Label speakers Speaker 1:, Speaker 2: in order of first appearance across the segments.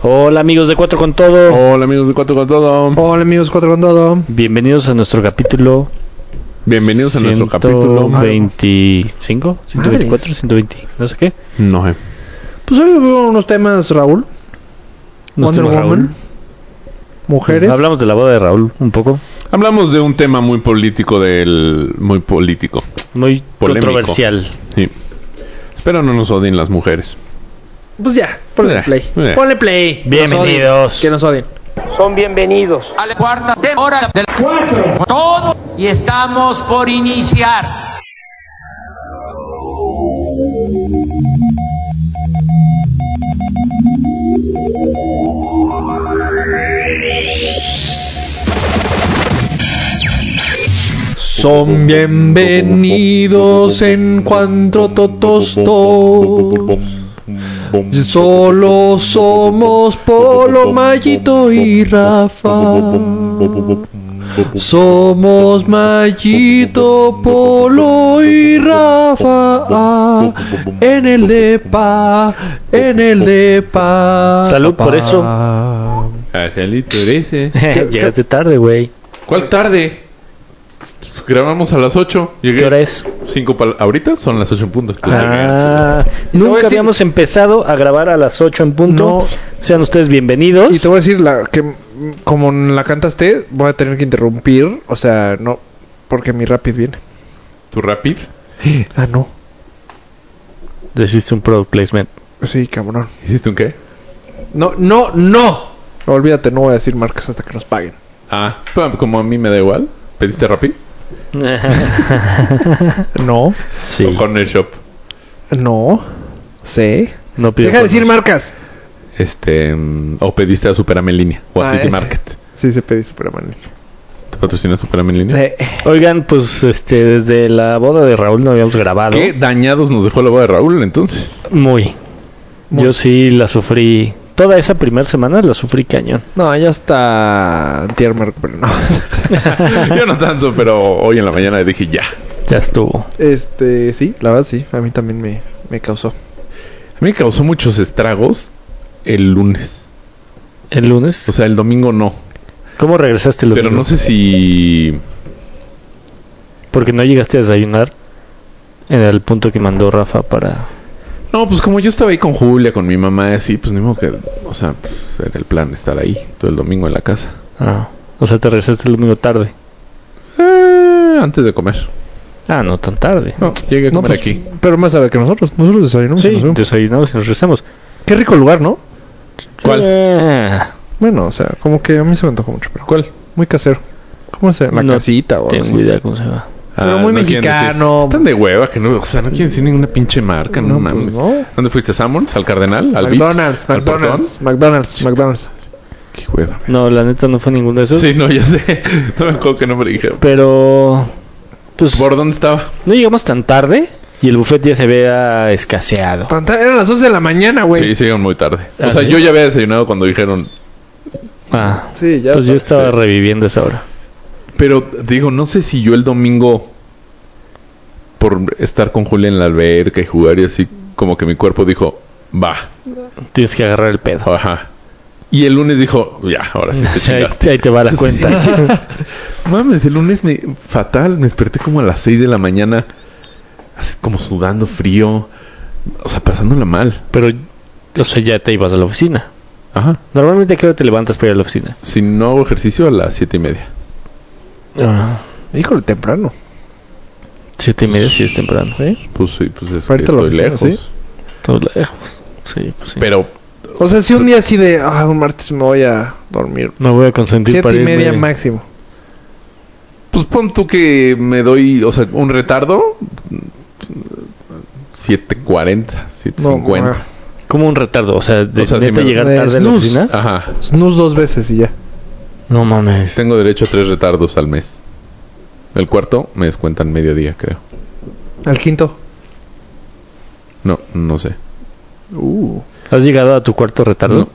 Speaker 1: Hola amigos de Cuatro con Todo.
Speaker 2: Hola amigos de Cuatro con Todo.
Speaker 3: Hola amigos Cuatro con Todo.
Speaker 1: Bienvenidos a nuestro capítulo.
Speaker 2: Bienvenidos a nuestro capítulo.
Speaker 1: 125, 124, 120, no sé qué.
Speaker 2: No eh. sé.
Speaker 3: Pues hoy hubo unos temas, Raúl.
Speaker 1: Nos
Speaker 3: Wonder
Speaker 1: tenemos
Speaker 3: Woman.
Speaker 1: Raúl.
Speaker 3: Mujeres.
Speaker 1: Hablamos de la boda de Raúl un poco.
Speaker 2: Hablamos de un tema muy político del... Muy político.
Speaker 1: Muy
Speaker 2: Polémico.
Speaker 1: controversial.
Speaker 2: Sí. Espero no nos odien las mujeres.
Speaker 3: Pues ya, ponle
Speaker 2: Ya,
Speaker 3: play.
Speaker 2: ya.
Speaker 3: Ponle play.
Speaker 1: Bienvenidos.
Speaker 3: Que nos odien.
Speaker 4: son bienvenidos a la cuarta hora del cuatro todo y estamos por iniciar.
Speaker 3: Son bienvenidos en cuanto totos todos. Solo somos Polo, Mayito y Rafa. Somos Mayito, Polo y Rafa. ah, En el depa, en el depa.
Speaker 1: Salud por eso. Llegaste tarde, güey.
Speaker 2: ¿Cuál tarde? Pues Grabamos a las 8. Llegué.
Speaker 1: ¿Qué hora es?
Speaker 2: 5 para... Ahorita son las 8 en punto.
Speaker 1: Ah,
Speaker 3: voy a
Speaker 1: nunca
Speaker 3: decir-
Speaker 1: habíamos empezado a grabar a las 8 en punto.
Speaker 3: No.
Speaker 1: Sean ustedes bienvenidos.
Speaker 3: Y te voy a decir la, que mm, como la cantaste, voy a tener que interrumpir. O sea, no, porque mi rapid viene.
Speaker 2: ¿Tu rapid?
Speaker 3: Ah, no.
Speaker 1: Hiciste un product placement.
Speaker 3: Sí, cabrón.
Speaker 2: ¿Hiciste un qué?
Speaker 3: No, no, no. Olvídate, no voy a decir marcas hasta que nos paguen.
Speaker 2: Ah, pues, como a mí me da igual. ¿Pediste rapid?
Speaker 3: No,
Speaker 1: sí.
Speaker 2: ¿O corner shop?
Speaker 3: no. Sí.
Speaker 1: No pido
Speaker 3: Deja de
Speaker 1: por-
Speaker 3: decir marcas.
Speaker 2: Este... mm, ¿O pediste a Superame en línea? ¿O a
Speaker 3: Ah,
Speaker 2: City
Speaker 3: eh.
Speaker 2: Market?
Speaker 3: Sí, se pedí Superman.
Speaker 2: ¿Te patrocina Superame en línea?
Speaker 1: Oigan, pues este desde la boda de Raúl no habíamos grabado.
Speaker 2: ¿Qué dañados nos dejó la boda de Raúl entonces?
Speaker 1: Muy. Yo sí la sufrí. Toda esa primera semana la sufrí cañón.
Speaker 3: No, ya está Tier pero no.
Speaker 2: Yo no tanto, pero hoy en la mañana dije ya.
Speaker 1: Ya estuvo.
Speaker 3: Este, sí, la verdad sí. A mí también me, me causó.
Speaker 2: A mí me causó muchos estragos el lunes.
Speaker 1: El
Speaker 2: O
Speaker 1: lunes.
Speaker 2: sea, el domingo no.
Speaker 1: ¿Cómo regresaste el
Speaker 2: Pero
Speaker 1: domingo?
Speaker 2: no sé si...
Speaker 1: Porque no llegaste a desayunar. Era el punto que mandó Rafa para.
Speaker 2: No, pues como yo estaba ahí con Julia, con mi mamá, así, pues ni modo que... O sea, pues, era el plan estar ahí todo el domingo en la casa.
Speaker 1: Ah, o sea, te regresaste el domingo tarde.
Speaker 2: Eh, antes de comer.
Speaker 1: Ah, no tan tarde.
Speaker 2: No, llegué a
Speaker 3: No,
Speaker 2: comer
Speaker 3: pues,
Speaker 2: aquí.
Speaker 3: Pero más tarde que nosotros. Nosotros desayunamos. y
Speaker 1: sí,
Speaker 3: nos fuimos.
Speaker 1: desayunamos y nos regresamos.
Speaker 3: Qué rico lugar, ¿no?
Speaker 2: ¿Cuál?
Speaker 1: Eh,
Speaker 3: Bueno, o sea, como que a mí se me antojó mucho, pero
Speaker 2: ¿Cuál?
Speaker 3: muy casero. ¿Cómo se La
Speaker 1: No
Speaker 3: casita o algo
Speaker 1: tengo
Speaker 3: así. Ah,
Speaker 1: idea cómo se llama.
Speaker 3: Pero muy
Speaker 2: Ah, quieren decir.
Speaker 3: mexicano.
Speaker 2: Están de hueva, que no... O sea, no quieren decir ninguna pinche marca, no,
Speaker 3: No, pues,
Speaker 2: mames.
Speaker 3: no.
Speaker 2: ¿Dónde fuiste? ¿Sammons? ¿Al Cardenal? ¿Al Vips?
Speaker 3: McDonald's,
Speaker 2: ¿Al Portón?
Speaker 3: McDonald's, McDonald's, McDonald's.
Speaker 2: Qué hueva.
Speaker 1: No, la neta no fue ninguno de esos.
Speaker 2: Sí, no, ya sé. No me acuerdo qué nombre dije.
Speaker 1: Pero. Pues
Speaker 2: ¿Por dónde estaba?
Speaker 1: no llegamos tan tarde y el buffet ya se había escaseado.
Speaker 3: Pantalla, eran las 11 de la mañana,
Speaker 2: Sí,
Speaker 3: güey.
Speaker 2: sí, muy tarde. O
Speaker 1: Ah,
Speaker 2: sea,
Speaker 1: ¿sí?
Speaker 2: yo ya había desayunado cuando dijeron.
Speaker 1: Ah,
Speaker 3: Sí, ya.
Speaker 1: pues yo estaba reviviendo esa hora.
Speaker 2: Pero digo, no sé si yo el domingo, por estar con Julia en la alberca y jugar y así, como que mi cuerpo dijo, va,
Speaker 1: Tienes que agarrar el pedo.
Speaker 2: ajá. Y el lunes dijo, ya, ahora sí
Speaker 1: O
Speaker 2: te
Speaker 1: sea, ahí,
Speaker 2: Ah, chingaste.
Speaker 1: ahí te va la cuenta.
Speaker 2: Mames, el lunes me fatal, me desperté como a las 6 de la mañana, así como sudando frío, o sea, pasándola mal.
Speaker 1: Pero, o sea, ya te ibas a la oficina.
Speaker 2: Ajá.
Speaker 1: Normalmente, ¿a qué hora te levantas para ir a la oficina?
Speaker 2: Si no hago ejercicio a las siete y media. Ah.
Speaker 3: Híjole, temprano.
Speaker 1: Siete y media, sí es temprano. ¿eh?
Speaker 3: ¿sí?
Speaker 2: Pues sí, pues es que
Speaker 3: Ahorita la
Speaker 2: estoy
Speaker 3: oficina,
Speaker 2: lejos.
Speaker 3: ¿sí?
Speaker 1: Todo lejos. Sí, pues sí.
Speaker 2: Pero
Speaker 3: O sea, si un día así de, ah, un martes me voy a dormir.
Speaker 1: me voy a consentir
Speaker 3: Siete
Speaker 1: para
Speaker 3: y
Speaker 1: irme.
Speaker 3: media máximo.
Speaker 2: Pues pon tú que me doy, o sea, un retardo. 7.40,
Speaker 3: No,
Speaker 2: 7.50.
Speaker 3: ah,
Speaker 1: Como un retardo. O sea, de
Speaker 2: O sea, sí
Speaker 1: neta
Speaker 2: me-
Speaker 1: llegar
Speaker 3: de
Speaker 1: tarde a la
Speaker 3: snooze.
Speaker 1: oficina.
Speaker 2: Ajá.
Speaker 3: snooze dos veces y ya.
Speaker 1: No mames.
Speaker 2: Tengo derecho a tres retardos al mes. El cuarto me descuentan mediodía, creo.
Speaker 3: Al quinto.
Speaker 2: No, no sé.
Speaker 3: Uh.
Speaker 1: ¿Has llegado a tu cuarto retardo?
Speaker 2: No.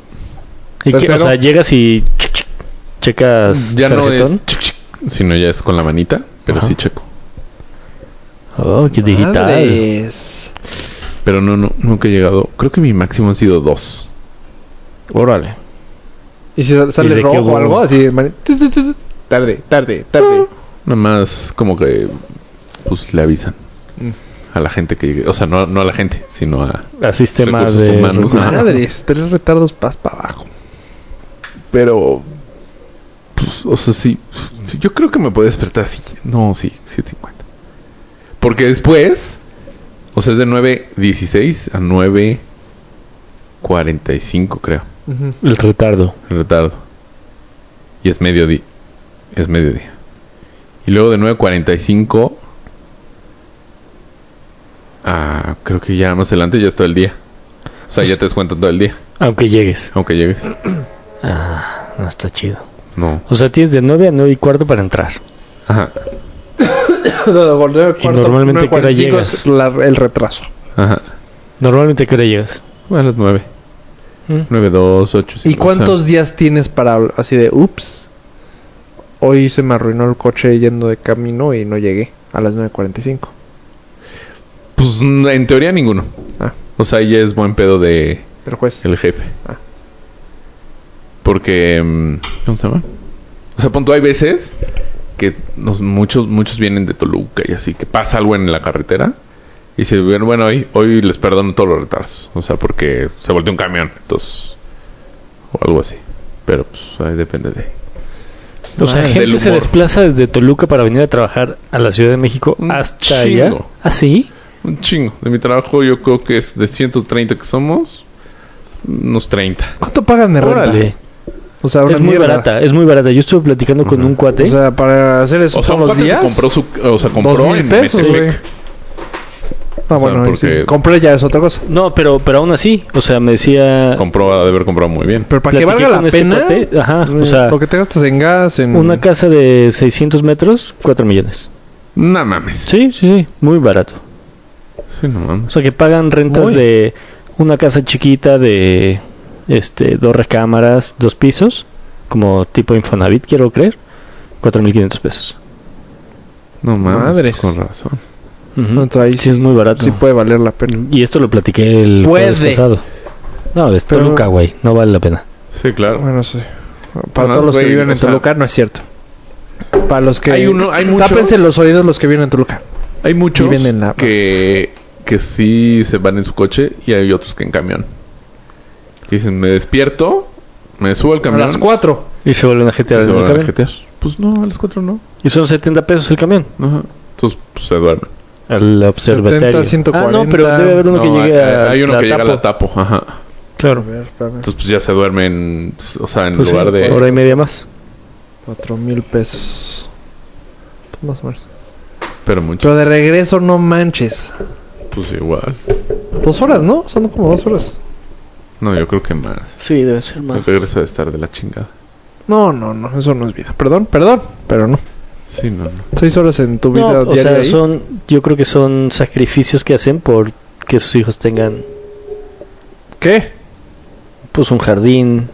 Speaker 2: Pues
Speaker 1: ¿Y qué? O
Speaker 3: Tercero.
Speaker 1: sea, llegas y ch- ch- checas
Speaker 2: Ya no
Speaker 1: tarjetón.
Speaker 2: es. Sino ya es con la manita, pero
Speaker 1: Ajá.
Speaker 2: sí checo.
Speaker 1: Oh, qué digital.
Speaker 3: Madres.
Speaker 2: Pero no, no, nunca he llegado. Creo que mi máximo han sido dos.
Speaker 1: Órale.
Speaker 3: Y si sale
Speaker 1: de qué
Speaker 3: rojo
Speaker 1: hubo?
Speaker 3: o algo así, mani- tu, tu, tu, tu. tarde, tarde, tarde.
Speaker 2: Nada más como que pues le avisan
Speaker 3: Mm.
Speaker 2: a la gente que llegue. O sea, no, no a la gente, sino a...
Speaker 1: A sistemas
Speaker 2: Recursos
Speaker 1: de...
Speaker 2: humanos.
Speaker 1: recursos-
Speaker 2: Ajá.
Speaker 3: Madres, tres retardos pas para abajo.
Speaker 2: Pero... Pues, o sea, sí, sí, Yo creo que me puedo despertar así. No, sí, 7.50. Porque después... O sea, es de 9.16 a 9.45, creo.
Speaker 1: El retardo.
Speaker 2: El retardo. Y es mediodía. Es mediodía. Y luego de 9.45 a... ah, Creo que ya más adelante ya es todo el día. O sea, ya te descuentan todo el día.
Speaker 1: Aunque llegues.
Speaker 2: Aunque llegues.
Speaker 1: Ah, no está chido.
Speaker 2: No.
Speaker 1: O sea, tienes de 9 a 9 y cuarto para entrar.
Speaker 2: Ajá.
Speaker 1: Y normalmente, ¿qué hora llegas?
Speaker 3: el retraso.
Speaker 2: Ajá.
Speaker 1: Normalmente, ¿a ¿qué hora llegas?
Speaker 2: Bueno, es 9.
Speaker 1: Mm.
Speaker 2: 9, 2, 8,
Speaker 3: ¿Y cuántos días tienes para habl- así de, ups, hoy se me arruinó el coche yendo de camino y no llegué a las 9.45?
Speaker 2: Pues mm, en teoría ninguno.
Speaker 3: Ah.
Speaker 2: O sea, ahí ya es buen pedo de
Speaker 3: El juez.
Speaker 2: el jefe.
Speaker 3: Ah.
Speaker 2: Porque... mm, ¿Cómo se llama? O sea, punto, hay veces que nos, muchos muchos vienen de Toluca y así, que pasa algo en la carretera. Y se bueno, bueno, hoy, hoy les perdono todos los retardos. O sea, porque se volteó un camión. Entonces... O algo así. Pero pues ahí depende de...
Speaker 1: O sea,
Speaker 2: Ah,
Speaker 1: gente
Speaker 2: del
Speaker 1: se
Speaker 2: humor.
Speaker 1: desplaza desde Toluca para venir a trabajar a la Ciudad de México
Speaker 3: Mm,
Speaker 2: Un
Speaker 1: hasta
Speaker 2: chingo.
Speaker 1: allá. ¿Ah, sí?
Speaker 2: Un chingo. De mi trabajo yo creo que es de 130 que somos, unos 30.
Speaker 3: ¿Cuánto pagan de renta?
Speaker 1: Órale.
Speaker 3: O sea, una
Speaker 1: Es muy
Speaker 3: mierda.
Speaker 1: barata, es muy barata. Yo estuve platicando con un cuate.
Speaker 3: O sea, para hacer eso
Speaker 2: O sea, un
Speaker 3: todos los
Speaker 2: cuate se
Speaker 3: días.
Speaker 2: compró su... O sea,
Speaker 3: dos
Speaker 2: compró
Speaker 3: mil
Speaker 2: en
Speaker 3: pesos, güey.
Speaker 2: Metepec.
Speaker 3: Ah,
Speaker 2: O sea,
Speaker 3: bueno, ahí
Speaker 2: porque-
Speaker 3: sí. compré ya es otra cosa.
Speaker 1: no, pero, pero aún así, o sea, me decía...
Speaker 2: Compró, ha de haber comprado muy bien.
Speaker 3: Pero para que
Speaker 1: Platiqué
Speaker 3: valga
Speaker 1: con
Speaker 3: la
Speaker 1: este
Speaker 3: pena, eh, Mm,
Speaker 1: cuate, ajá, o sea,
Speaker 3: lo que te gastas en gas, en
Speaker 1: una casa de 600 metros, 4 millones.
Speaker 2: No mames.
Speaker 1: Sí, sí, sí, muy barato.
Speaker 2: Sí, no mames.
Speaker 1: O sea, que pagan rentas
Speaker 3: Muy.
Speaker 1: de una casa chiquita de este dos recámaras, dos pisos, como tipo Infonavit, quiero creer, 4.500 pesos.
Speaker 2: No mames.
Speaker 3: Madres.
Speaker 2: Con razón.
Speaker 1: Ujú.
Speaker 3: Entonces, ahí
Speaker 1: sí, es muy barato.
Speaker 3: sí puede valer la pena.
Speaker 1: Y esto lo platiqué el
Speaker 3: Puede.
Speaker 1: jueves pasado. No, es
Speaker 3: Pero-
Speaker 1: Toluca, güey. No vale la pena.
Speaker 2: Sí, claro.
Speaker 3: Bueno, sí. Para
Speaker 2: No,
Speaker 3: todos los que
Speaker 2: güey,
Speaker 3: viven
Speaker 2: o
Speaker 3: en
Speaker 2: sea-
Speaker 3: Toluca no es cierto. Para los que
Speaker 2: Hay uno- hay muchos-
Speaker 3: tápense los oídos los que viven en Toluca.
Speaker 2: Hay muchos
Speaker 3: Viven en la-
Speaker 2: que, que sí se van en su coche y hay otros que en camión. Que dicen, me despierto, me subo al
Speaker 3: A
Speaker 2: camión.
Speaker 3: las 4.
Speaker 1: Y se vuelven a jetear
Speaker 2: y se
Speaker 1: en el
Speaker 2: van a
Speaker 1: camión.
Speaker 2: jetear. Pues no, a las 4 no.
Speaker 1: Y son 70 pesos el camión.
Speaker 2: Ajá. Entonces pues, se duermen.
Speaker 1: Al observatorio.
Speaker 3: 70, 140.
Speaker 1: Ah, no, pero debe haber uno
Speaker 2: No,
Speaker 1: que llegue
Speaker 2: hay,
Speaker 1: a.
Speaker 2: hay uno
Speaker 1: la
Speaker 2: que llega a la
Speaker 1: Tapo.
Speaker 2: tapo. Ajá.
Speaker 1: Claro.
Speaker 2: Entonces pues ya se duermen, o sea, en
Speaker 1: Pues sí,
Speaker 2: lugar de...
Speaker 1: Hora y media más.
Speaker 3: 4 mil pesos. Pues Más o menos.
Speaker 2: Pero mucho.
Speaker 3: Pero de regreso no manches.
Speaker 2: Pues igual.
Speaker 3: Dos horas, ¿no? Son como dos horas.
Speaker 2: No, yo creo que más.
Speaker 1: Sí, debe ser
Speaker 2: El regreso de estar de la chingada.
Speaker 3: No, no, no, eso no es vida. Perdón, perdón, pero no.
Speaker 2: Sí, no, no.
Speaker 3: Seis horas en tu vida
Speaker 1: o
Speaker 3: diaria.
Speaker 1: sea,
Speaker 3: ahí.
Speaker 1: son, yo creo que son sacrificios que hacen por que sus hijos tengan
Speaker 3: ¿Qué?
Speaker 1: pues un jardín.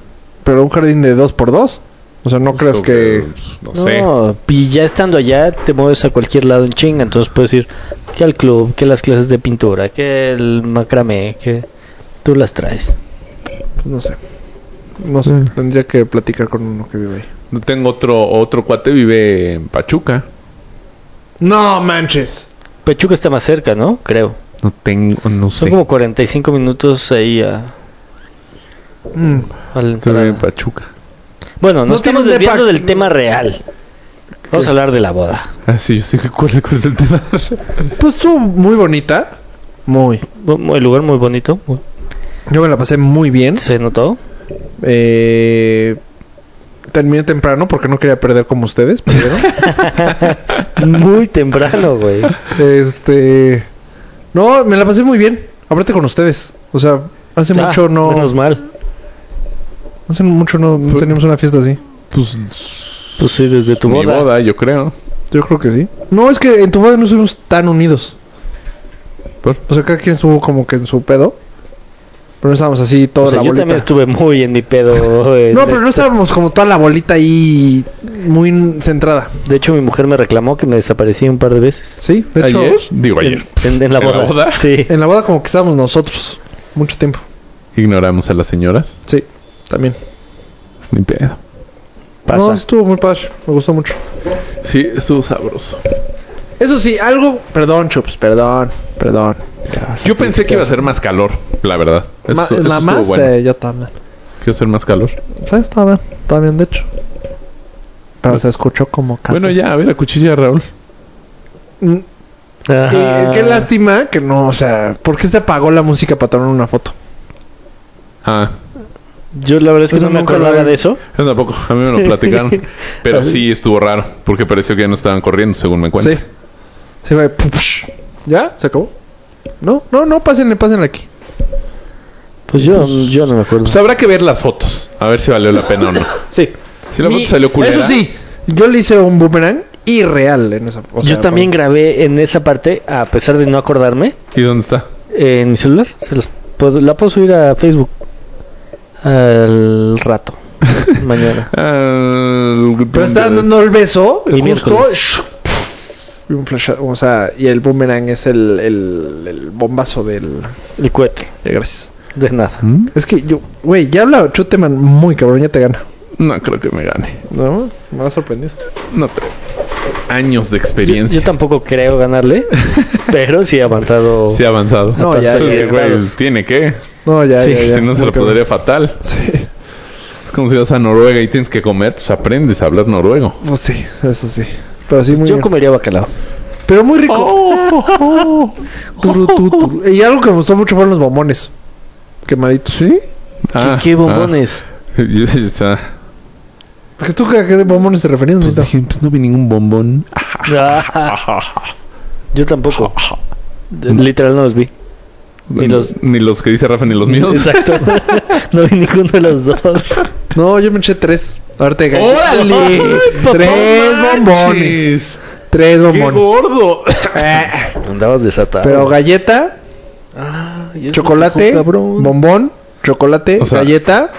Speaker 3: Pero un jardín de dos por dos. O sea, no crees
Speaker 2: Creo
Speaker 3: que.
Speaker 2: pues, No,
Speaker 1: No,
Speaker 2: sé.
Speaker 1: y ya estando allá te mueves a cualquier lado en chinga, entonces puedes ir que al club, que las clases de pintura, que el macramé, que tú las traes.
Speaker 3: pues, no sé. No sé.
Speaker 1: Mm.
Speaker 3: Tendría que platicar con uno que vive ahí.
Speaker 2: No tengo otro otro cuate vive en Pachuca.
Speaker 3: ¡No manches!
Speaker 1: Pechuca está más cerca, ¿no? Creo.
Speaker 2: No tengo, no sé.
Speaker 1: Son como 45 minutos ahí a,
Speaker 3: Mm.
Speaker 1: a la
Speaker 2: Se
Speaker 1: entrada.
Speaker 2: vive en Pachuca.
Speaker 1: Bueno, nos
Speaker 3: No
Speaker 1: estamos
Speaker 3: tienes
Speaker 1: desviando
Speaker 3: depa-
Speaker 1: del tema real. Vamos a hablar de la boda.
Speaker 2: Ah, sí, yo sé que cuál, cuál es el tema.
Speaker 3: Pues estuvo muy bonita. Muy.
Speaker 1: El lugar muy bonito, muy-
Speaker 3: ¿Mm? Yo me la pasé muy bien.
Speaker 1: se notó.
Speaker 3: Eh, terminé temprano porque no quería perder como ustedes. Pero,
Speaker 1: Muy temprano, güey.
Speaker 3: este. No, me la pasé muy bien. Aparte con ustedes. O sea, hace
Speaker 1: Ah,
Speaker 3: mucho no.
Speaker 1: Menos mal.
Speaker 3: Hace mucho no, no teníamos una fiesta así.
Speaker 2: Pues
Speaker 1: Pues sí, desde tu
Speaker 2: mi
Speaker 1: boda.
Speaker 2: boda. yo creo.
Speaker 3: Yo creo que sí. No, es que en tu boda no estuvimos tan unidos.
Speaker 2: ¿Por?
Speaker 3: O sea, cada quien estuvo como que en su pedo. Pero no estábamos así toda
Speaker 1: O sea,
Speaker 3: la
Speaker 1: yo
Speaker 3: bolita.
Speaker 1: también estuve muy en mi pedo. en
Speaker 3: No, pero no
Speaker 1: este-
Speaker 3: estábamos como toda la bolita ahí muy centrada.
Speaker 1: De hecho, mi mujer me reclamó que me desaparecí un par de veces.
Speaker 3: Sí, de hecho.
Speaker 2: ¿Ayer? Digo ayer.
Speaker 1: En, en- en la
Speaker 2: ¿En la
Speaker 1: boda.
Speaker 2: boda?
Speaker 1: Sí.
Speaker 3: Eh, En la boda como que estábamos nosotros. Mucho tiempo.
Speaker 2: Ignoramos a las señoras.
Speaker 3: Sí. También.
Speaker 2: Es ni pedo.
Speaker 1: Pasa.
Speaker 3: No, estuvo muy padre. Me gustó mucho.
Speaker 2: Sí, estuvo sabroso.
Speaker 3: Eso sí, algo. Perdón, Chups, perdón, perdón.
Speaker 2: Yo pensé que iba a ser más calor, la verdad. Eso-
Speaker 3: Ma-
Speaker 2: eso
Speaker 3: la
Speaker 2: estuvo
Speaker 3: más,
Speaker 2: bueno.
Speaker 3: eh, yo también.
Speaker 2: Quiero hacer más calor.
Speaker 3: Sí, está bien, está bien, de hecho. Pero se escuchó como café.
Speaker 2: Bueno, ya, a ver, la cuchilla, Raúl.
Speaker 3: Mm,
Speaker 1: Ajá.
Speaker 2: Ah.
Speaker 3: y Eh, qué lástima que no, o sea, ¿por qué se apagó la música para tomar una foto?
Speaker 2: Ah,
Speaker 1: Yo la verdad es que
Speaker 3: Eso
Speaker 1: no me
Speaker 3: nunca lo
Speaker 1: acordaba
Speaker 3: había-
Speaker 1: de eso.
Speaker 2: yo tampoco, a mí me lo platicaron. pero sí estuvo raro, porque pareció que ya no estaban corriendo, según me cuentan.
Speaker 3: Sí. Se va. y pu- psh. ¿Ya? ¿Se acabó? No, no, no, pásenle, pásenle aquí.
Speaker 1: Pues yo, yo no me acuerdo.
Speaker 2: Pues habrá que ver las fotos, a ver si valió la pena o no.
Speaker 1: sí.
Speaker 2: Si la
Speaker 3: Mi-
Speaker 2: foto salió culera.
Speaker 3: Eso sí, yo le hice un boomerang irreal en esa o
Speaker 1: yo
Speaker 3: sea,
Speaker 1: también grabé en esa parte, a pesar de no acordarme,
Speaker 2: ¿Y dónde está?
Speaker 1: eh, en mi celular. Se los puedo- la puedo subir a Facebook al rato. mañana.
Speaker 3: Pero
Speaker 2: Pero
Speaker 3: está dando el beso,
Speaker 1: El
Speaker 3: justo.
Speaker 1: miércoles.
Speaker 3: shh, pf, Y un flash, o sea, y el boomerang es el, el, el bombazo del.
Speaker 1: El cohete.
Speaker 3: eh, Gracias.
Speaker 1: De nada.
Speaker 3: Es que yo, güey, ya habla Chuteman muy cabrón, ya te gana.
Speaker 2: No creo que me gane.
Speaker 3: No, me ha sorprendido.
Speaker 2: No, pero... Años de
Speaker 1: Yo,
Speaker 2: experiencia.
Speaker 1: yo tampoco creo ganarle, pero sí he avanzado.
Speaker 2: Sí, ha avanzado.
Speaker 3: No, ya,
Speaker 2: Entonces,
Speaker 1: ya,
Speaker 2: que, güey,
Speaker 1: grados.
Speaker 2: tiene que.
Speaker 3: No, ya, ya, ya,
Speaker 2: si no se
Speaker 3: muy
Speaker 2: lo
Speaker 3: cabrón.
Speaker 2: podría fatal.
Speaker 3: Sí,
Speaker 2: Es como si vas a Noruega y tienes que comer, pues aprendes a hablar noruego.
Speaker 3: pues sí, eso sí. Pero sí, muy
Speaker 1: Yo
Speaker 3: bien.
Speaker 1: comería bacalao.
Speaker 3: Pero muy rico. Turu, tu, turu. Y algo que me gustó mucho fueron los bombones. Quemaditos. ¿Sí?
Speaker 2: Ah,
Speaker 1: ¿Qué, qué bombones?
Speaker 2: ah. Yo sí, o sea,
Speaker 3: ¿Tú a qué bombones te referías?
Speaker 2: pues
Speaker 3: Nita?
Speaker 2: dije, pues no vi ningún bombón. ah.
Speaker 1: Yo tampoco. Literal no los vi. Ni los-
Speaker 2: ni los que dice Rafa ni los míos.
Speaker 1: Exacto. no vi ninguno de los dos.
Speaker 3: No, yo me eché tres. Ahora te gané.
Speaker 2: ¡Órale!
Speaker 3: tres
Speaker 2: ¡No
Speaker 3: bombones.
Speaker 2: manches!
Speaker 3: Tres
Speaker 2: ¡Qué
Speaker 3: bombones.
Speaker 2: gordo!
Speaker 3: Eh,
Speaker 1: Andabas desatado.
Speaker 3: Pero galleta, chocolate, bombón, chocolate,
Speaker 2: O sea,
Speaker 3: galleta.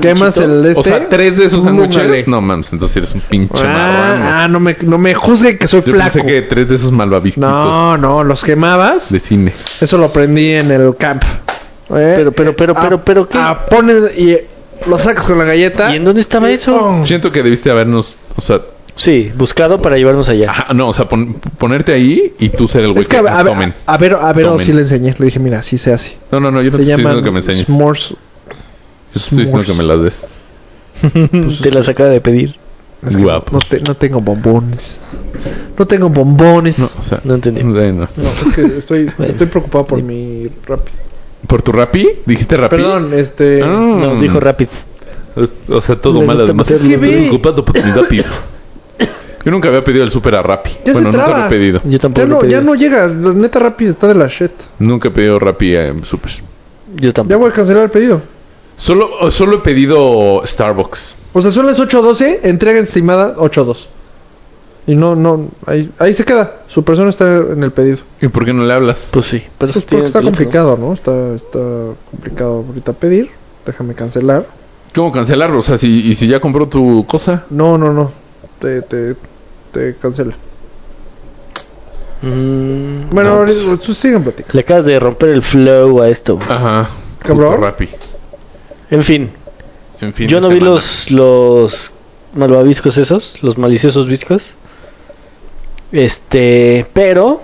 Speaker 3: Quemas el de este.
Speaker 2: O sea, tres de esos
Speaker 3: Ándale.
Speaker 2: sándwiches. No mames, entonces eres un pinche marrano.
Speaker 3: Ah, ah, no me, no me juzguen que soy
Speaker 2: Yo
Speaker 3: flaco.
Speaker 2: pensé que tres de esos malvavisquitos
Speaker 3: No, no, los quemabas.
Speaker 2: de cine.
Speaker 3: Eso lo aprendí en el camp. Eh,
Speaker 1: Pero, pero, pero,
Speaker 3: a-
Speaker 1: pero, pero, ¿qué?
Speaker 3: a pones y eh, lo sacas con la galleta.
Speaker 1: ¿Y en dónde estaba
Speaker 3: y
Speaker 1: eso?
Speaker 3: ¡pum!
Speaker 2: Siento que debiste habernos, o sea,
Speaker 3: ah.
Speaker 1: Sí, buscado para llevarnos allá.
Speaker 2: ajá, no, o sea, pon- ponerte ahí y tú ser el güey
Speaker 3: Es que a, a-
Speaker 2: ah, tomen.
Speaker 3: a ver, a ver, oh,
Speaker 2: Tomen.
Speaker 3: sí le enseñé. Le dije, mira, así se hace.
Speaker 2: No, no, no, yo no
Speaker 3: Se
Speaker 2: te estoy
Speaker 3: llaman
Speaker 2: diciendo que me enseñes. Yo
Speaker 3: s'mores.
Speaker 2: te estoy diciendo que me las des.
Speaker 3: Ah, pues,
Speaker 1: Te las acaba de pedir.
Speaker 3: Es que
Speaker 2: Guapo.
Speaker 3: No, te- no tengo bombones. No tengo bombones.
Speaker 2: No, o sea,
Speaker 1: No entendí.
Speaker 2: eh, no.
Speaker 3: es que estoy, estoy preocupado por mi rap.
Speaker 2: ¿Por tu rapi? ¿Dijiste rapi?
Speaker 3: Perdón, este.
Speaker 2: Ah.
Speaker 1: No, dijo Rapid.
Speaker 2: O sea, todo
Speaker 1: Me
Speaker 2: mal
Speaker 1: gusta
Speaker 2: además.
Speaker 1: meterlo.
Speaker 2: Estoy
Speaker 1: Es que ve.
Speaker 2: preocupado por mi rapi. Yo nunca había pedido el super a rapi.
Speaker 3: Ya se
Speaker 2: Bueno, nunca
Speaker 3: traba.
Speaker 2: lo he pedido.
Speaker 1: Yo
Speaker 3: Ya
Speaker 1: tampoco. lo
Speaker 3: no,
Speaker 1: pedí.
Speaker 3: ya no llega. La neta rápida está de la shit.
Speaker 2: Nunca he pedido rapi en super.
Speaker 1: Yo
Speaker 3: Ya
Speaker 1: tampoco.
Speaker 3: voy a cancelar el pedido.
Speaker 2: Solo, solo he pedido Starbucks.
Speaker 3: O sea, son las 8.12, entrega estimada 8.2. Y no, no, ahí, ahí se queda. Su persona está en el pedido.
Speaker 2: ¿Y por qué no le hablas?
Speaker 1: Pues sí. Pero
Speaker 3: Pues porque
Speaker 1: tiene
Speaker 3: está
Speaker 1: teléfono.
Speaker 3: complicado, ¿no? Está, está complicado ahorita pedir. Déjame cancelar.
Speaker 2: ¿Cómo cancelarlo? O sea, si, y si ya compró tu cosa.
Speaker 3: No, no, no. Te, te, te cancela.
Speaker 1: Mm,
Speaker 3: Bueno,
Speaker 2: No,
Speaker 3: ahorita- tú siguen platicando.
Speaker 1: le acabas de romper el flow a esto.
Speaker 2: Ajá.
Speaker 3: Cabrón.
Speaker 2: Puto Rappi.
Speaker 1: En fin,
Speaker 2: En fin
Speaker 1: yo
Speaker 2: de
Speaker 1: no vi
Speaker 2: semana.
Speaker 1: los los malvaviscos esos, los maliciosos viscos. Este, pero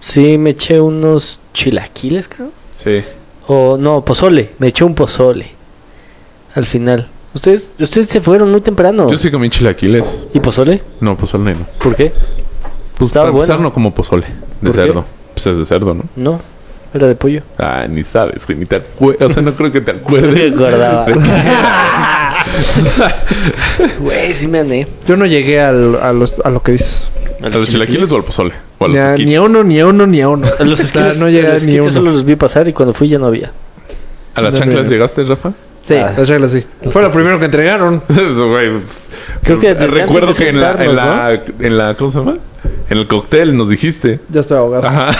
Speaker 1: sí me eché unos chilaquiles, creo.
Speaker 2: Sí.
Speaker 1: O no, pozole, me eché un pozole. Al final. Ustedes ustedes se fueron muy temprano.
Speaker 2: Yo sí comí chilaquiles.
Speaker 1: ¿Y pozole?
Speaker 2: No, pozole no.
Speaker 1: ¿Por qué?
Speaker 2: Pues
Speaker 1: Estaba
Speaker 2: para empezar,
Speaker 1: bueno.
Speaker 2: no como pozole. De
Speaker 1: ¿Por qué?
Speaker 2: cerdo. Pues es de cerdo, ¿no?
Speaker 1: No, era de pollo.
Speaker 2: Ah, ni sabes, güey. Ni te acuerdas. O sea, no creo que te acuerdes.
Speaker 1: Me acordaba.
Speaker 2: de qué
Speaker 1: Güey, sí me ané.
Speaker 3: Yo no llegué al, a, los, a lo que dices.
Speaker 2: ¿A los chilaquiles o al pozole? O a los
Speaker 3: Ni a,
Speaker 2: esquites.
Speaker 3: ni a uno, ni a uno, ni a uno.
Speaker 1: A los
Speaker 3: O sea,
Speaker 1: esquites,
Speaker 3: no
Speaker 1: a
Speaker 3: llegué
Speaker 1: los
Speaker 3: ni a
Speaker 1: esquites
Speaker 3: uno.
Speaker 1: solo los vi pasar y cuando fui ya no había.
Speaker 2: ¿A las
Speaker 3: No,
Speaker 2: chanclas
Speaker 3: mira.
Speaker 2: llegaste, Rafa?
Speaker 3: Sí,
Speaker 1: Ah.
Speaker 3: las reglas sí. Fue lo primero que entregaron.
Speaker 2: Eso, güey, pues,
Speaker 1: Creo que desde
Speaker 2: Recuerdo
Speaker 1: antes de
Speaker 2: que en la, en, la,
Speaker 1: sentarnos,
Speaker 2: en la... ¿Cómo se llama? En el cóctel nos dijiste.
Speaker 3: Ya estoy ahogado.
Speaker 2: Ajá.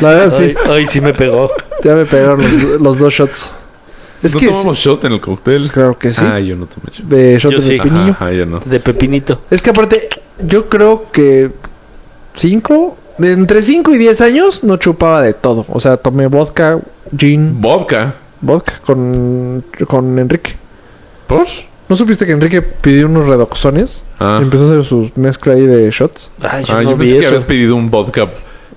Speaker 3: La verdad sí.
Speaker 1: Ay, ay, sí me pegó.
Speaker 3: Ya me pegaron los, los dos shots. Es
Speaker 2: ¿No
Speaker 3: que
Speaker 2: tomamos shot en el cóctel?
Speaker 3: sí, claro que sí.
Speaker 2: Ah, yo no tomé shot.
Speaker 3: de shot
Speaker 1: Yo
Speaker 3: de
Speaker 1: sí.
Speaker 2: Ajá,
Speaker 3: pepinillo.
Speaker 2: ajá, yo no.
Speaker 1: De pepinito.
Speaker 3: Es que aparte, yo creo que 5, entre 5 y 10 años no chupaba de todo. O sea, tomé vodka, gin,
Speaker 2: Vodka.
Speaker 3: vodka con, con Enrique.
Speaker 2: ¿Por?
Speaker 3: ¿No supiste que Enrique pidió unos redoxones?
Speaker 2: Ah.
Speaker 3: Y empezó a hacer su mezcla ahí de shots.
Speaker 1: Ay, yo
Speaker 2: Ah,
Speaker 1: no vi
Speaker 2: yo pensé que
Speaker 1: eso.
Speaker 2: habías pedido un vodka,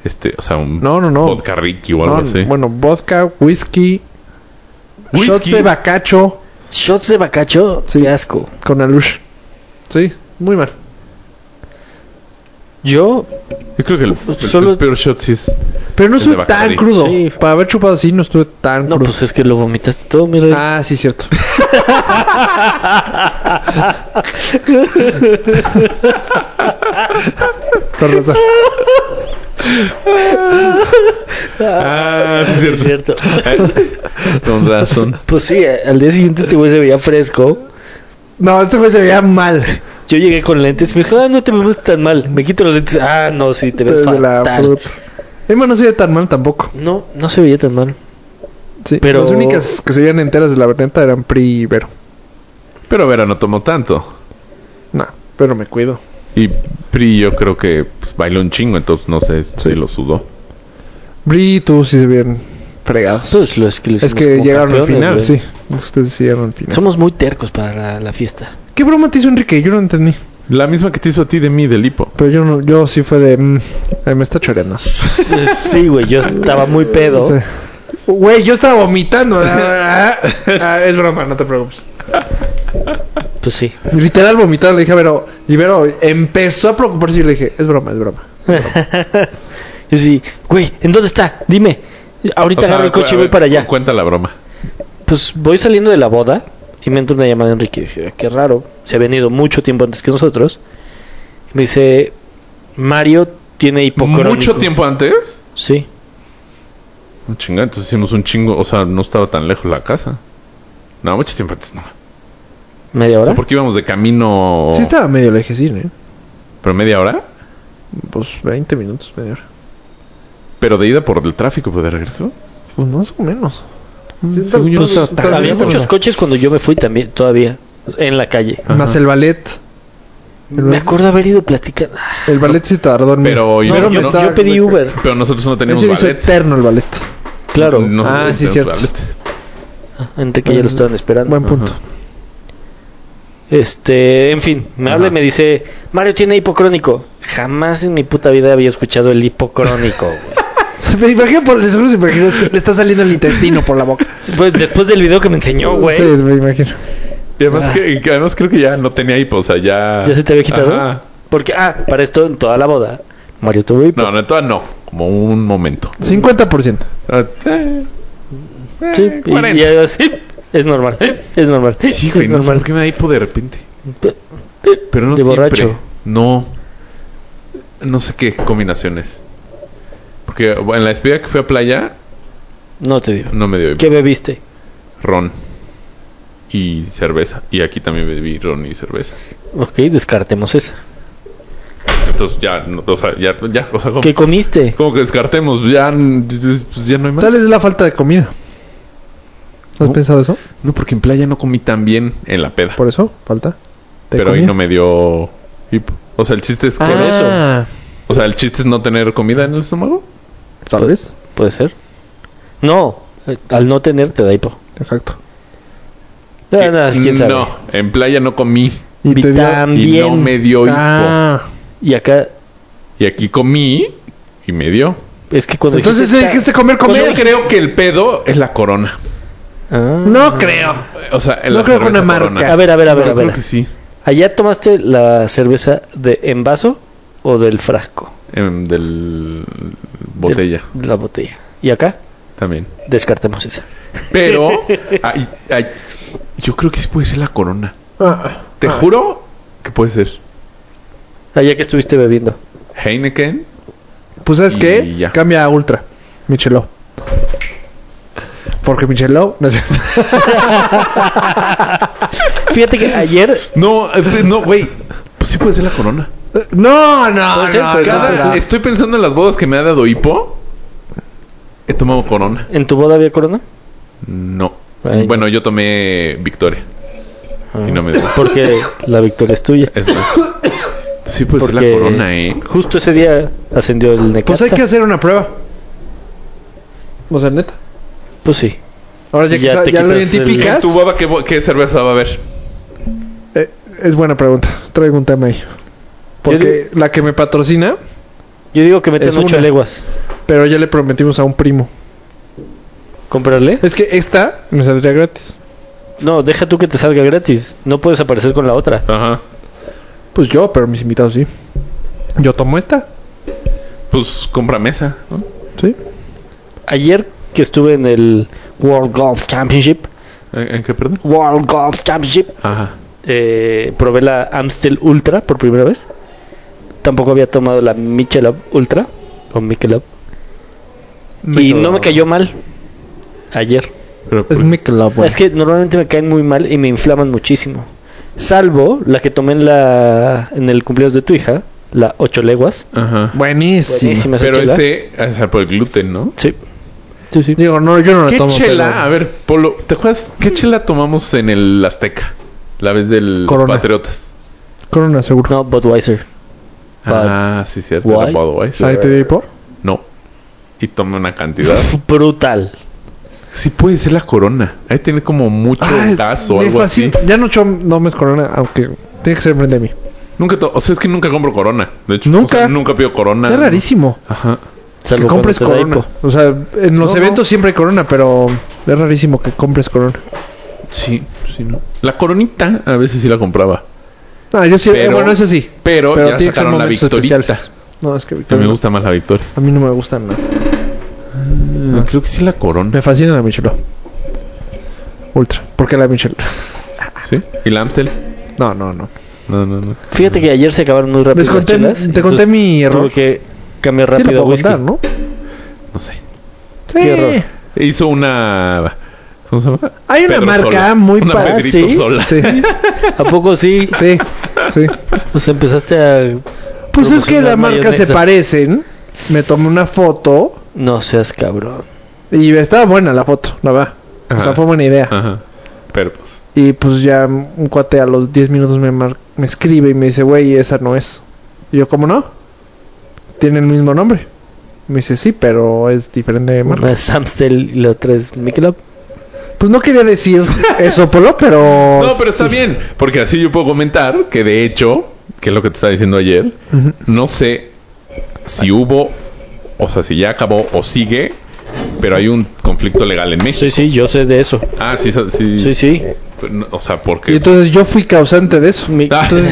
Speaker 2: este, o sea, un
Speaker 3: No, no, no.
Speaker 2: vodka Ricky o algo
Speaker 3: No,
Speaker 2: así.
Speaker 3: Bueno, vodka, whisky,
Speaker 2: ¿Whisky?
Speaker 3: shots de bacacho
Speaker 1: Shots de bacacho,
Speaker 3: Sí.
Speaker 1: qué asco.
Speaker 3: con alush. Sí, muy mal.
Speaker 1: Yo,
Speaker 2: Yo creo que el, el-
Speaker 1: Solo-
Speaker 2: el peor shot sí es...
Speaker 3: Pero no
Speaker 2: El de
Speaker 3: estuve tan
Speaker 2: Bacardi.
Speaker 3: crudo.
Speaker 1: Sí.
Speaker 3: Para haber chupado así, no estuve tan
Speaker 1: no, Eh.
Speaker 3: crudo.
Speaker 1: pues es que lo vomitaste todo, mira.
Speaker 3: Ah, sí, cierto. Con razón.
Speaker 2: Ah, sí
Speaker 1: es cierto.
Speaker 2: Con razón.
Speaker 1: Pues sí, eh, al día siguiente este güey se veía fresco.
Speaker 3: No, este güey se veía mal.
Speaker 1: Yo llegué con lentes, me dijo, ah, no te me ves tan mal. Me quito los lentes, ah, no, sí, te ves
Speaker 3: Desde la
Speaker 1: fatal.
Speaker 3: fruta. Emma no se veía tan mal tampoco.
Speaker 1: No, no se veía tan mal.
Speaker 3: Sí,
Speaker 1: Pero-
Speaker 3: Las únicas que se veían enteras de la verneta eran Pri y Vero.
Speaker 2: Pero Vera no tomó tanto.
Speaker 3: No, pero me cuido.
Speaker 2: Y Pri yo creo que pues, bailó un chingo, entonces no sé si lo sudó.
Speaker 3: Pri y tú sí se veían fregados.
Speaker 1: Pues lo es que, lo
Speaker 3: Es
Speaker 1: hicimos
Speaker 3: que
Speaker 1: como
Speaker 3: llegaron al
Speaker 1: campeones,
Speaker 3: final,
Speaker 1: güey.
Speaker 3: sí. Es que ustedes sí llegaron al final.
Speaker 1: Somos muy tercos para la, la fiesta.
Speaker 3: ¿Qué broma te hizo Enrique? Yo no entendí.
Speaker 2: La misma que te hizo a ti de mí, del hipo.
Speaker 3: Pero yo no, yo sí fue de... mm, ay, me está choreando.
Speaker 1: Sí, güey, yo estaba muy pedo.
Speaker 3: Sí. Güey, yo estaba vomitando. Ah, ah, es broma, no te preocupes.
Speaker 1: Pues sí.
Speaker 3: Literal vomitar, le dije a Vero. Y Vero empezó a preocuparse y le dije, es broma, es broma.
Speaker 1: Yo sí, güey, ¿en dónde está? Dime. Ahorita
Speaker 2: O sea,
Speaker 1: agarro el coche
Speaker 2: a
Speaker 1: y voy
Speaker 2: ver,
Speaker 1: para allá.
Speaker 2: Cuenta la broma.
Speaker 1: Pues voy saliendo de la boda y me entra una llamada de Enrique. Dije, "Ah, qué raro, se ha venido mucho tiempo antes que nosotros. Me dice, Mario tiene hipocrónico.
Speaker 2: ¿Mucho tiempo antes?
Speaker 1: Sí.
Speaker 2: Un chingo, entonces hicimos un chingo. O sea, no estaba tan lejos la casa. No, mucho tiempo antes no.
Speaker 1: ¿Media
Speaker 2: O
Speaker 1: hora?
Speaker 2: sea, porque íbamos de camino...
Speaker 3: Sí estaba medio, le dije, sí, ¿eh?
Speaker 2: ¿Pero media hora?
Speaker 3: Pues 20 minutos, media hora.
Speaker 2: ¿Pero de ida por el tráfico, pues de regreso?
Speaker 3: Pues más o menos.
Speaker 2: Mm, según yo no estaba tan-
Speaker 1: Había
Speaker 2: Entonces,
Speaker 1: muchos
Speaker 2: bueno.
Speaker 1: coches cuando yo me fui también, todavía, en la calle.
Speaker 3: Más el ballet. El
Speaker 1: Me
Speaker 3: ballet,
Speaker 1: acuerdo haber ido platicando. Ah,
Speaker 3: el ballet sí tardó en...
Speaker 2: Pero yo-
Speaker 3: Vero me
Speaker 1: yo,
Speaker 2: no-
Speaker 3: estaba-
Speaker 1: yo pedí Uber,
Speaker 2: Pero nosotros no
Speaker 3: Ese
Speaker 2: teníamos
Speaker 3: hizo
Speaker 2: ballet.
Speaker 3: eterno el ballet.
Speaker 1: claro.
Speaker 2: No- no
Speaker 3: Ah, sí,
Speaker 2: teníamos
Speaker 3: cierto.
Speaker 2: ballet.
Speaker 1: Enrique ya lo estaban esperando.
Speaker 3: Buen punto.
Speaker 1: Este, en fin, me habla y
Speaker 2: Ajá.
Speaker 1: me dice, Mario tiene hipocrónico. Jamás en mi puta vida había escuchado el hipocrónico. güey.
Speaker 3: Me imagino por el seguro, se imaginó, le está saliendo el intestino por la boca.
Speaker 1: pues después del video que me enseñó, güey.
Speaker 3: Sí, me imagino.
Speaker 2: Y además,
Speaker 1: Ah.
Speaker 2: que, que además creo que ya no tenía hipo, o sea, ya...
Speaker 1: ¿Ya se te había quitado?
Speaker 2: Ajá.
Speaker 1: Porque, ah, para esto en toda la boda, Mario tuvo hipo.
Speaker 2: No, no, todavía no. Como un momento.
Speaker 3: 50%.
Speaker 2: Ah, eh, eh,
Speaker 1: Sí, y,
Speaker 2: 40.
Speaker 1: y ahora sí, es normal, es normal.
Speaker 2: Sí, güey,
Speaker 1: es
Speaker 2: no sé
Speaker 1: normal.
Speaker 2: por qué me da hipo de repente. Pero no
Speaker 1: De
Speaker 2: siempre.
Speaker 1: borracho.
Speaker 2: No. No sé qué combinaciones. Porque bueno, en la despedida que fui a playa,
Speaker 1: No te digo.
Speaker 2: no me dio hipo.
Speaker 1: ¿Qué bebiste?
Speaker 2: Ron. Y cerveza. Y aquí también bebí ron y cerveza.
Speaker 1: Ok, descartemos eso.
Speaker 2: Entonces ya, no, o sea, ya, ya, o sea, como,
Speaker 1: ¿Qué comiste?
Speaker 2: como que descartemos, ya, pues, ya no hay más.
Speaker 3: Tal es la falta de comida. ¿No has
Speaker 2: No.
Speaker 3: pensado eso?
Speaker 2: No, porque en playa no comí tan bien en la peda.
Speaker 3: Por eso, falta. de
Speaker 2: Pero ahí
Speaker 3: comida.
Speaker 2: no me dio hipo. O sea, el chiste es que-
Speaker 1: Ah.
Speaker 2: O sea, el chiste es no tener comida en el estómago.
Speaker 3: Tal vez.
Speaker 1: Puede ser. No, eh, al no tener te da hipo.
Speaker 3: Exacto.
Speaker 1: No, no, quién sabe.
Speaker 2: No, en playa no comí
Speaker 3: Y te dio-
Speaker 1: Vitam-
Speaker 2: y
Speaker 1: También.
Speaker 2: no me dio hipo.
Speaker 3: Ah.
Speaker 1: Y acá
Speaker 2: Y aquí comí y me dio. Pues
Speaker 1: es que cuando
Speaker 3: Entonces eh,
Speaker 1: dijiste,
Speaker 3: te dijiste este comer,
Speaker 2: Yo
Speaker 3: comer.
Speaker 2: creo que el pedo es la corona.
Speaker 1: Ah.
Speaker 3: No creo.
Speaker 2: O sea, en
Speaker 3: No
Speaker 2: la
Speaker 3: creo que
Speaker 2: cerveza
Speaker 3: una
Speaker 2: Corona.
Speaker 3: marca.
Speaker 1: A ver, a ver, a ver, a
Speaker 2: Yo creo
Speaker 1: ver.
Speaker 2: que sí.
Speaker 1: ¿Allá tomaste la cerveza de en vaso o del frasco?
Speaker 2: Em, del botella
Speaker 1: De la botella. ¿Y acá?
Speaker 2: también.
Speaker 1: Descartemos esa.
Speaker 2: Pero ay, ay, yo creo que sí puede ser la corona.
Speaker 3: Ah,
Speaker 2: Te juro que puede ser.
Speaker 1: Allá que estuviste bebiendo.
Speaker 2: Heineken.
Speaker 3: Pues ¿sabes
Speaker 2: Y
Speaker 3: qué?
Speaker 2: ya.
Speaker 3: Cambia a Ultra. Micheló. Porque Micheló... No sé.
Speaker 1: Fíjate que ayer
Speaker 2: No, eh, no, güey. Pues sí puede ser la corona.
Speaker 3: No, no,
Speaker 1: Puede ser,
Speaker 3: no,
Speaker 1: puede ser,
Speaker 3: no,
Speaker 2: Cada-
Speaker 1: puede
Speaker 3: no.
Speaker 1: ser.
Speaker 2: estoy pensando en las bodas que me ha dado hipo. He tomado corona.
Speaker 1: en tu boda había corona.
Speaker 2: No.
Speaker 1: Ay.
Speaker 2: Bueno, yo tomé Victoria. Y no me dio.
Speaker 1: Ah, Porque la victoria es tuya.
Speaker 2: Es más. Sí puede
Speaker 1: Porque
Speaker 2: ser la corona, ¿eh?
Speaker 1: Justo ese día ascendió
Speaker 2: Pues
Speaker 1: el Necaxa.
Speaker 3: Pues hay que hacer una prueba. O sea, neta.
Speaker 1: Pues sí.
Speaker 3: Ahora ya,
Speaker 1: Y
Speaker 3: que
Speaker 1: ya
Speaker 3: sa-
Speaker 1: te
Speaker 3: ya lo
Speaker 1: quitas el-
Speaker 2: ¿Y en
Speaker 3: identificas.
Speaker 2: tu boda qué, bo- qué cerveza va a haber?
Speaker 3: eh, es buena pregunta. Traigo un tema ahí. Porque la que me patrocina,
Speaker 1: Yo digo que meten
Speaker 3: Es
Speaker 1: 8
Speaker 3: una.
Speaker 1: leguas.
Speaker 3: pero ya le prometimos a un primo.
Speaker 1: ¿Comprarle?
Speaker 3: Es que esta me saldría gratis.
Speaker 1: No, deja tú que te salga gratis. No puedes aparecer con la otra.
Speaker 2: Ajá.
Speaker 3: Pues yo, pero mis invitados sí. Yo tomo esta.
Speaker 2: Pues compra mesa, ¿no?
Speaker 3: Sí.
Speaker 1: Ayer que estuve en el World Golf Championship,
Speaker 2: ¿En, en qué, perdón?
Speaker 1: World Golf Championship,
Speaker 2: Ajá.
Speaker 1: eh, probé la Amstel Ultra por primera vez. Tampoco había tomado la Michelob Ultra o Michelob. Y no me cayó mal ayer.
Speaker 2: Pero, pues,
Speaker 3: Es mi club, güey.
Speaker 1: Es que normalmente me caen muy mal y me inflaman muchísimo. Salvo la que tomé en, la, en el cumpleaños de tu hija, la 8 leguas.
Speaker 2: Ajá.
Speaker 3: Buenísimo.
Speaker 1: Buenísima esa
Speaker 2: Pero
Speaker 1: chela.
Speaker 2: ese, a ser por el gluten, ¿no?
Speaker 1: Sí. Sí, sí.
Speaker 3: Digo, no, yo no la
Speaker 2: ¿Qué
Speaker 3: tomo.
Speaker 2: chela?
Speaker 3: pero-
Speaker 2: A ver, Polo, ¿te acuerdas qué chela tomamos en el Azteca? La vez de los
Speaker 3: Corona.
Speaker 2: Patriotas.
Speaker 3: Corona, seguro.
Speaker 1: No, Budweiser.
Speaker 2: Ah, sí, cierto.
Speaker 1: Why?
Speaker 2: la Budweiser.
Speaker 3: Ahí te di por.
Speaker 2: No. Y tomé una cantidad.
Speaker 1: Brutal.
Speaker 2: sí puede ser la Corona. Ahí tiene como mucho gas o
Speaker 3: me
Speaker 2: algo así.
Speaker 3: fascina. Ya no chom- tomes Corona, aunque tiene que ser enfrente de mí.
Speaker 2: Nunca, to- o sea, es que nunca compro Corona. De hecho,
Speaker 3: Nunca.
Speaker 2: o sea, nunca pido Corona.
Speaker 3: Es rarísimo
Speaker 2: Ajá.
Speaker 1: Salvo
Speaker 3: que compres
Speaker 1: cuando te da
Speaker 3: Corona.
Speaker 1: hipo.
Speaker 3: O sea, en los
Speaker 2: No,
Speaker 3: eventos
Speaker 2: no.
Speaker 3: siempre hay Corona, pero es rarísimo que compres Corona.
Speaker 2: Sí, sí, no. La Coronita a veces sí la compraba.
Speaker 3: Ah, yo sí, eh,
Speaker 2: Pero-
Speaker 3: bueno, eso sí.
Speaker 2: pero ya
Speaker 3: ser
Speaker 2: sacaron la
Speaker 3: momentos
Speaker 2: Victorita.
Speaker 3: No, es que
Speaker 2: Que me
Speaker 3: Victorita-
Speaker 2: gusta más la Victoria.
Speaker 3: A mí no me gustan nada.
Speaker 2: Creo que sí la
Speaker 3: Me
Speaker 2: Corona.
Speaker 3: fascina la Michelob. Ultra. ¿Por qué la Michelob?
Speaker 2: ¿Sí? ¿Y la Amstel?
Speaker 3: No, no, no.
Speaker 2: Ah. No, no, no.
Speaker 1: Fíjate que ayer se acabaron muy rápido
Speaker 3: Les conté-
Speaker 1: las chelas.
Speaker 3: te conté
Speaker 1: entonces
Speaker 3: mi error.
Speaker 1: Tuve que cambiar
Speaker 3: Sí, la
Speaker 1: rápido a
Speaker 3: puedo
Speaker 1: whisky.
Speaker 3: contar, ¿no?
Speaker 2: No sé.
Speaker 1: Qué error.
Speaker 2: Hizo una... ¿Cómo se llama?
Speaker 3: Hay una marca muy
Speaker 2: una
Speaker 3: padre,
Speaker 2: Pedrito
Speaker 1: ¿sí?
Speaker 2: Sola.
Speaker 3: Sí,
Speaker 1: ¿A poco sí?
Speaker 3: sí, sí.
Speaker 1: O sea, empezaste a...
Speaker 3: Pues es que la
Speaker 1: Proporcionar
Speaker 3: marca se
Speaker 1: mayonesa.
Speaker 3: parecen. Me tomé una foto
Speaker 1: No seas cabrón.
Speaker 3: y estaba buena la foto, la verdad. O
Speaker 2: Ajá.
Speaker 3: sea, fue buena idea.
Speaker 2: Ajá. Pero pues...
Speaker 3: Y pues ya un cuate a los 10 minutos me, mar- me escribe y me dice, güey, esa no es. Y yo, ¿cómo no? Tiene el mismo nombre. Me dice, sí, pero es diferente de marca.
Speaker 1: Una es Amstel y la otra es Michelob.
Speaker 3: Pues no quería decir eso, Polo, pero...
Speaker 2: No, pero está
Speaker 3: Pues, sí.
Speaker 2: bien. Porque así yo puedo comentar que de hecho, que es lo que te estaba diciendo ayer,
Speaker 3: Ujú.
Speaker 2: no sé si hubo, o sea, si ya acabó o sigue, pero hay un conflicto legal en
Speaker 1: Sí,
Speaker 2: México.
Speaker 1: sí, yo sé de eso.
Speaker 2: Ah, sí, sí. sí.
Speaker 1: Sí, sí.
Speaker 2: Pero no, O sea,
Speaker 3: Y
Speaker 2: porque...
Speaker 3: entonces yo fui causante de eso.
Speaker 1: Mi-
Speaker 2: Ah.
Speaker 3: Entonces,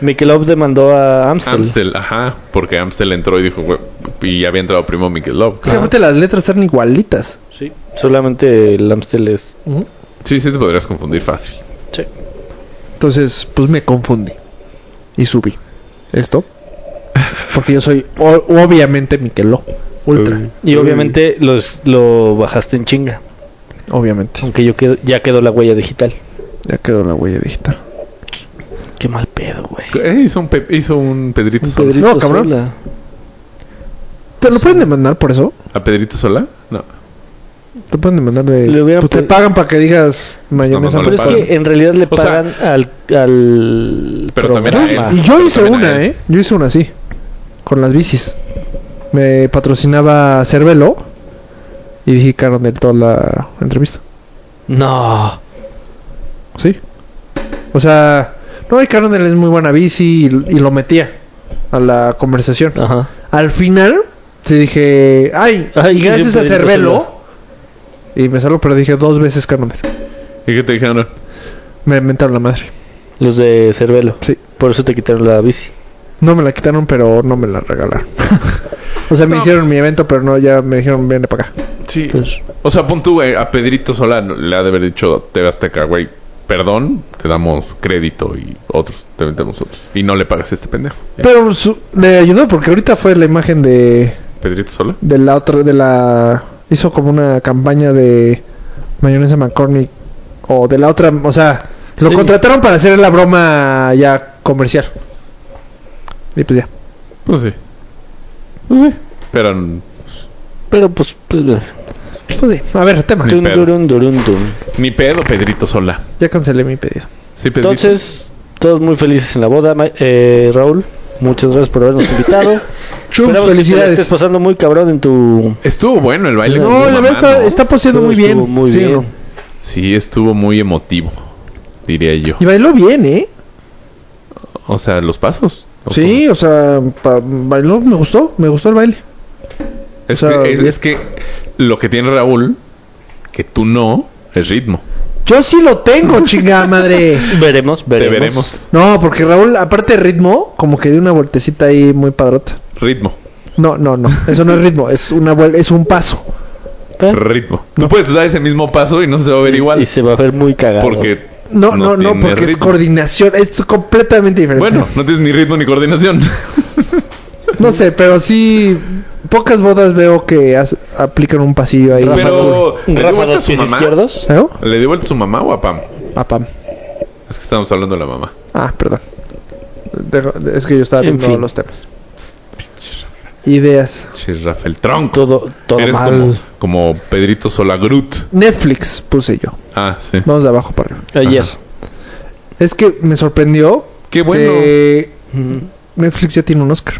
Speaker 1: Michelob demandó a Amstel.
Speaker 2: Amstel, ajá, porque Amstel entró y dijo, "Güey", y ya había entrado Primo Mikelov.
Speaker 3: es que aparte las letras están igualitas.
Speaker 1: Sí. Solamente el Amstel es...
Speaker 2: Sí, sí te podrías confundir fácil.
Speaker 1: Sí.
Speaker 3: Entonces, pues me confundí. Y subí. ¿Esto? Porque yo soy, o- obviamente, Miqueló. Ultra.
Speaker 1: Y obviamente los, lo bajaste en chinga.
Speaker 3: Obviamente.
Speaker 1: Aunque yo quedo- ya quedó la huella digital.
Speaker 3: Ya quedó la huella digital.
Speaker 1: Qué mal pedo, güey.
Speaker 2: Eh, hizo, un pe- hizo un Pedrito Sola.
Speaker 1: Pedrito
Speaker 3: No, cabrón.
Speaker 1: Sola.
Speaker 3: ¿Te lo pueden demandar por eso?
Speaker 2: ¿A Pedrito Sola? No.
Speaker 3: Te pueden demandar de...
Speaker 1: Le hubiera
Speaker 3: pues, te
Speaker 1: pedi-
Speaker 3: pagan para que digas mayonesa.
Speaker 2: No, no,
Speaker 1: Pero
Speaker 2: le
Speaker 1: es
Speaker 2: pagan.
Speaker 1: que en realidad le
Speaker 2: O sea,
Speaker 1: pagan al, al
Speaker 2: pero también a
Speaker 1: programa.
Speaker 2: él.
Speaker 3: Y yo
Speaker 2: Pero
Speaker 3: hice
Speaker 2: también a
Speaker 3: una,
Speaker 2: él.
Speaker 3: ¿eh? Yo hice una así. Con las bicis. Me patrocinaba Cervelo. Y dijeron del todo la entrevista.
Speaker 1: No.
Speaker 3: Sí. O sea, no, y Carondel es muy buena bici y, y lo metía a la conversación.
Speaker 1: Ajá.
Speaker 3: Al final, sí dije, ay,
Speaker 1: Ay,
Speaker 3: y gracias
Speaker 1: yo
Speaker 3: a
Speaker 1: pedí la
Speaker 3: Cervelo. Y me salgo, pero dije dos veces Carondel.
Speaker 2: ¿Y qué te dijeron?
Speaker 3: Me inventaron la madre.
Speaker 1: Los de Cervelo.
Speaker 3: Sí.
Speaker 1: Por eso te quitaron la bici.
Speaker 3: No me la quitaron, pero no me la regalaron. o sea, me
Speaker 2: No,
Speaker 3: hicieron
Speaker 2: pues-
Speaker 3: mi evento, pero no, ya me dijeron, viene para acá.
Speaker 2: Sí.
Speaker 1: Pues-
Speaker 2: O sea, pon tú, güey, a Pedrito Sola le ha de haber dicho TV Azteca, güey, perdón, te damos crédito y otros, te metemos otros. Y no le pagas a este pendejo. Ya.
Speaker 3: Pero su- le ayudó porque ahorita fue la imagen de,
Speaker 2: Pedrito Sola.
Speaker 3: de la otra, de la... Hizo como una campaña de mayonesa McCormick o de la otra, o sea, lo
Speaker 1: Sí.
Speaker 3: contrataron para hacer la broma ya comercial. Y pues ya.
Speaker 2: Pues sí.
Speaker 3: Pues sí.
Speaker 2: Pero mm,
Speaker 1: Pero pues... pues,
Speaker 3: Pues sí. A ver, tema.
Speaker 2: Sí.
Speaker 1: dun,
Speaker 2: pedo.
Speaker 1: durun, durun, dun.
Speaker 2: ni pedo Pedrito Sola.
Speaker 3: Ya cancelé mi pedido.
Speaker 2: Sí, Pedrito.
Speaker 1: Entonces, todos muy felices en la boda, Ma- eh, Raúl. Muchas gracias por habernos invitado.
Speaker 3: Chum,
Speaker 1: Esperamos que te la estés
Speaker 3: felicidades.
Speaker 1: pasando muy cabrón en tu...
Speaker 2: Estuvo bueno el baile.
Speaker 3: No,
Speaker 2: estuvo
Speaker 3: la
Speaker 2: mamá,
Speaker 3: verdad está,
Speaker 2: ¿no?
Speaker 3: está poseando muy
Speaker 1: Estuvo
Speaker 3: bien.
Speaker 1: muy
Speaker 3: Sí,
Speaker 1: bien.
Speaker 3: no.
Speaker 2: Sí, estuvo muy emotivo, diría yo.
Speaker 3: Y bailó bien, ¿eh?
Speaker 2: O sea, los pasos. O
Speaker 3: Sí, o sea, pa- bailó, me gustó, me gustó el baile.
Speaker 2: Es,
Speaker 3: O sea,
Speaker 2: que, es-
Speaker 3: bien.
Speaker 2: es que lo que tiene Raúl, que tú no, es ritmo.
Speaker 3: Yo sí lo tengo, chingada madre.
Speaker 1: Veremos,
Speaker 2: Te
Speaker 1: veremos.
Speaker 2: veremos.
Speaker 3: No, porque Raúl, aparte de ritmo, como que dio una vueltecita ahí muy padrota.
Speaker 2: Ritmo.
Speaker 3: No, no, no, eso no es ritmo, es una vuel- es un paso.
Speaker 1: ¿Eh?
Speaker 2: Ritmo. Tú puedes dar ese mismo paso y no se va a ver igual.
Speaker 1: Y se va a ver muy cagado.
Speaker 2: Porque.
Speaker 3: No, no, no,
Speaker 2: tiene
Speaker 3: porque es
Speaker 2: ritmo.
Speaker 3: coordinación, es completamente diferente.
Speaker 2: Bueno, no tienes ni ritmo ni coordinación.
Speaker 3: no sé, pero sí pocas bodas veo que as- aplican un pasillo ahí.
Speaker 2: Pero. ¿Le dio
Speaker 1: Rafa,
Speaker 2: vuelta a
Speaker 1: dos
Speaker 2: su
Speaker 1: pies
Speaker 2: mamá?
Speaker 1: izquierdos.
Speaker 3: ¿Eh?
Speaker 2: ¿Le dio vuelta a su mamá o a Pam?
Speaker 3: Ah, pam.
Speaker 2: Es que estamos hablando de la mamá.
Speaker 3: Ah, perdón. Dejo- es que yo estaba
Speaker 1: En
Speaker 3: viendo
Speaker 1: fin.
Speaker 3: los temas. Ideas.
Speaker 2: Che, Rafael Tronco.
Speaker 1: Todo, todo
Speaker 2: Eres
Speaker 1: mal.
Speaker 2: como, como Pedrito Solagrut.
Speaker 3: Netflix puse yo.
Speaker 2: Ah, sí.
Speaker 3: Vamos de abajo para arriba.
Speaker 1: Ayer.
Speaker 2: Ajá.
Speaker 3: Es que me sorprendió
Speaker 2: Qué bueno.
Speaker 3: que
Speaker 1: Mm.
Speaker 3: Netflix ya tiene un Oscar.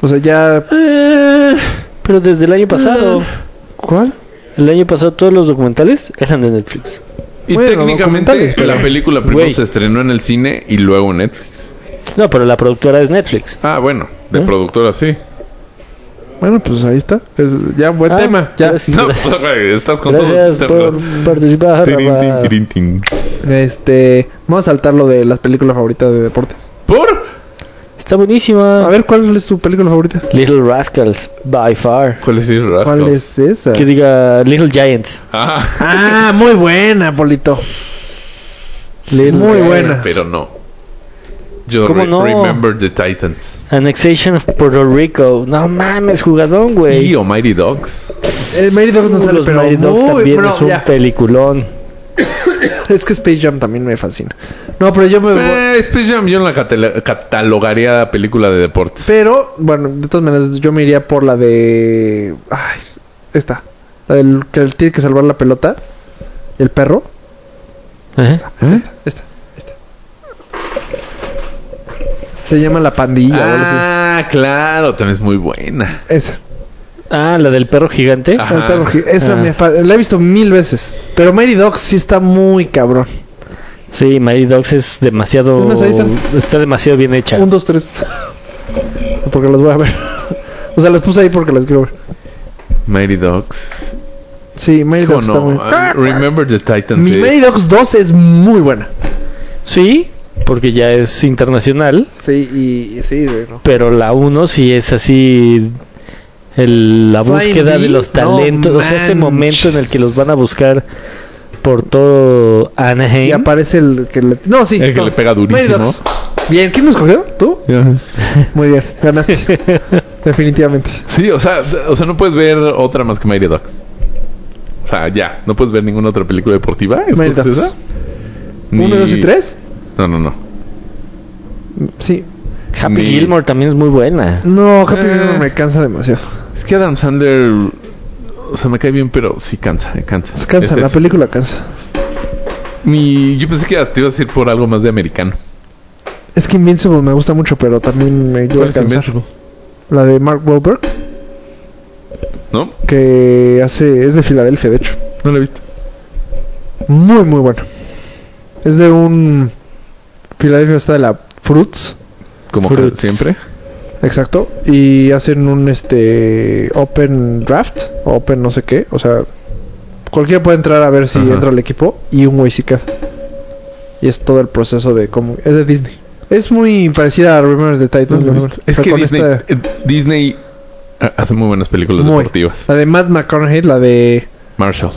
Speaker 3: O sea, ya...
Speaker 1: Eh, Pero desde el año pasado...
Speaker 2: Eh.
Speaker 3: ¿Cuál?
Speaker 1: El año pasado todos los documentales eran de Netflix.
Speaker 2: Y
Speaker 3: Bueno,
Speaker 2: técnicamente
Speaker 3: documentales, pero-
Speaker 2: la película primero
Speaker 1: Güey.
Speaker 2: se estrenó en el cine y luego en Netflix.
Speaker 1: No, pero la productora es Netflix.
Speaker 2: Ah, bueno, de
Speaker 1: ¿Eh?
Speaker 2: productora sí.
Speaker 3: Bueno, pues ahí está. Es- ya, buen
Speaker 1: Ah,
Speaker 3: tema. Ya.
Speaker 1: gracias.
Speaker 2: No, pues, güey, estás con
Speaker 1: Gracias
Speaker 2: todo.
Speaker 1: por participar.
Speaker 2: Tirín, tin,
Speaker 1: Rafa.
Speaker 2: tirín, tin.
Speaker 3: Este... Vamos a saltar lo de las películas favoritas de deportes.
Speaker 2: ¿Por?
Speaker 1: Está buenísima.
Speaker 3: A ver, ¿cuál es tu película favorita?
Speaker 1: Little Rascals, by far.
Speaker 2: ¿Cuál es Little Rascals?
Speaker 3: ¿Cuál es esa?
Speaker 1: Que diga Little Giants.
Speaker 2: Ah,
Speaker 3: Ah, muy buena, Polito.
Speaker 1: Little
Speaker 3: muy
Speaker 1: Giants.
Speaker 3: buena.
Speaker 2: pero no. Yo
Speaker 1: ¿Cómo
Speaker 2: re-
Speaker 1: no?
Speaker 2: Remember the Titans.
Speaker 1: Annexation of Puerto Rico. No mames, jugadón,
Speaker 2: Y
Speaker 1: güey.
Speaker 2: Almighty Dogs.
Speaker 3: El Mary Dogs no
Speaker 1: Uh,
Speaker 3: sale,
Speaker 1: Los
Speaker 3: pero
Speaker 1: Mighty Dogs
Speaker 3: muy-
Speaker 1: también
Speaker 3: pero
Speaker 1: es un
Speaker 3: ya.
Speaker 1: peliculón.
Speaker 3: Es que Space Jam también me fascina. No, pero yo me...
Speaker 2: Eh, Space Jam yo no la catala- catalogaría a película de deportes.
Speaker 3: Pero, bueno, de todas maneras, yo me iría por la de. Ay, esta. La del que tiene que salvar la pelota. El perro. ¿Eh? Esta, esta. Se llama La Pandilla. o algo así.
Speaker 2: Ah, claro, también es muy buena.
Speaker 3: Esa.
Speaker 1: Ah, la del perro gigante.
Speaker 2: Ah.
Speaker 3: El
Speaker 2: Ajá.
Speaker 3: perro gi- Esa
Speaker 1: Ah.
Speaker 3: me fa- la he visto mil veces. Pero Mary Dogs sí está muy cabrón.
Speaker 1: Sí, Mighty Dogs es demasiado.
Speaker 3: Es más, ahí están.
Speaker 1: Está demasiado bien hecha.
Speaker 3: Un, dos, tres. porque los voy a ver. o sea, los puse ahí porque los quiero ver.
Speaker 2: Mighty Dogs.
Speaker 3: Sí, Mary
Speaker 2: ¿Cómo
Speaker 3: Dogs está muy.
Speaker 2: no? Ah, Remember the Titans.
Speaker 3: Mi
Speaker 2: es-
Speaker 3: Mary Dogs 2 es muy buena.
Speaker 1: Sí, porque ya es internacional.
Speaker 3: Sí, y, y sí, güey, no.
Speaker 1: Pero la 1 sí es así. el- la
Speaker 3: Flying
Speaker 1: búsqueda
Speaker 3: V,
Speaker 1: de los
Speaker 3: no
Speaker 1: talentos. o sea, ese momento en el que los van a buscar por todo Anaheim.
Speaker 3: Y aparece el que le... No, sí.
Speaker 2: El que
Speaker 3: no.
Speaker 2: le pega durísimo.
Speaker 3: Mary Dogs. Bien, ¿quién nos cogió? ¿Tú?
Speaker 2: Ajá.
Speaker 3: Muy bien, ganaste. Definitivamente.
Speaker 2: Sí, o sea, o sea, no puedes ver otra más que Mighty Ducks. O sea, ya, no puedes ver ninguna otra película deportiva. ¿Es
Speaker 3: Mighty
Speaker 2: justo
Speaker 3: Ducks.
Speaker 2: esa?
Speaker 3: ¿Uno,
Speaker 2: Ni-
Speaker 3: dos y tres?
Speaker 2: No, no, no.
Speaker 3: Sí.
Speaker 1: Happy
Speaker 2: Ni-
Speaker 1: Gilmore también es muy buena.
Speaker 3: No, Happy
Speaker 2: Eh.
Speaker 3: Gilmore me cansa demasiado.
Speaker 2: Es que Adam Sandler, o sea, me cae bien, pero sí cansa, cansa.
Speaker 3: Se cansa,
Speaker 2: Es
Speaker 3: la
Speaker 2: eso.
Speaker 3: película cansa.
Speaker 2: Mi, yo pensé que te ibas a ir por algo más de americano.
Speaker 3: Es que Invincible me gusta mucho, pero también me llega a
Speaker 2: es
Speaker 3: cansar.
Speaker 2: Invincible?
Speaker 3: La de Mark Wahlberg,
Speaker 2: ¿No?
Speaker 3: que hace... Es de Filadelfia, de hecho.
Speaker 2: No lo he visto.
Speaker 3: Muy, muy bueno. Es de un... Filadelfia está de la Fruits.
Speaker 2: Como que
Speaker 1: Fruits.
Speaker 2: siempre.
Speaker 3: Exacto, y hacen un este open draft, open no sé qué, o sea, cualquiera puede entrar a ver si
Speaker 2: Ajá.
Speaker 3: entra al equipo y un güey sí queda. Y es todo el proceso de cómo es de Disney. Es muy parecida a Remember the
Speaker 2: No
Speaker 3: Titans.
Speaker 2: lo he
Speaker 3: ¿no?
Speaker 2: visto.
Speaker 3: O
Speaker 2: Es
Speaker 3: sea,
Speaker 2: que
Speaker 3: con
Speaker 2: Disney,
Speaker 3: esta-
Speaker 2: eh, Disney ah, hace muy buenas películas
Speaker 3: muy-
Speaker 2: deportivas.
Speaker 3: La de Matt McConaughey, la de
Speaker 2: Marshall.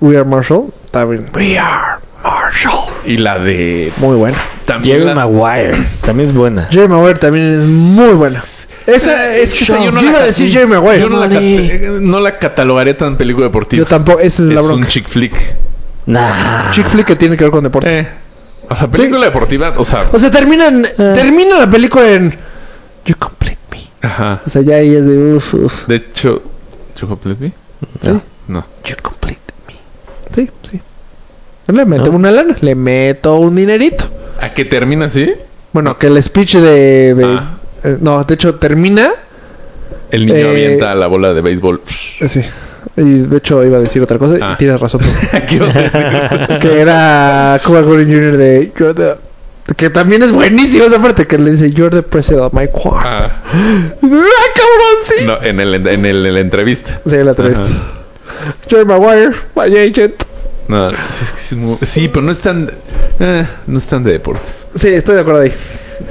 Speaker 3: We Are Marshall, está bien. We Are Marshall.
Speaker 2: Y la de...
Speaker 3: Muy buena.
Speaker 2: También
Speaker 1: Jerry
Speaker 2: la-
Speaker 1: Maguire también es buena.
Speaker 3: Jerry Maguire también es muy buena. Esa es que
Speaker 2: esa
Speaker 3: yo, iba a
Speaker 2: cat-
Speaker 3: decir Jerry Maguire.
Speaker 2: Yo no la,
Speaker 1: Madre.
Speaker 2: cate- eh, no la catalogaré tan película deportiva.
Speaker 3: Yo tampoco, esa es,
Speaker 2: Es
Speaker 3: la
Speaker 2: un
Speaker 3: bronca.
Speaker 2: chick flick.
Speaker 1: Nah.
Speaker 3: Chick flick que tiene que ver con deporte.
Speaker 2: Eh. O sea, película deportiva, o sea...
Speaker 3: O sea, terminan, termina la película en You complete me.
Speaker 2: Ajá.
Speaker 3: O sea, ya ahí es de uff, uff.
Speaker 2: De hecho... ¿Yo complete me?
Speaker 3: Sí.
Speaker 2: No.
Speaker 3: You complete me. Sí, sí. Le meto
Speaker 1: Ah.
Speaker 3: una lana, le meto un dinerito.
Speaker 2: ¿A que termina así?
Speaker 3: Bueno, que el speech de. de-
Speaker 2: Ah.
Speaker 3: eh, no, de hecho termina
Speaker 2: El niño
Speaker 3: Eh,
Speaker 2: avienta la bola de béisbol.
Speaker 3: Sí. Y de hecho iba a decir otra cosa
Speaker 2: Ah.
Speaker 3: y tienes razón. tú.
Speaker 2: Quiero decir-
Speaker 3: que era Cuba Gooding Jr. de You're the- Que también es buenísimo esa parte que le dice You're the president of my quad.
Speaker 2: Ah,
Speaker 3: Y dice, ¡Ah, cabrón, sí!
Speaker 2: no, en, el, en, el- en la entrevista.
Speaker 3: Sí, la entrevista.
Speaker 2: Ajá.
Speaker 3: Jerry Maguire, my agent.
Speaker 2: No, sí, es que sí es muy- sí, pero no están. no están de deportes.
Speaker 3: Sí, estoy de acuerdo ahí.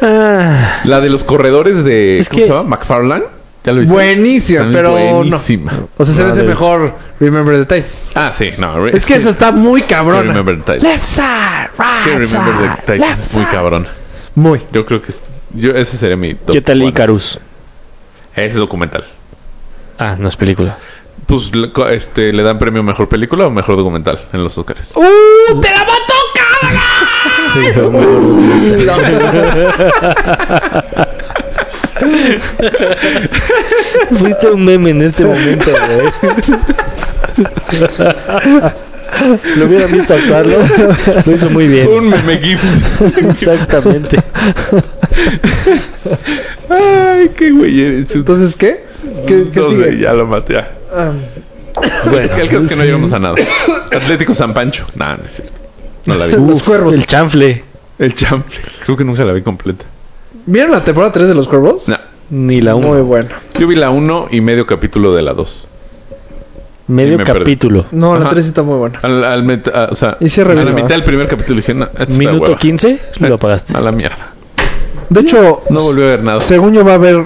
Speaker 1: Ah,
Speaker 2: La de los corredores de.
Speaker 1: Es
Speaker 2: ¿Cómo
Speaker 1: que-
Speaker 2: se llama? ¿McFarland? ¿Ya lo viste?
Speaker 3: Buenísima,
Speaker 2: También
Speaker 3: pero
Speaker 2: buenísima.
Speaker 3: no. O sea, se
Speaker 1: No,
Speaker 3: me hace
Speaker 1: de-
Speaker 3: mejor Remember the Titans.
Speaker 2: Ah, sí, no.
Speaker 3: Es que esa está muy cabrona.
Speaker 2: Remember the Titans.
Speaker 3: Left side, right
Speaker 2: Sí, Remember the
Speaker 3: side,
Speaker 2: Titans
Speaker 3: left
Speaker 2: es muy
Speaker 3: side.
Speaker 2: cabrón.
Speaker 3: Muy.
Speaker 2: Yo creo que es, yo, ese sería mi top
Speaker 1: ¿Qué tal
Speaker 2: one.
Speaker 1: Icarus?
Speaker 2: Ese documental.
Speaker 1: Ah, no es película.
Speaker 2: Pues le- co- este, le dan premio mejor película o mejor documental en los Oscars.
Speaker 3: ¡Uh! ¡Te la mato, cabrón!
Speaker 1: Fuiste un meme en este momento, güey. Lo hubieran visto actuarlo. Lo hizo muy bien.
Speaker 2: Un meme gif.
Speaker 1: Exactamente.
Speaker 2: Ay, qué güey eh, eres.
Speaker 3: Entonces, ¿qué? ¿Qué, qué
Speaker 2: No sé,
Speaker 3: sigue?
Speaker 2: ya lo maté. ya.
Speaker 3: Ah,
Speaker 1: Bueno,
Speaker 2: el caso es que no llegamos a nada. Atlético San Pancho. No, no es cierto. No la vi.
Speaker 3: los cuervos.
Speaker 1: el chanfle.
Speaker 2: El Chample. Uh. Creo que nunca la vi completa.
Speaker 3: ¿Vieron la temporada 3 de los cuervos?
Speaker 2: No.
Speaker 1: Ni la
Speaker 3: Muy
Speaker 1: uno.
Speaker 3: bueno.
Speaker 2: Yo vi la 1 y medio capítulo de la 2.
Speaker 1: Medio
Speaker 2: me perdí.
Speaker 1: capítulo.
Speaker 3: No, la
Speaker 2: Ajá.
Speaker 3: 3 está muy buena.
Speaker 2: Al, al met- a- o sea,
Speaker 3: Y cierra
Speaker 2: a la
Speaker 3: bien,
Speaker 2: mitad
Speaker 3: ¿no?
Speaker 2: del primer capítulo dije, no, esta está
Speaker 1: Minuto
Speaker 2: hueva.
Speaker 1: 15, lo apagaste.
Speaker 2: A la mierda.
Speaker 3: De hecho,
Speaker 2: No volvió a ver nada.
Speaker 3: según yo va a haber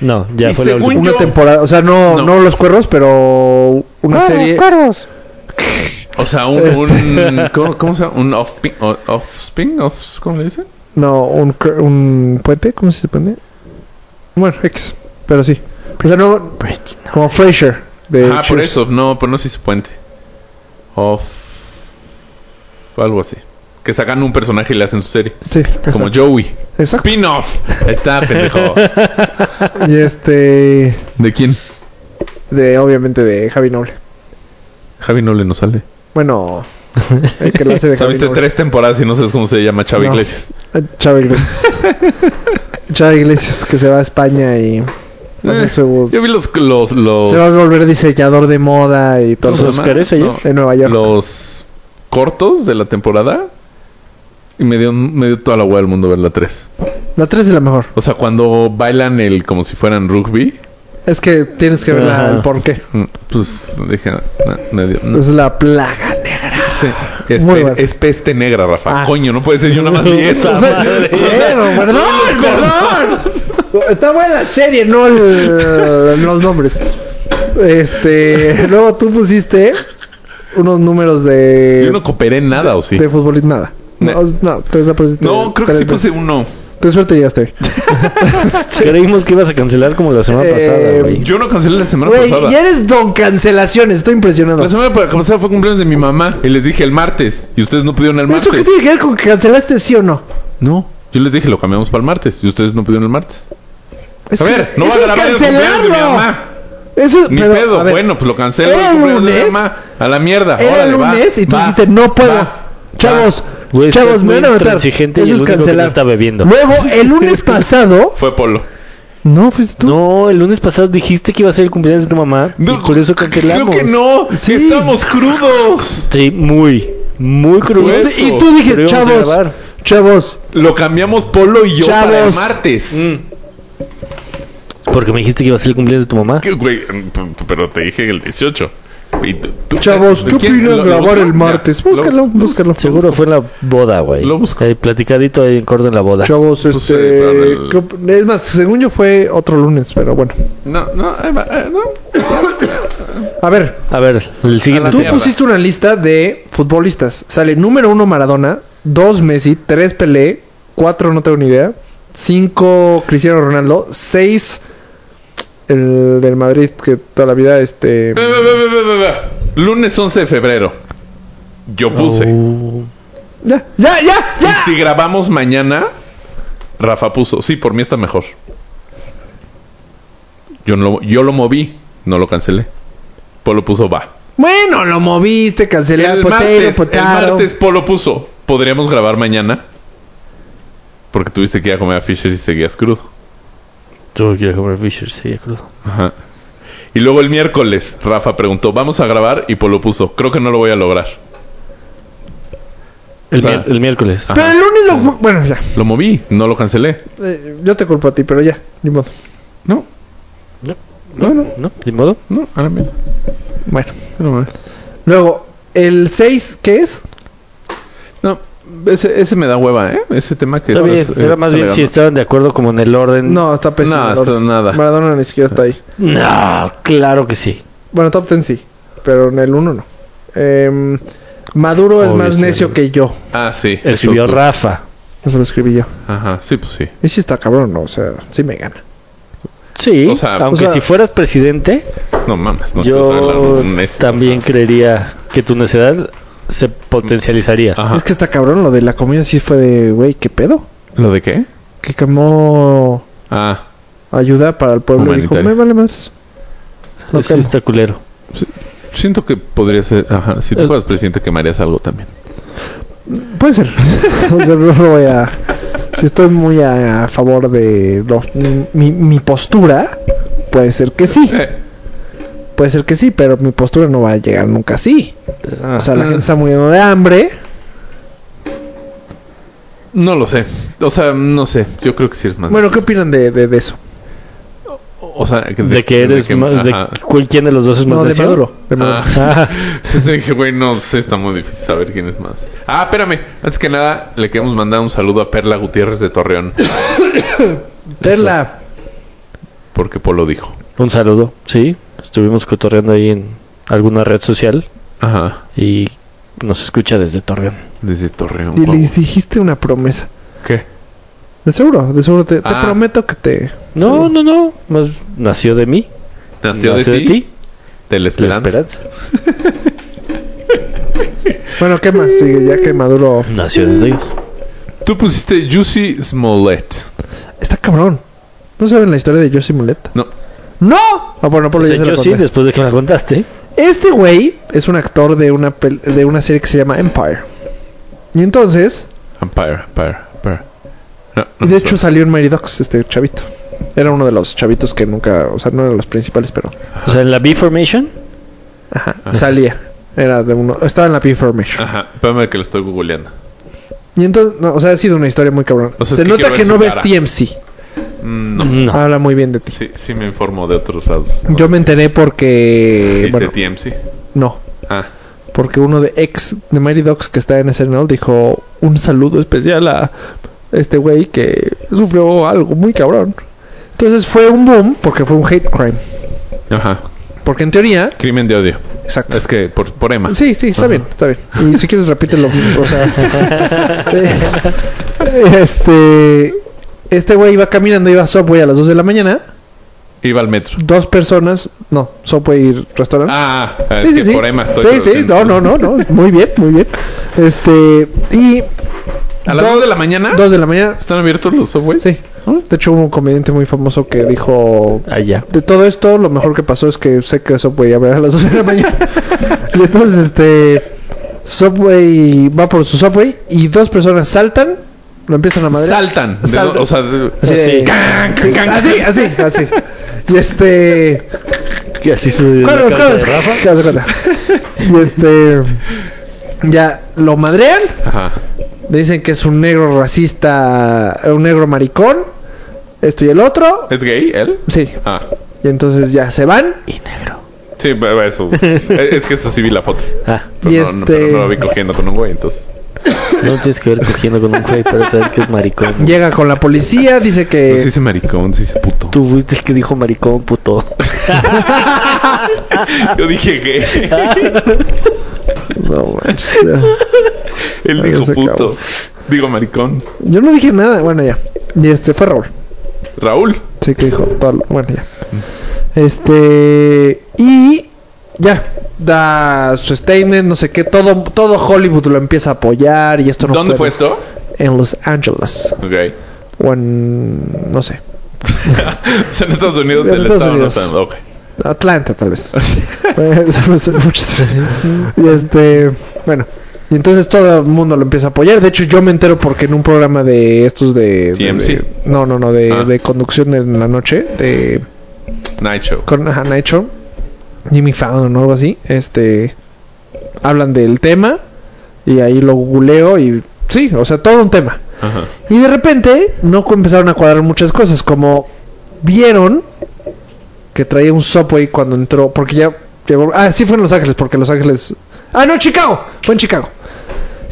Speaker 1: No, ya
Speaker 2: Y
Speaker 1: fue la
Speaker 2: según
Speaker 1: última.
Speaker 3: una
Speaker 2: yo-
Speaker 3: temporada, o sea, no,
Speaker 2: No.
Speaker 3: no. los cuervos, pero una serie.
Speaker 2: O sea, un, un ¿cómo, cómo se llama? Un off-spin, off-spin, off, ¿cómo le dicen?
Speaker 3: No, un, cr- un puente, ¿cómo se pone? Bueno, X, pero sí. O sea, no, como Frasier. De
Speaker 2: ah, por
Speaker 3: Cheers.
Speaker 2: eso, no, pero no sé si puente. Off, algo así. Que sacan un personaje y le hacen su serie.
Speaker 3: Sí,
Speaker 2: Como
Speaker 3: exacto.
Speaker 2: Joey.
Speaker 3: Exacto.
Speaker 2: Spin-off. Está, pendejo.
Speaker 3: Y este,
Speaker 2: ¿De quién?
Speaker 3: de obviamente de Javi Noble.
Speaker 2: Javi no le nos sale.
Speaker 3: Bueno, el que lo hace de
Speaker 2: O sea,
Speaker 3: Javi
Speaker 2: viste
Speaker 3: Noble.
Speaker 2: tres temporadas y no sabes cómo se llama Chava
Speaker 3: No.
Speaker 2: Iglesias.
Speaker 3: Chava Iglesias. Chava Iglesias que se va a España y hace
Speaker 2: Eh,
Speaker 3: su-
Speaker 2: Yo vi los, los, los,
Speaker 3: se va a volver diseñador de moda y todo
Speaker 2: ¿Cómo se
Speaker 3: eso
Speaker 1: Los
Speaker 2: llama?
Speaker 1: Óscares ayer.
Speaker 2: No.
Speaker 3: en Nueva York.
Speaker 2: los cortos de la temporada y me dio, me dio toda la hueá del mundo ver la 3.
Speaker 3: La 3 es la mejor.
Speaker 2: O sea, cuando bailan el como si fueran rugby,
Speaker 3: Es que tienes que ver la-
Speaker 1: Ajá.
Speaker 3: el porqué.
Speaker 2: mm, pues dije, no, me dio- no
Speaker 3: Es la plaga negra.
Speaker 2: sé. Es,
Speaker 3: Muy
Speaker 2: pe-
Speaker 3: bueno.
Speaker 2: es peste negra, Rafa.
Speaker 3: Ah.
Speaker 2: Coño, no puede ser yo nada más vi esa.
Speaker 3: O sea, Pero, perdón, perdón. Está buena la serie, no el- los nombres. Este, luego tú pusiste unos números de
Speaker 2: Yo no cooperé en nada, ¿o sí?
Speaker 3: de futbolista nada. No,
Speaker 2: Ne-
Speaker 3: no, tres apareciste.
Speaker 2: No, creo que sí puse uno.
Speaker 3: Te suerte ya estoy.
Speaker 1: Creímos que ibas a cancelar como la semana
Speaker 3: Eh,
Speaker 1: pasada, güey.
Speaker 2: Yo no cancelé la semana
Speaker 3: Güey,
Speaker 2: pasada.
Speaker 3: ya eres don cancelaciones, estoy impresionado.
Speaker 2: La semana pa- pasada fue cumpleaños de mi mamá y les dije el martes y ustedes no pudieron el
Speaker 3: ¿Eso qué
Speaker 2: martes.
Speaker 3: tiene que ver con que cancelaste sí o no?
Speaker 2: No, yo les dije lo cambiamos para el martes y ustedes no pudieron el martes.
Speaker 3: Es
Speaker 2: A
Speaker 3: que-
Speaker 2: ver, no va a
Speaker 3: eso es
Speaker 2: grabar el cumpleaños de mi mamá.
Speaker 3: Eso,
Speaker 2: Ni
Speaker 3: pero,
Speaker 2: pedo,
Speaker 3: a ver,
Speaker 2: bueno, pues lo cancelo el
Speaker 3: ¿era el
Speaker 2: cumpleaños de mi
Speaker 3: lunes?
Speaker 2: mamá. A la mierda.
Speaker 3: Era el
Speaker 2: órale, va,
Speaker 3: lunes y tú
Speaker 2: va,
Speaker 3: dijiste, no puedo.
Speaker 2: va,
Speaker 3: Chavos,
Speaker 2: va.
Speaker 1: Güey, estás
Speaker 3: chavos, me
Speaker 1: muy
Speaker 3: van a matar.
Speaker 1: intransigente y
Speaker 3: Eso
Speaker 1: el
Speaker 3: es
Speaker 1: único que no
Speaker 3: cancelar.
Speaker 1: está bebiendo.
Speaker 3: Luego, el lunes pasado.
Speaker 2: Fue Polo.
Speaker 3: No, fuiste tú.
Speaker 1: No, el lunes pasado dijiste que iba a ser el cumpleaños de tu mamá. y por eso
Speaker 2: creo
Speaker 1: cancelamos.
Speaker 2: que no. que
Speaker 3: Sí.
Speaker 2: Estamos crudos.
Speaker 1: Sí, muy, muy crudo.
Speaker 2: Pues,
Speaker 3: y
Speaker 2: eso,
Speaker 3: tú
Speaker 1: pero
Speaker 3: dijiste,
Speaker 1: íbamos a
Speaker 3: chavos,
Speaker 1: grabar.
Speaker 3: chavos,
Speaker 2: Lo cambiamos Polo y yo para el
Speaker 3: Chavos.
Speaker 2: martes.
Speaker 1: Mm. Porque me dijiste que iba a ser el cumpleaños de tu mamá.
Speaker 2: ¿Qué, güey? Mm, P- Pero te dije el 18. Y tú- tú-
Speaker 3: chavos, ¿qué
Speaker 2: ¿quién?
Speaker 3: opinan
Speaker 2: ¿Lo- lo
Speaker 3: grabar
Speaker 2: busco?
Speaker 3: el
Speaker 2: Ya,
Speaker 3: martes?
Speaker 2: lo-
Speaker 3: Búscalo, búscalo.
Speaker 1: Seguro fue en la boda, güey.
Speaker 2: Lo busco.
Speaker 1: Ahí, platicadito ahí en corto en la boda.
Speaker 3: Chavos,
Speaker 2: Pues,
Speaker 3: este.
Speaker 2: eh, para el-
Speaker 3: ¿qué op- Es más, según yo fue otro lunes, pero bueno.
Speaker 2: No, no, ahí va, eh, no.
Speaker 3: A ver,
Speaker 1: A ver, el siguiente.
Speaker 3: Tú
Speaker 2: mierda.
Speaker 3: pusiste una lista de futbolistas. Sale número uno Maradona, dos Messi, tres Pelé, cuatro no tengo ni idea, cinco Cristiano Ronaldo, seis el del Madrid que toda la vida este.
Speaker 2: Ve, ve, ve, ve, ve, ve. Lunes 11 de febrero. Yo puse.
Speaker 1: Oh.
Speaker 3: Ya, ya, ya, ya.
Speaker 2: Si grabamos mañana, Rafa puso, sí, por mí está mejor. Yo, no lo, yo lo moví, no lo cancelé. Polo puso, va.
Speaker 3: Bueno, lo moviste, cancelar,
Speaker 2: El
Speaker 3: potero,
Speaker 2: martes, el
Speaker 3: potaro.
Speaker 2: martes Polo puso, podríamos grabar mañana. Porque tuviste que ir a comer a Fisher y seguías crudo.
Speaker 1: Tuvo que ir a comprar Fisher, sería crudo.
Speaker 2: Ajá. Y luego el miércoles, Rafa preguntó, vamos a grabar y Polo puso, creo que no lo voy a lograr.
Speaker 1: El,
Speaker 2: O sea,
Speaker 1: mier- el miércoles.
Speaker 2: ah.
Speaker 3: Pero el lunes lo. Bueno, ya.
Speaker 2: Lo moví, no lo cancelé.
Speaker 3: Eh, yo te culpo a ti, pero ya, ni modo.
Speaker 2: No,
Speaker 1: No,
Speaker 2: bueno,
Speaker 1: no, de modo.
Speaker 2: no, a la mierda.
Speaker 3: Bueno.
Speaker 2: No, mames.
Speaker 3: Luego, el 6, ¿qué es?
Speaker 2: No, ese, ese me da hueva, ¿eh? Ese tema que...
Speaker 1: Está bien,
Speaker 2: eh,
Speaker 1: era más bien si
Speaker 2: está
Speaker 1: estaban de acuerdo como en el orden.
Speaker 3: No, está pésimo.
Speaker 2: Mm. No,
Speaker 3: el
Speaker 2: esto
Speaker 3: orden.
Speaker 2: nada.
Speaker 3: Maradona ni siquiera está ahí.
Speaker 1: No, claro que sí.
Speaker 3: Bueno, top 10 sí, pero en el 1 no. Em, Maduro es
Speaker 1: Obvio,
Speaker 3: más
Speaker 1: sí,
Speaker 3: necio
Speaker 1: sí.
Speaker 3: que yo.
Speaker 2: Ah, sí.
Speaker 1: Escribió
Speaker 2: exacto.
Speaker 1: Rafa.
Speaker 3: Eso lo escribí yo.
Speaker 2: Ajá, sí, pues sí.
Speaker 3: Y sí está cabrón, ¿no? O sea, sí me gana.
Speaker 1: Sí,
Speaker 2: O sea,
Speaker 1: aunque
Speaker 3: o sea-
Speaker 1: si fueras presidente,
Speaker 2: No mames, no te vas a hablar de
Speaker 1: yo
Speaker 2: un necio.
Speaker 1: también creería que tu necedad se potencializaría.
Speaker 2: Ajá.
Speaker 3: Es que está cabrón, lo de la comida sí fue de, güey, ¿qué pedo?
Speaker 2: ¿Lo de qué?
Speaker 3: Que quemó
Speaker 2: Ah,
Speaker 3: ayuda para el pueblo y dijo,
Speaker 2: Humanitaria.
Speaker 3: me vale madres. Lo
Speaker 1: Eso
Speaker 3: quemo.
Speaker 1: está culero.
Speaker 2: sí. siento que podría ser... Ajá, si tú
Speaker 1: El-
Speaker 2: fueras presidente quemarías algo también.
Speaker 3: Puede ser. O sea, no lo voy a... Si estoy muy a favor de lo- mi, mi postura, puede ser que sí.
Speaker 2: Eh,
Speaker 3: Puede ser que sí, pero mi postura no va a llegar nunca así. O sea, la
Speaker 2: Ah.
Speaker 3: gente está muriendo de hambre.
Speaker 2: no lo sé. O sea, no sé. Yo creo que sí eres más...
Speaker 3: Bueno, ¿qué opinan de, de, de eso?
Speaker 2: O sea, que
Speaker 1: De que eres más- de
Speaker 2: ajá.
Speaker 1: cuál- quién de los dos es más
Speaker 3: No, de
Speaker 1: necio?
Speaker 3: Maduro. De Maduro.
Speaker 2: Ah, sí, te dije, güey, no sé, está muy difícil saber quién es más. Ah, espérame. Antes que nada, le queremos mandar un saludo a Perla Gutiérrez de Torreón.
Speaker 3: Perla,
Speaker 2: Porque Polo dijo.
Speaker 1: Un saludo, sí. Estuvimos cotorreando ahí en alguna red social
Speaker 2: Ajá.
Speaker 1: y nos escucha desde Torreón.
Speaker 2: Desde Torreón.
Speaker 3: y
Speaker 2: Pau.
Speaker 3: le dijiste una promesa.
Speaker 2: ¿Qué?
Speaker 3: De seguro, de seguro. Te, te
Speaker 2: Ah.
Speaker 3: prometo que te...
Speaker 1: No, no, no. más- nació de mí.
Speaker 2: Nació, de, ti. De la
Speaker 1: La
Speaker 2: esperanza.
Speaker 1: esperanza.
Speaker 3: Bueno, ¿qué más? Sí, ya que Maduro...
Speaker 1: Nació de Dios.
Speaker 2: Tú pusiste Juicy Smollett.
Speaker 3: Está cabrón. ¿No saben la historia de Josie Mulet?
Speaker 2: No.
Speaker 3: ¡No! Ah, bueno, Pablo,
Speaker 1: O
Speaker 3: ya
Speaker 1: sea,
Speaker 3: se la
Speaker 1: Pues yo sí,
Speaker 3: conté.
Speaker 1: después de que me la contaste.
Speaker 3: Este güey es un actor de una, pel- de una serie que se llama Empire. Y entonces,
Speaker 2: Empire, Empire, Empire. No,
Speaker 3: y
Speaker 2: no
Speaker 3: de
Speaker 2: me
Speaker 3: hecho
Speaker 2: suena.
Speaker 3: salió en Mighty Ducks este chavito. Era uno de los chavitos que nunca, o sea, no eran los principales, pero
Speaker 1: O sea, en la B-Formation.
Speaker 3: ajá, salía. Era de uno, estaba en la P-Formation.
Speaker 2: Ajá, espérame que lo estoy googleando.
Speaker 3: Y entonces, no, o sea, ha sido una historia muy cabrón.
Speaker 2: O sea, es
Speaker 3: se
Speaker 2: que
Speaker 3: nota
Speaker 2: quiero
Speaker 3: que,
Speaker 2: ver su
Speaker 3: no ves
Speaker 2: cara.
Speaker 3: TMC.
Speaker 2: Mm, No.
Speaker 1: No.
Speaker 3: Habla muy bien de ti.
Speaker 2: Sí, sí me informo de otros lados. Este,
Speaker 3: Yo me enteré porque,
Speaker 2: ¿Viste
Speaker 3: bueno,
Speaker 2: TMC?
Speaker 3: no,
Speaker 2: Ah.
Speaker 3: porque uno de ex de Mighty Ducks que está en SNL dijo un saludo especial a este güey que sufrió algo muy cabrón. Entonces fue un boom porque fue un hate crime.
Speaker 2: Ajá.
Speaker 3: Porque en teoría,
Speaker 2: Crimen de odio.
Speaker 3: exacto.
Speaker 2: Es que por, por Emma.
Speaker 3: Sí, sí, está bien, está bien. Y si quieres repítelo, o sea, eh, este este güey iba caminando, iba a Subway a las 2 de la mañana,
Speaker 2: Iba al metro.
Speaker 3: dos personas, no, Subway y restaurante.
Speaker 2: Ah, es que por Emma estoy.
Speaker 3: Sí, sí,
Speaker 2: traduciendo.
Speaker 3: no, no, no, no, muy bien, muy bien. Este, y
Speaker 2: ¿A las 2 de la mañana?
Speaker 3: Dos de la mañana.
Speaker 2: ¿Están abiertos los subways?
Speaker 3: Sí. De hecho, hubo un comediante muy famoso que dijo:
Speaker 1: Allá.
Speaker 3: De todo esto, lo mejor que pasó es que sé que Subway abrirá a las 2 de la mañana. y entonces, este. Subway va por su Subway y dos personas saltan, lo empiezan a madre.
Speaker 2: Saltan. de-
Speaker 3: Saltan.
Speaker 2: o sea, de-
Speaker 3: Así, de-
Speaker 1: Sí.
Speaker 2: Can, can, can.
Speaker 3: así, así, así. Y este.
Speaker 1: Que así su
Speaker 3: Carlos,
Speaker 1: la
Speaker 3: Carlos.
Speaker 1: cabeza de Rafa.
Speaker 3: Carlos, Carlos. Y este. Ya lo madrean.
Speaker 2: Ajá.
Speaker 3: Le dicen que es un negro racista, un negro maricón. Esto y el otro.
Speaker 2: ¿Es gay él?
Speaker 3: Sí.
Speaker 2: Ah.
Speaker 3: Y entonces ya se van.
Speaker 1: Y negro.
Speaker 2: Sí, pero eso. es es que eso sí vi la foto.
Speaker 1: Ah,
Speaker 2: Pero
Speaker 3: Y
Speaker 2: no,
Speaker 3: este-
Speaker 2: no, pero no lo vi cogiendo con un güey, entonces.
Speaker 1: no tienes que ver cogiendo con un güey para saber que es maricón.
Speaker 3: Llega con la policía, dice
Speaker 2: No Pues se
Speaker 3: que.
Speaker 2: dice maricón, se dice puto.
Speaker 1: Tú fuiste el que dijo maricón, puto.
Speaker 2: Yo dije gay.
Speaker 3: No manches.
Speaker 2: Él
Speaker 3: Ya
Speaker 2: dijo
Speaker 3: se acabó.
Speaker 2: puto. Digo maricón.
Speaker 3: Yo no dije nada. Bueno, ya. Y este fue Raúl.
Speaker 2: Raúl.
Speaker 3: Sí que dijo todo. lo- Bueno, ya.
Speaker 2: Mm.
Speaker 3: Este. Y. Ya. Da su statement, no sé qué. Todo, todo Hollywood lo empieza a apoyar. Y esto no
Speaker 2: ¿Dónde fue
Speaker 3: puede-
Speaker 2: esto?
Speaker 3: En Los Ángeles.
Speaker 2: Ok.
Speaker 3: O en. No sé.
Speaker 2: O sea, en Estados Unidos
Speaker 3: En
Speaker 2: se le
Speaker 3: Estados
Speaker 2: estaba
Speaker 3: Unidos.
Speaker 2: notando. Ok.
Speaker 3: Atlanta, tal vez. Bueno, eso no sé mucho. Y este. Bueno. Y entonces todo el mundo lo empieza a apoyar. De hecho, yo me entero porque en un programa de estos de. de-
Speaker 2: TMC.
Speaker 3: de- no, no, no, de,
Speaker 2: Ah.
Speaker 3: de conducción en la noche. De,
Speaker 2: Night Show.
Speaker 3: con ajá, Night Show, Jimmy Fallon o algo así. Este. Hablan del tema. Y ahí lo googleo y. Sí, o sea, todo un tema.
Speaker 2: Ajá.
Speaker 3: Y de repente no empezaron a cuadrar muchas cosas, como vieron que traía un Subway cuando entró, porque ya llegó, ah, sí fue en Los Ángeles, porque Los Ángeles, ah, no, Chicago, fue en Chicago.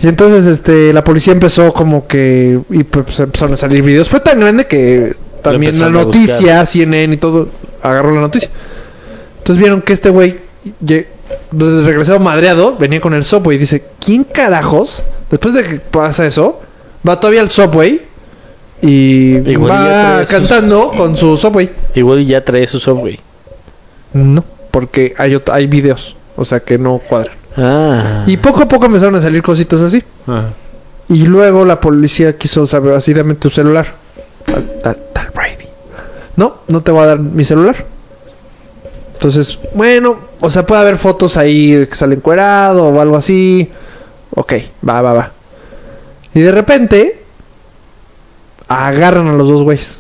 Speaker 3: Y entonces este la policía empezó como que y pues empezaron a salir videos, fue tan grande que también la
Speaker 1: empezaron a
Speaker 3: noticia, CNN y todo agarró la noticia. Entonces vieron que este güey lle- regresado madreado, venía con el Subway y dice, "¿Quién carajos después de que pasa eso va todavía al Subway?" Y
Speaker 1: Igual ya
Speaker 3: va
Speaker 1: traía sus-
Speaker 3: cantando con su Subway.
Speaker 1: Igual ya trae su Subway.
Speaker 3: No, porque hay, ot- hay videos, o sea que no cuadran.
Speaker 1: Ah.
Speaker 3: Y poco a poco empezaron a salir cositas así.
Speaker 2: Ajá.
Speaker 3: Y luego la policía quiso saber asidamente tu celular. Tal, tal, tal Brady. No, no te voy a dar mi celular. Entonces, bueno, o sea, puede haber fotos ahí de que sale encuerado o algo así. Ok, va, va, va. Y de repente, agarran a los dos güeyes.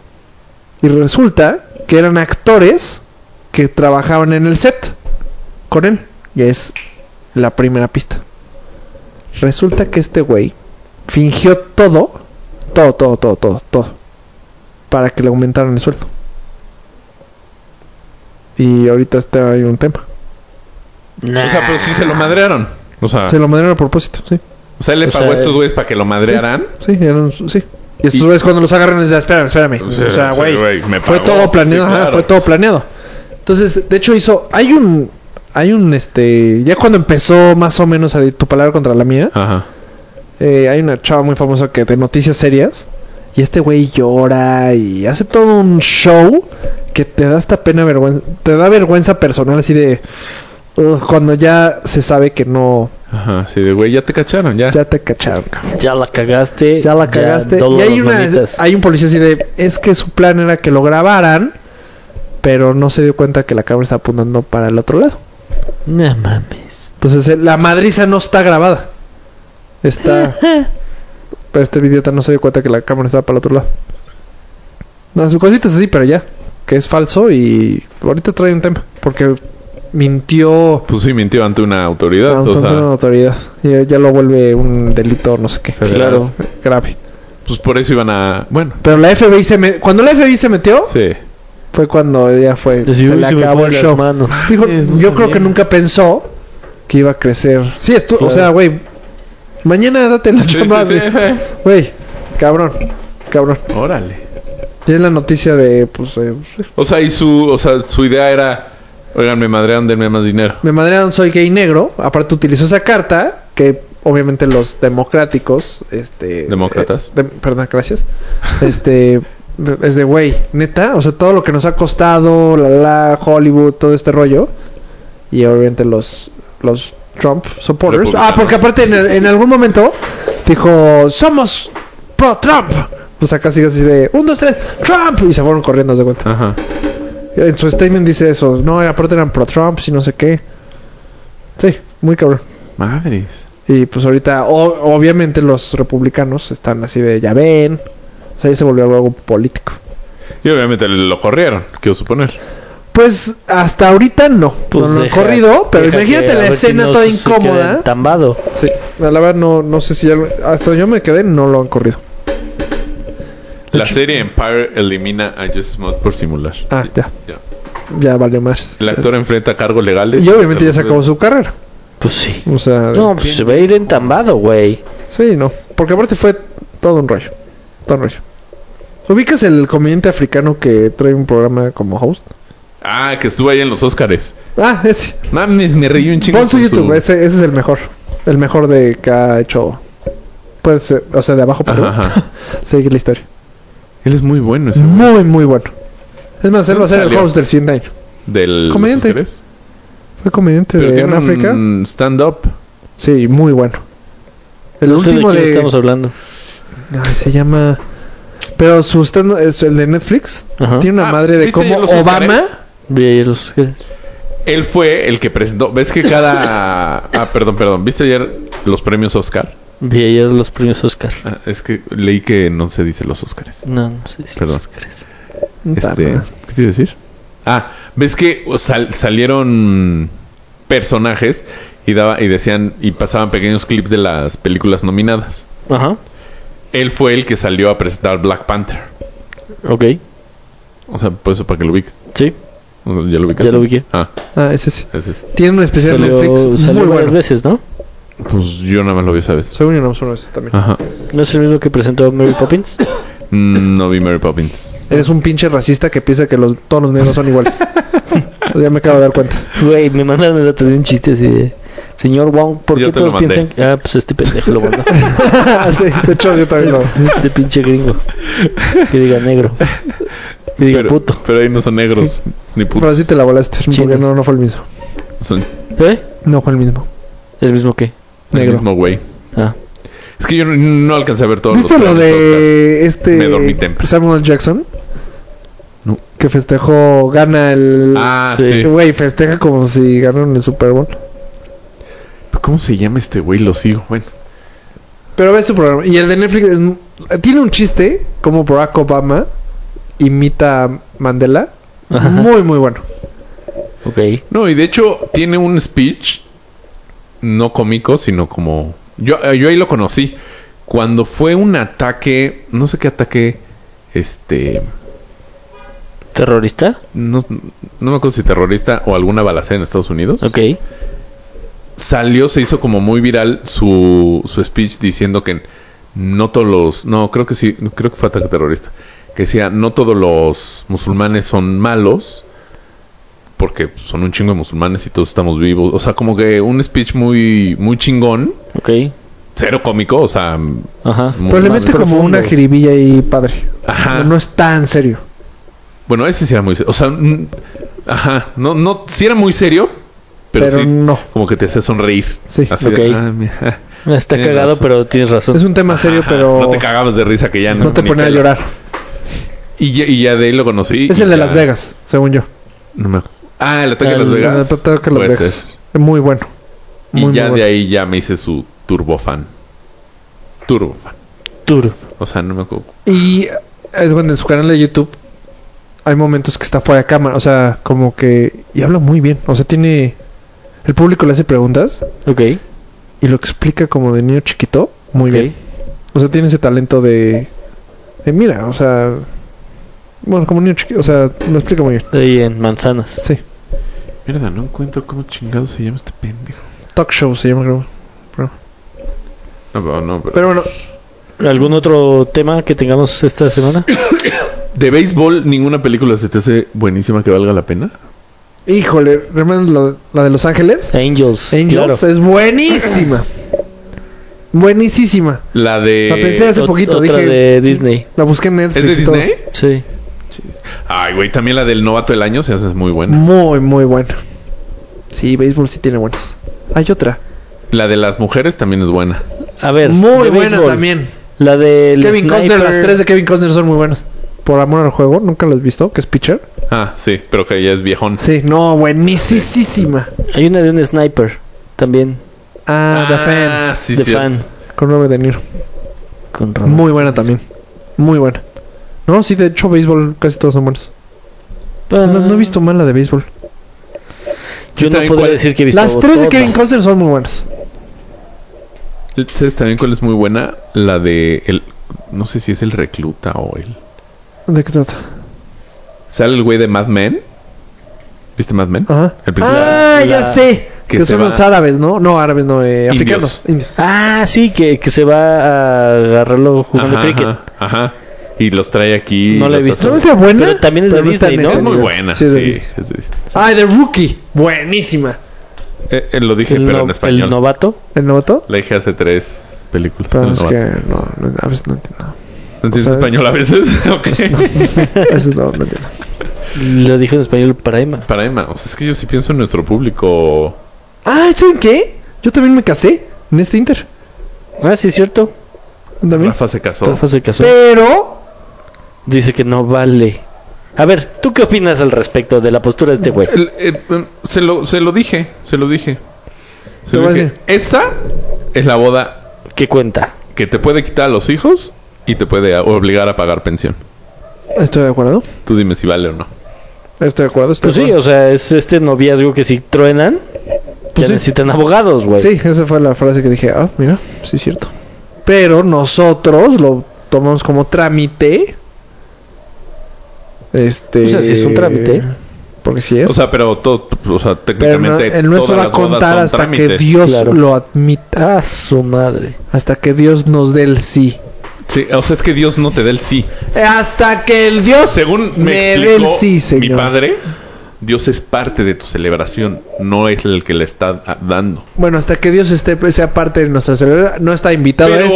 Speaker 3: Y resulta que eran actores que trabajaban en el set con él. Y es la primera pista. Resulta que este güey fingió todo, todo, todo, todo, todo, todo, para que le aumentaran el sueldo. Y ahorita está ahí un tema.
Speaker 2: O sea, pues, pero sí se lo madrearon. O sea,
Speaker 3: Se lo mandaron a propósito, sí.
Speaker 2: o sea él le
Speaker 1: O
Speaker 2: pagó
Speaker 1: sea,
Speaker 2: a estos güeyes para que lo madrearan.
Speaker 3: Sí, eran- sí. Y estos
Speaker 2: Y-
Speaker 3: güeyes cuando los agarran les dicen, espérame, espérame.
Speaker 2: O sea,
Speaker 3: O sea, güey,
Speaker 2: güey, me
Speaker 3: fue
Speaker 2: pagó.
Speaker 3: todo planeado,
Speaker 2: Sí,
Speaker 3: ajá,
Speaker 2: claro.
Speaker 3: fue todo planeado. Entonces, de hecho hizo, hay un, hay un, este, ya cuando empezó más o menos a de- tu palabra contra la mía,
Speaker 2: Ajá.
Speaker 3: Eh, hay una chava muy famosa que de noticias serias. Y este güey llora y hace todo un show que te da hasta pena vergüenza. Te da vergüenza personal así de. "Ugh", cuando ya se sabe que no.
Speaker 2: Ajá. Sí, de güey, ya te cacharon, ya.
Speaker 3: Ya te cacharon, cabrón.
Speaker 1: Ya la cagaste.
Speaker 3: Ya la cagaste.
Speaker 1: dobló
Speaker 3: y hay,
Speaker 1: las
Speaker 3: una,
Speaker 1: manitas.
Speaker 3: hay un policía así de. Es que su plan era que lo grabaran. Pero no se dio cuenta que la cámara está apuntando para el otro lado.
Speaker 1: No mames.
Speaker 3: Entonces eh, la madriza no está grabada. Está. pero este idiota no se dio cuenta que la cámara estaba para el otro lado. No, su cosita es así, pero ya. Que es falso y ahorita trae un tema. Porque mintió
Speaker 2: Pues sí, mintió ante una autoridad.
Speaker 3: ante
Speaker 2: o sea,
Speaker 3: una autoridad. Y ya lo vuelve un delito, no sé qué.
Speaker 2: Federal.
Speaker 3: Claro, grave.
Speaker 2: pues por eso iban a. Bueno,
Speaker 3: Pero la FBI se me- Cuando la FBI se metió,
Speaker 2: sí.
Speaker 3: fue cuando ya fue.
Speaker 1: Decidió
Speaker 3: se le
Speaker 1: irse
Speaker 3: acabó
Speaker 1: por
Speaker 3: el
Speaker 1: las
Speaker 3: show.
Speaker 1: manos.
Speaker 3: Dijo,
Speaker 2: Mames, no
Speaker 3: yo creo
Speaker 2: sabía.
Speaker 3: que nunca pensó que iba a crecer. Sí, estu- o
Speaker 1: Claro.
Speaker 3: sea, güey. Mañana date la
Speaker 2: Sí,
Speaker 3: chamba,
Speaker 2: sí, sí,
Speaker 3: güey.
Speaker 2: eh.
Speaker 3: Güey, cabrón, cabrón.
Speaker 2: Órale.
Speaker 3: Y es la noticia de, pues, eh,
Speaker 2: O sea, y su, o sea, su idea era, oigan, me madrearon, denme más dinero.
Speaker 3: me madrearon, soy gay negro. Aparte utilizó esa carta que obviamente los democráticos, este...
Speaker 2: Demócratas.
Speaker 3: eh, de- perdón, gracias. Este... Es de, güey, neta, o sea, todo lo que nos ha costado, la la, Hollywood, todo este rollo. Y obviamente los, los Trump supporters. Ah,
Speaker 2: Republicanos.
Speaker 3: porque aparte en, el- en algún momento dijo, somos pro-Trump. O sea, casi así de, un, dos, tres, Trump. Y se fueron corriendo, haz de cuenta.
Speaker 2: Ajá.
Speaker 3: En Eh, su statement dice eso. No, y aparte eran pro-Trump, si no sé qué. Sí, muy cabrón.
Speaker 2: Madres.
Speaker 3: Y pues ahorita, o- obviamente, los republicanos están así de ya ven. O sea, ya se volvió algo político.
Speaker 2: Y obviamente lo corrieron, quiero suponer.
Speaker 3: Pues hasta ahorita no.
Speaker 1: Pues
Speaker 3: no lo han
Speaker 1: deja-
Speaker 3: corrido, pero
Speaker 1: deja
Speaker 3: imagínate
Speaker 1: que a
Speaker 3: la
Speaker 1: ver si
Speaker 3: escena
Speaker 1: no
Speaker 3: toda
Speaker 1: se- se quede
Speaker 3: incómoda.
Speaker 1: Entambado.
Speaker 3: Sí, la verdad no, no sé si ya lo- Hasta yo me quedé, no lo han corrido.
Speaker 2: La serie Empire elimina a Joseph Smith por simular.
Speaker 3: Ah, ya,
Speaker 2: Ya.
Speaker 3: ya valió más.
Speaker 2: El actor enfrenta cargos legales.
Speaker 3: Y obviamente ya se acabó su carrera.
Speaker 1: Pues sí.
Speaker 3: O sea, de-
Speaker 1: No, pues se va a ir entambado, güey.
Speaker 3: Sí, no. Porque aparte fue todo un rollo. Todo un rollo. ¿Ubicas el comediante africano que trae un programa como host?
Speaker 2: Ah, que estuvo ahí en los Óscares.
Speaker 3: Ah, ese.
Speaker 2: Mames, me reí un chingo.
Speaker 3: Pon su
Speaker 2: con
Speaker 3: YouTube. Ese, ese es el mejor. El mejor de que ha hecho. Puede ser, o sea, de abajo para
Speaker 2: Ajá,
Speaker 3: arriba.
Speaker 2: ajá.
Speaker 3: Seguir la historia.
Speaker 2: Él es muy bueno ese. güey.
Speaker 3: Muy, muy bueno. Es más, él va a ser el
Speaker 2: Salió.
Speaker 3: host del siguiente año.
Speaker 2: Del los
Speaker 3: Comediante.
Speaker 2: Óscares.
Speaker 3: Fue comediante
Speaker 2: Pero
Speaker 3: de
Speaker 2: tiene
Speaker 3: en África.
Speaker 2: un stand-up.
Speaker 3: Sí, muy bueno. El
Speaker 1: No sé de
Speaker 3: último
Speaker 1: quién
Speaker 3: de.
Speaker 1: estamos hablando.
Speaker 3: Ay, se llama. Pero su stand es el de Netflix.
Speaker 1: Ajá.
Speaker 3: Tiene una
Speaker 2: Ah,
Speaker 3: madre de
Speaker 2: ¿viste
Speaker 3: cómo
Speaker 2: los
Speaker 3: Obama.
Speaker 2: Óscares?
Speaker 1: Vi ahí los-
Speaker 2: Él fue el que presentó. ¿Ves que cada. Ah, perdón, perdón. ¿Viste ayer los premios Oscar?
Speaker 1: Vi ayer los premios Oscar.
Speaker 2: Ah, es que leí que no se dice los Oscars.
Speaker 1: No, no sé si
Speaker 2: Perdón.
Speaker 1: los Óscares.
Speaker 2: Este, ¿Qué te iba a decir? Ah, ves que sal- salieron personajes y daba y decían y pasaban pequeños clips de las películas nominadas.
Speaker 1: Ajá.
Speaker 2: Él fue el que salió a presentar Black Panther.
Speaker 1: Ok.
Speaker 2: O sea, por eso para que lo ubiques.
Speaker 1: Sí.
Speaker 2: O sea, ya lo ubiqué.
Speaker 1: Ya lo ubiqué.
Speaker 2: Ah,
Speaker 3: Ah, ese sí.
Speaker 2: ese es.
Speaker 3: Tiene un especial en
Speaker 1: Salió,
Speaker 3: Netflix
Speaker 1: salió
Speaker 3: muy
Speaker 1: varias
Speaker 3: bueno.
Speaker 1: veces, ¿no?
Speaker 2: Pues yo nada más lo vi esa vez.
Speaker 3: Según yo, no, solo ese también.
Speaker 2: Ajá.
Speaker 1: ¿No es el mismo que presentó Mary Poppins?
Speaker 2: Mm, No vi Mary Poppins.
Speaker 3: Eres un pinche racista que piensa que los, todos los negros son iguales. Pues ya me acabo de dar cuenta.
Speaker 1: Güey, me mandaron el otro día un chiste así de... Señor Wong, ¿por
Speaker 2: Yo
Speaker 1: qué
Speaker 2: te lo
Speaker 1: todos
Speaker 2: mandé.
Speaker 1: piensan que... Ah, pues este pendejo lo mandó.
Speaker 3: Ah, sí, de hecho, yo también lo.
Speaker 1: este pinche gringo. Que diga negro. Que diga
Speaker 2: Pero,
Speaker 1: puto.
Speaker 2: pero ahí no son negros ni
Speaker 3: Pero
Speaker 2: putos.
Speaker 3: sí te la volaste. Porque
Speaker 1: Chinos.
Speaker 3: no, no fue el mismo.
Speaker 2: Son
Speaker 1: ¿Eh?
Speaker 3: No fue el mismo.
Speaker 1: ¿El mismo qué?
Speaker 2: negro.
Speaker 3: Negro.
Speaker 2: No, güey.
Speaker 1: Ah.
Speaker 2: Es que yo no, no alcancé a ver todos
Speaker 3: ¿Viste
Speaker 2: los
Speaker 3: lo
Speaker 2: premios Oscar.
Speaker 3: de este
Speaker 2: Me dormí temprano.
Speaker 3: Samuel Jackson?
Speaker 2: No.
Speaker 3: Que festejó, gana el...
Speaker 2: Ah,
Speaker 1: Sí.
Speaker 2: sí.
Speaker 3: Güey, festeja como si ganaron el Super Bowl.
Speaker 2: ¿Cómo se llama este güey? Lo sigo. Bueno,
Speaker 3: Pero ve su programa. Y el de Netflix es mu- tiene un chiste como Barack Obama imita a Mandela.
Speaker 1: Ajá.
Speaker 3: Muy, muy bueno.
Speaker 1: Ok.
Speaker 2: No, y de hecho tiene un speech no cómico, sino como yo eh, yo ahí lo conocí cuando fue un ataque, no sé qué ataque este
Speaker 1: ¿Terrorista?
Speaker 2: no, no me acuerdo si terrorista o alguna balacera en Estados Unidos.
Speaker 1: Ok.
Speaker 2: Salió, se hizo como muy viral su, su speech diciendo que no todos los, no, creo que sí, creo que fue ataque terrorista, que decía, no todos los musulmanes son malos, porque son un chingo de musulmanes y todos estamos vivos. O sea, como que un speech muy, muy chingón,
Speaker 1: Ok.
Speaker 2: cero cómico, o sea, muy
Speaker 1: Ajá.
Speaker 3: Pero le
Speaker 2: mal.
Speaker 3: mete como
Speaker 1: profundo.
Speaker 3: una jiribilla ahí padre.
Speaker 2: Ajá.
Speaker 3: No, no es tan serio.
Speaker 2: Bueno, ese sí era muy serio. O sea, mm, ajá. No, no, sí era muy serio, pero,
Speaker 3: Pero
Speaker 2: sí,
Speaker 3: no.
Speaker 2: Como que te hace sonreír.
Speaker 3: Sí,
Speaker 2: Así de,
Speaker 1: ok.
Speaker 2: "Ah, mira".
Speaker 1: Está
Speaker 2: Tienes
Speaker 1: cagado,
Speaker 2: razón.
Speaker 1: pero tienes razón.
Speaker 3: Es un tema serio,
Speaker 2: Ajá,
Speaker 3: pero
Speaker 2: No
Speaker 3: no
Speaker 2: te cagabas de risa que ya
Speaker 3: te,
Speaker 2: ni
Speaker 3: pone a
Speaker 2: pelas.
Speaker 3: llorar.
Speaker 2: Y ya, y ya de ahí lo conocí.
Speaker 3: Es
Speaker 2: y
Speaker 3: el de
Speaker 2: ya-
Speaker 3: Las Vegas, según yo.
Speaker 2: No me acuerdo. Ah, el ataque
Speaker 1: Ah,
Speaker 2: de Las
Speaker 1: el-
Speaker 2: Vegas.
Speaker 3: El ataque a Las
Speaker 2: Puede
Speaker 3: Vegas.
Speaker 2: ser.
Speaker 3: Es Muy bueno.
Speaker 2: Y
Speaker 3: Muy, muy
Speaker 2: ya de
Speaker 3: bueno.
Speaker 2: ahí ya me hice su turbo fan. Turbo fan.
Speaker 1: Tour.
Speaker 2: O sea, no me acuerdo.
Speaker 3: Y es bueno, en su canal de YouTube hay momentos que está fuera de cámara. O sea, como que... Y habla muy bien. O sea, tiene... El público le hace preguntas
Speaker 1: Ok.
Speaker 3: y lo explica como de niño chiquito. Muy
Speaker 1: ok.
Speaker 3: bien. O sea, tiene ese talento de... de mira, o sea... Bueno, como niño chiquito. O sea, lo explica muy bien.
Speaker 1: Ahí en manzanas.
Speaker 3: Sí.
Speaker 2: Mierda, no encuentro cómo chingado se llama este pendejo.
Speaker 3: Talk show se llama, creo.
Speaker 2: No, pero no, pero.
Speaker 3: Pero bueno,
Speaker 1: ¿Algún otro tema que tengamos esta semana?
Speaker 2: De béisbol, ninguna película se te hace buenísima que valga la pena.
Speaker 3: híjole, ¿recuerdan la, la de Los Ángeles?
Speaker 1: Angels.
Speaker 3: Angels
Speaker 1: claro.
Speaker 3: es buenísima. Buenísima.
Speaker 2: La de.
Speaker 3: La pensé hace
Speaker 1: Ot-
Speaker 3: poquito,
Speaker 1: otra
Speaker 3: dije-
Speaker 1: de Disney.
Speaker 3: La busqué en
Speaker 2: Eh, ¿Es
Speaker 3: Netflix.
Speaker 2: de
Speaker 3: y todo.
Speaker 2: Disney?
Speaker 1: Sí.
Speaker 2: Ay, güey, también la del novato del año se hace muy buena.
Speaker 3: Muy, muy buena. Sí, béisbol sí tiene buenas. Hay otra.
Speaker 2: La de las mujeres también es buena.
Speaker 1: A ver.
Speaker 3: Muy
Speaker 1: de
Speaker 3: buena
Speaker 1: béisbol.
Speaker 3: también.
Speaker 1: La de
Speaker 3: Kevin Costner, las tres de Kevin Costner son muy buenas. Por amor al juego, nunca las has visto, que es pitcher.
Speaker 2: Ah, sí, pero que ya es viejón.
Speaker 3: Sí, no, buenísima.
Speaker 1: Hay una de un sniper también.
Speaker 3: Ah, The Fan,
Speaker 2: sí,
Speaker 1: de
Speaker 2: cierto.
Speaker 1: fan.
Speaker 3: con Robert De Niro.
Speaker 1: Con Robert.
Speaker 3: Muy buena también. Muy buena. No, sí, de hecho, béisbol casi todos son buenos.
Speaker 1: Pa-
Speaker 3: No, no he visto mal la de béisbol.
Speaker 1: Yo no
Speaker 2: también
Speaker 1: podría
Speaker 2: cuál-
Speaker 1: decir que he visto
Speaker 3: Las tres de
Speaker 1: todas.
Speaker 3: Kevin Costner son muy buenas.
Speaker 2: ¿Sabes también cuál es muy buena? La de el no sé si es el recluta o el
Speaker 3: ¿De qué trata?
Speaker 2: sale el güey de Mad Men. ¿Viste Mad Men?
Speaker 3: Ajá.
Speaker 2: El principal.
Speaker 3: Ah,
Speaker 1: la-
Speaker 3: ya sé.
Speaker 2: que
Speaker 3: Que,
Speaker 2: se
Speaker 3: son
Speaker 2: va-
Speaker 3: los árabes, ¿no? No, árabes, no, eh,
Speaker 2: Indios.
Speaker 3: africanos. Indios.
Speaker 1: Ah, sí, que, que se va a agarrarlo jugando
Speaker 2: Ajá,
Speaker 1: cricket.
Speaker 2: ajá, ajá. Y los trae aquí.
Speaker 1: No la he
Speaker 2: los
Speaker 1: visto.
Speaker 2: hace-
Speaker 3: ¿No es buena?
Speaker 1: Pero también es de
Speaker 3: está
Speaker 1: Disney,
Speaker 3: en
Speaker 1: ¿no?
Speaker 2: Es muy
Speaker 3: Netflix.
Speaker 2: buena.
Speaker 3: Sí,
Speaker 2: Sí,
Speaker 3: es de Disney.
Speaker 2: es de Disney.
Speaker 3: Ay, The Rookie. Buenísima.
Speaker 2: Eh, eh, lo dije,
Speaker 1: El,
Speaker 2: pero
Speaker 1: no-
Speaker 2: en
Speaker 1: el
Speaker 2: español.
Speaker 1: novato.
Speaker 3: ¿El novato?
Speaker 2: La dije hace tres películas.
Speaker 3: Pero es
Speaker 2: No,
Speaker 3: que no, no, a veces no entiendo.
Speaker 2: ¿No entiendes
Speaker 3: o sea-
Speaker 2: español a veces? Ok.
Speaker 3: A veces no, no entiendo.
Speaker 1: Lo dijo en español para Emma.
Speaker 2: Para Emma, o sea, es que yo sí pienso en nuestro público.
Speaker 3: Ah, ¿saben qué? Yo también me casé en este Inter.
Speaker 1: Ah, sí, es cierto.
Speaker 3: También.
Speaker 2: Rafa se casó.
Speaker 1: Rafa se casó.
Speaker 3: Pero
Speaker 1: Dice que no vale. A ver, ¿tú qué opinas al respecto de la postura de este güey?
Speaker 2: El- el- el- se, lo, se lo dije, se lo dije. Se
Speaker 3: Te
Speaker 2: lo
Speaker 3: voy a
Speaker 2: dije.
Speaker 3: decir.
Speaker 2: Esta es la boda
Speaker 1: ¿Qué cuenta?
Speaker 2: que te puede quitar a los hijos y te puede a- obligar a pagar pensión.
Speaker 3: Estoy de acuerdo.
Speaker 2: Tú dime si vale o no.
Speaker 3: Estoy de acuerdo. Estoy
Speaker 1: Pues sí,
Speaker 3: de acuerdo.
Speaker 1: o sea, es este noviazgo que si truenan, ya
Speaker 3: sí.
Speaker 1: necesitan abogados, güey.
Speaker 3: Sí, esa fue la frase que dije, ah, mira, sí es cierto. Pero nosotros lo tomamos como trámite. Este.
Speaker 1: O sea, si es un trámite.
Speaker 3: Porque sí es.
Speaker 2: O sea, pero todo, o sea,
Speaker 3: pero no-
Speaker 2: técnicamente
Speaker 3: el nuestro va
Speaker 2: todas las
Speaker 3: a
Speaker 2: bodas
Speaker 3: contar
Speaker 2: son
Speaker 3: hasta que
Speaker 2: trámites.
Speaker 3: Dios
Speaker 1: Claro.
Speaker 3: lo admita.
Speaker 1: Ah, su madre.
Speaker 3: Hasta que Dios nos dé el sí.
Speaker 2: Sí, o sea, es que Dios no te da el sí.
Speaker 3: Hasta que el Dios
Speaker 2: Según me,
Speaker 3: me dé el
Speaker 2: explicó
Speaker 3: sí,
Speaker 2: mi
Speaker 3: señor.
Speaker 2: padre, Dios es parte de tu celebración, no es el que le está a- dando.
Speaker 3: Bueno, hasta que Dios esté sea parte de nuestra celebración, no está invitado
Speaker 2: Pero-
Speaker 3: a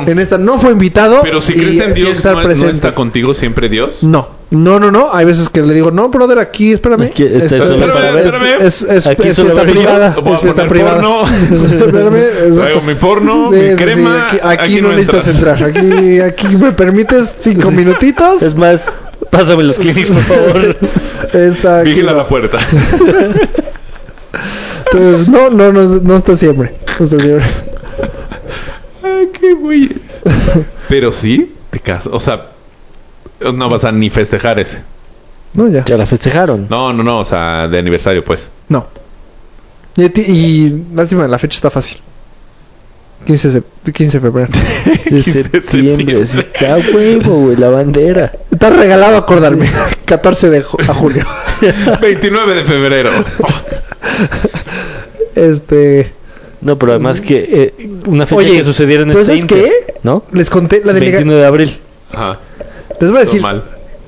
Speaker 3: esta. En esta no fue invitado.
Speaker 2: Pero si
Speaker 3: y
Speaker 2: crees en
Speaker 3: tiene que
Speaker 2: Dios,
Speaker 3: estar
Speaker 2: ¿no, no
Speaker 3: presente.
Speaker 2: está contigo siempre Dios?
Speaker 3: No, no, no, no. Hay veces que le digo, no, brother, aquí, espérame.
Speaker 1: Aquí está
Speaker 3: Es-
Speaker 1: solo
Speaker 3: es-
Speaker 1: para ver.
Speaker 2: Espérame.
Speaker 3: Es, es,
Speaker 1: Aquí
Speaker 3: es
Speaker 1: solo
Speaker 3: fiesta
Speaker 1: veo yo.
Speaker 3: privada.
Speaker 2: Voy a
Speaker 3: Es fiesta
Speaker 2: poner
Speaker 3: privada.
Speaker 2: porno.
Speaker 3: Espérame, es-
Speaker 2: Traigo mi porno,
Speaker 3: Sí,
Speaker 2: mi
Speaker 3: sí, sí,
Speaker 2: crema.
Speaker 3: Aquí, aquí no, necesitas
Speaker 2: entras.
Speaker 3: entrar. Aquí, aquí me permites cinco minutitos.
Speaker 1: Es más, pásame los clinics, por favor.
Speaker 3: Está aquí,
Speaker 2: Vigila
Speaker 3: no.
Speaker 2: la puerta.
Speaker 3: Entonces, no, no, no, no está siempre. No está siempre.
Speaker 2: Ay, qué güey eres. Pero sí, te casas. O sea, no vas a ni festejar ese.
Speaker 3: No, ya.
Speaker 1: Ya la festejaron.
Speaker 2: No, no, no, o sea, de aniversario, pues.
Speaker 3: No. Y, a ti- y lástima, la fecha está fácil. 15 de, sep- 15 de febrero.
Speaker 1: De
Speaker 2: 15 de
Speaker 1: septiembre.
Speaker 2: septiembre.
Speaker 1: sí, Está huevo, güey, la bandera.
Speaker 3: Está regalado acordarme. 14 de ju- a julio.
Speaker 2: 29 de febrero.
Speaker 3: Este.
Speaker 1: No, pero además que eh, una fecha
Speaker 3: Oye,
Speaker 1: que sucediera en
Speaker 3: ¿pero
Speaker 1: este
Speaker 3: sabes
Speaker 1: inter,
Speaker 3: qué?
Speaker 1: ¿no?
Speaker 3: Les conté la delegación.
Speaker 1: 21 de abril.
Speaker 2: Ajá,
Speaker 3: Les voy a decir,
Speaker 2: normal.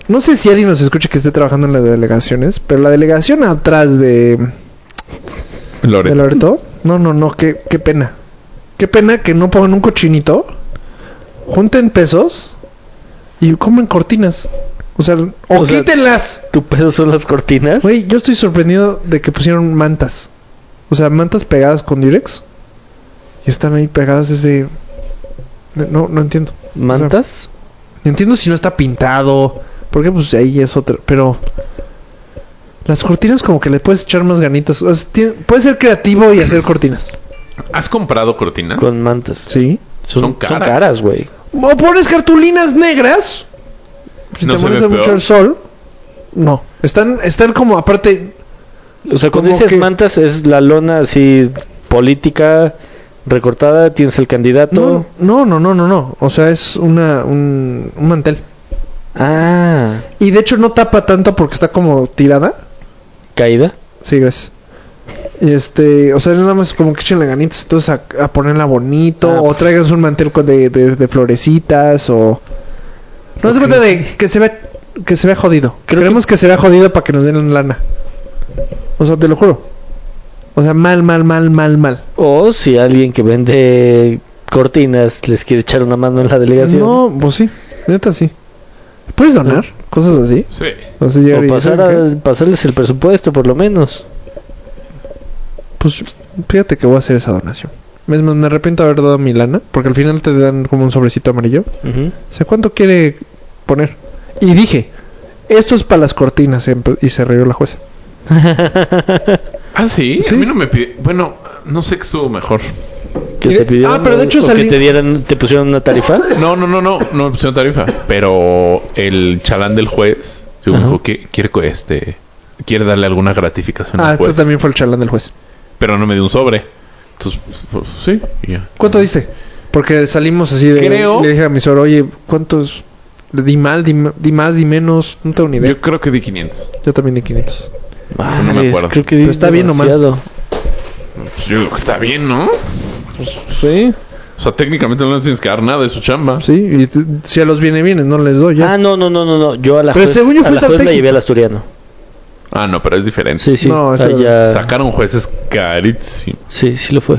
Speaker 3: no sé si alguien nos escucha que esté trabajando en las delegaciones, pero la delegación atrás de, de
Speaker 2: Loreto.
Speaker 3: Loreto. No, no, no, qué, qué pena. Qué pena que no pongan un cochinito, junten pesos y comen cortinas. O sea, o,
Speaker 1: O sea,
Speaker 3: quítenlas.
Speaker 1: ¿Tu pedo son las cortinas?
Speaker 3: Güey, yo estoy sorprendido de que pusieron mantas. O sea, mantas pegadas con Durex. Y están ahí pegadas desde... No, no entiendo.
Speaker 1: ¿Mantas?
Speaker 3: Entiendo si no está pintado. Porque pues ahí es otra. Pero. Las cortinas como que le puedes echar más ganitas. O sea, ti- puedes ser creativo y hacer cortinas.
Speaker 2: ¿Has comprado cortinas?
Speaker 1: Con mantas.
Speaker 3: Sí.
Speaker 1: Son,
Speaker 2: Son
Speaker 1: son
Speaker 2: caras.
Speaker 1: caras, güey.
Speaker 3: O pones cartulinas negras. Si
Speaker 2: No
Speaker 3: te
Speaker 2: se
Speaker 3: pones
Speaker 2: ve
Speaker 3: mucho
Speaker 2: peor.
Speaker 3: el sol. No. Están, están como aparte.
Speaker 1: O sea, cuando
Speaker 3: Como
Speaker 1: dices
Speaker 3: que-
Speaker 1: mantas es la lona así política recortada, tienes el candidato.
Speaker 3: No, no, no, no, no, no. O sea, es una, un, un mantel.
Speaker 1: Ah,
Speaker 3: Y de hecho no tapa tanto porque está como tirada.
Speaker 1: caída.
Speaker 3: Sí, gracias. Y este, o sea, nada más como que echenle ganitas, entonces a, a ponerla bonito,
Speaker 1: Ah,
Speaker 3: o traigas un mantel con de, de, de florecitas, o. No se cuenta de que se vea, que se vea jodido. Queremos que... se vea jodido para que nos den lana. O sea, te lo juro. O sea, mal, mal, mal, mal, mal.
Speaker 1: O si alguien que vende cortinas les quiere echar una mano en la delegación.
Speaker 3: No, pues sí, neta sí. ¿Puedes donar? Cosas así.
Speaker 2: Sí.
Speaker 3: Así llegar
Speaker 1: O
Speaker 3: y-
Speaker 1: pasar a- pasarles el presupuesto, por lo menos.
Speaker 3: Pues fíjate que voy a hacer esa donación. Es más, me arrepiento de haber dado mi lana, porque al final te dan como un sobrecito amarillo.
Speaker 1: Ujú.
Speaker 3: O sea, ¿cuánto quiere poner? Y dije, esto es para las cortinas. empe- Y se rió la jueza.
Speaker 2: Ah, sí.
Speaker 3: Sí.
Speaker 2: A mí no me pide. Bueno, no sé qué estuvo mejor.
Speaker 1: Que
Speaker 3: Y
Speaker 1: te
Speaker 3: de-
Speaker 1: pidieron,
Speaker 3: ah, pero de
Speaker 1: o-
Speaker 3: hecho
Speaker 1: o
Speaker 3: salí-
Speaker 1: que te dieran, te pusieron una tarifa.
Speaker 2: No, no, no, no. No me pusieron tarifa. Pero el chalán del juez sí me
Speaker 1: Ajá.
Speaker 2: dijo que quiere, co- este, quiere darle alguna gratificación
Speaker 3: ah,
Speaker 2: al
Speaker 3: esto
Speaker 2: juez.
Speaker 3: también fue el chalán del juez.
Speaker 2: Pero no me dio un sobre. Entonces, pues, sí. y ya.
Speaker 3: ¿Cuánto diste? Porque salimos así de...
Speaker 2: Creo-
Speaker 3: Le dije a mi suegro, oye, ¿cuántos? Le di mal, di, ma- di más, di menos. No tengo ni idea.
Speaker 2: Yo
Speaker 3: Yo,
Speaker 2: creo que di 500.
Speaker 3: también di 500.
Speaker 1: Madres,
Speaker 2: me acuerdo.
Speaker 1: creo que
Speaker 3: Pero está bien o mal.
Speaker 1: demasiado.
Speaker 2: Pues yo creo que está bien, ¿no?
Speaker 3: Sí,
Speaker 2: O sea, técnicamente no le tienes que dar nada de su chamba.
Speaker 3: sí. Y t- si a los viene bienes, no les doy ya.
Speaker 1: Ah, no, no, no, no, no. Yo a la
Speaker 3: Pero
Speaker 1: juez,
Speaker 3: según yo
Speaker 1: a
Speaker 3: fue
Speaker 1: la juez la
Speaker 3: estratégico.
Speaker 1: llevé al asturiano.
Speaker 2: Ah, no, pero es diferente.
Speaker 1: Sí, sí.
Speaker 3: No, eso-
Speaker 1: allá-
Speaker 2: Sacar a un juez es carísimo.
Speaker 1: Sí, sí lo fue.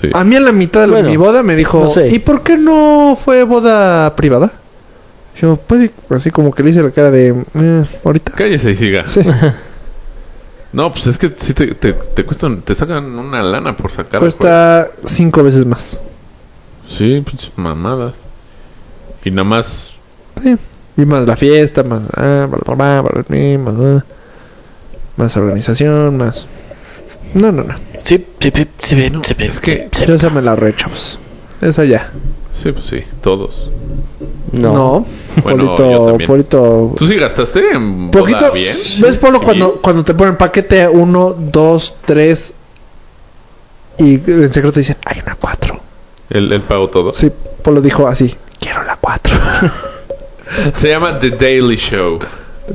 Speaker 2: Sí.
Speaker 3: A mí a la mitad de la-
Speaker 1: Bueno,
Speaker 3: mi boda me dijo,
Speaker 1: no sé.
Speaker 3: ¿y por qué no fue boda privada? Yo, pues, así como que le hice la cara de... "Eh, ahorita.
Speaker 2: Cállese y siga.
Speaker 3: Sí.
Speaker 2: No, pues es que sí te, te, te cuestan, te sacan una lana por sacar. al
Speaker 3: Cuesta cinco veces más.
Speaker 2: juez. Sí, pinches mamadas. Y nada más
Speaker 3: Sí. Y más la fiesta, más. ah, bla, bla, bla, bla, bla, más, ah, más organización, más. No, no, no.
Speaker 1: Sí, sí, sí, sí, sí, sí, sí,
Speaker 2: es que-
Speaker 1: sí.
Speaker 3: Yo esa me la re, chavos. Esa ya.
Speaker 2: Sí, pues sí, todos.
Speaker 1: No.
Speaker 3: No.
Speaker 2: Bueno, yo
Speaker 3: Polito,
Speaker 2: también.
Speaker 3: Polito.
Speaker 2: ¿Tú sí gastaste en boda
Speaker 3: Poquito.
Speaker 2: bien?
Speaker 3: ¿Ves, Polo,
Speaker 2: Sí.
Speaker 3: cuando, cuando te ponen paquete 1, 2, 3 y en secreto dicen, hay una 4?
Speaker 2: Él, él pagó todo.
Speaker 3: Sí, Polo dijo así, quiero la 4.
Speaker 2: Se llama The Daily Show.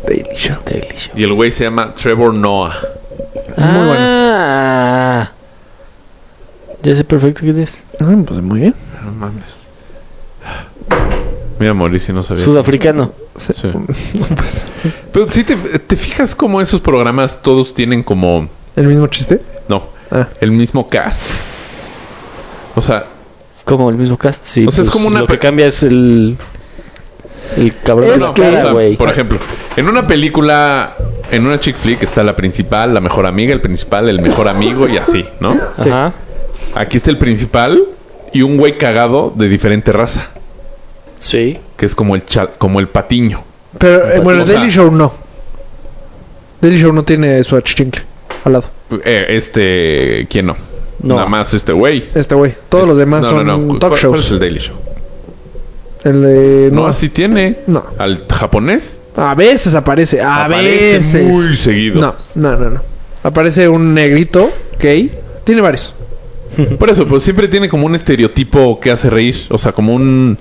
Speaker 3: Daily Show.
Speaker 2: Y el güey se llama Trevor Noah.
Speaker 3: Muy bueno.
Speaker 1: Ah. Ya sé perfecto quién es.
Speaker 3: Ah, pues muy bien.
Speaker 2: No mames. Mira, Mauricio, no sabía.
Speaker 1: Sudafricano.
Speaker 3: Sí.
Speaker 2: Sí.
Speaker 3: pues,
Speaker 2: Pero si te, te fijas cómo esos programas todos tienen como...
Speaker 3: el mismo chiste.
Speaker 2: No,
Speaker 3: Ah.
Speaker 2: el mismo cast. O sea,
Speaker 1: Como el mismo cast, sí. pues,
Speaker 2: O sea, es como una
Speaker 1: Lo que
Speaker 2: pe-
Speaker 1: cambia es el. El cabrón de
Speaker 3: Es
Speaker 1: la
Speaker 3: que-
Speaker 1: cara,
Speaker 2: o sea,
Speaker 1: güey.
Speaker 2: por ejemplo, en una película, en una chick flick está la principal, la mejor amiga, el principal, el mejor amigo y así, ¿no?
Speaker 1: Ajá.
Speaker 2: Aquí está el principal y un güey cagado de diferente raza,
Speaker 1: Sí.
Speaker 2: que es como el cha- como el patiño.
Speaker 3: Pero eh, bueno,
Speaker 2: O
Speaker 3: el
Speaker 2: sea-
Speaker 3: Daily Show no. Daily Show no tiene su achichincle al lado.
Speaker 2: Eh, este, ¿quién no?
Speaker 1: No.
Speaker 2: Nada más este güey.
Speaker 3: Este güey. Todos los demás
Speaker 2: no,
Speaker 3: son
Speaker 2: no, no. ¿Cu-
Speaker 3: talk
Speaker 2: cuál- ¿Cuál es
Speaker 3: shows.
Speaker 2: el Daily Show?
Speaker 3: El de.
Speaker 2: No,
Speaker 3: no.
Speaker 2: así tiene.
Speaker 3: No.
Speaker 2: Al japonés.
Speaker 3: A veces aparece. A
Speaker 2: aparece
Speaker 3: veces.
Speaker 2: Muy seguido.
Speaker 3: No, no, no, no. Aparece un negrito gay. Tiene varios.
Speaker 2: Por eso, pues siempre tiene como un estereotipo que hace reír. O sea, como un.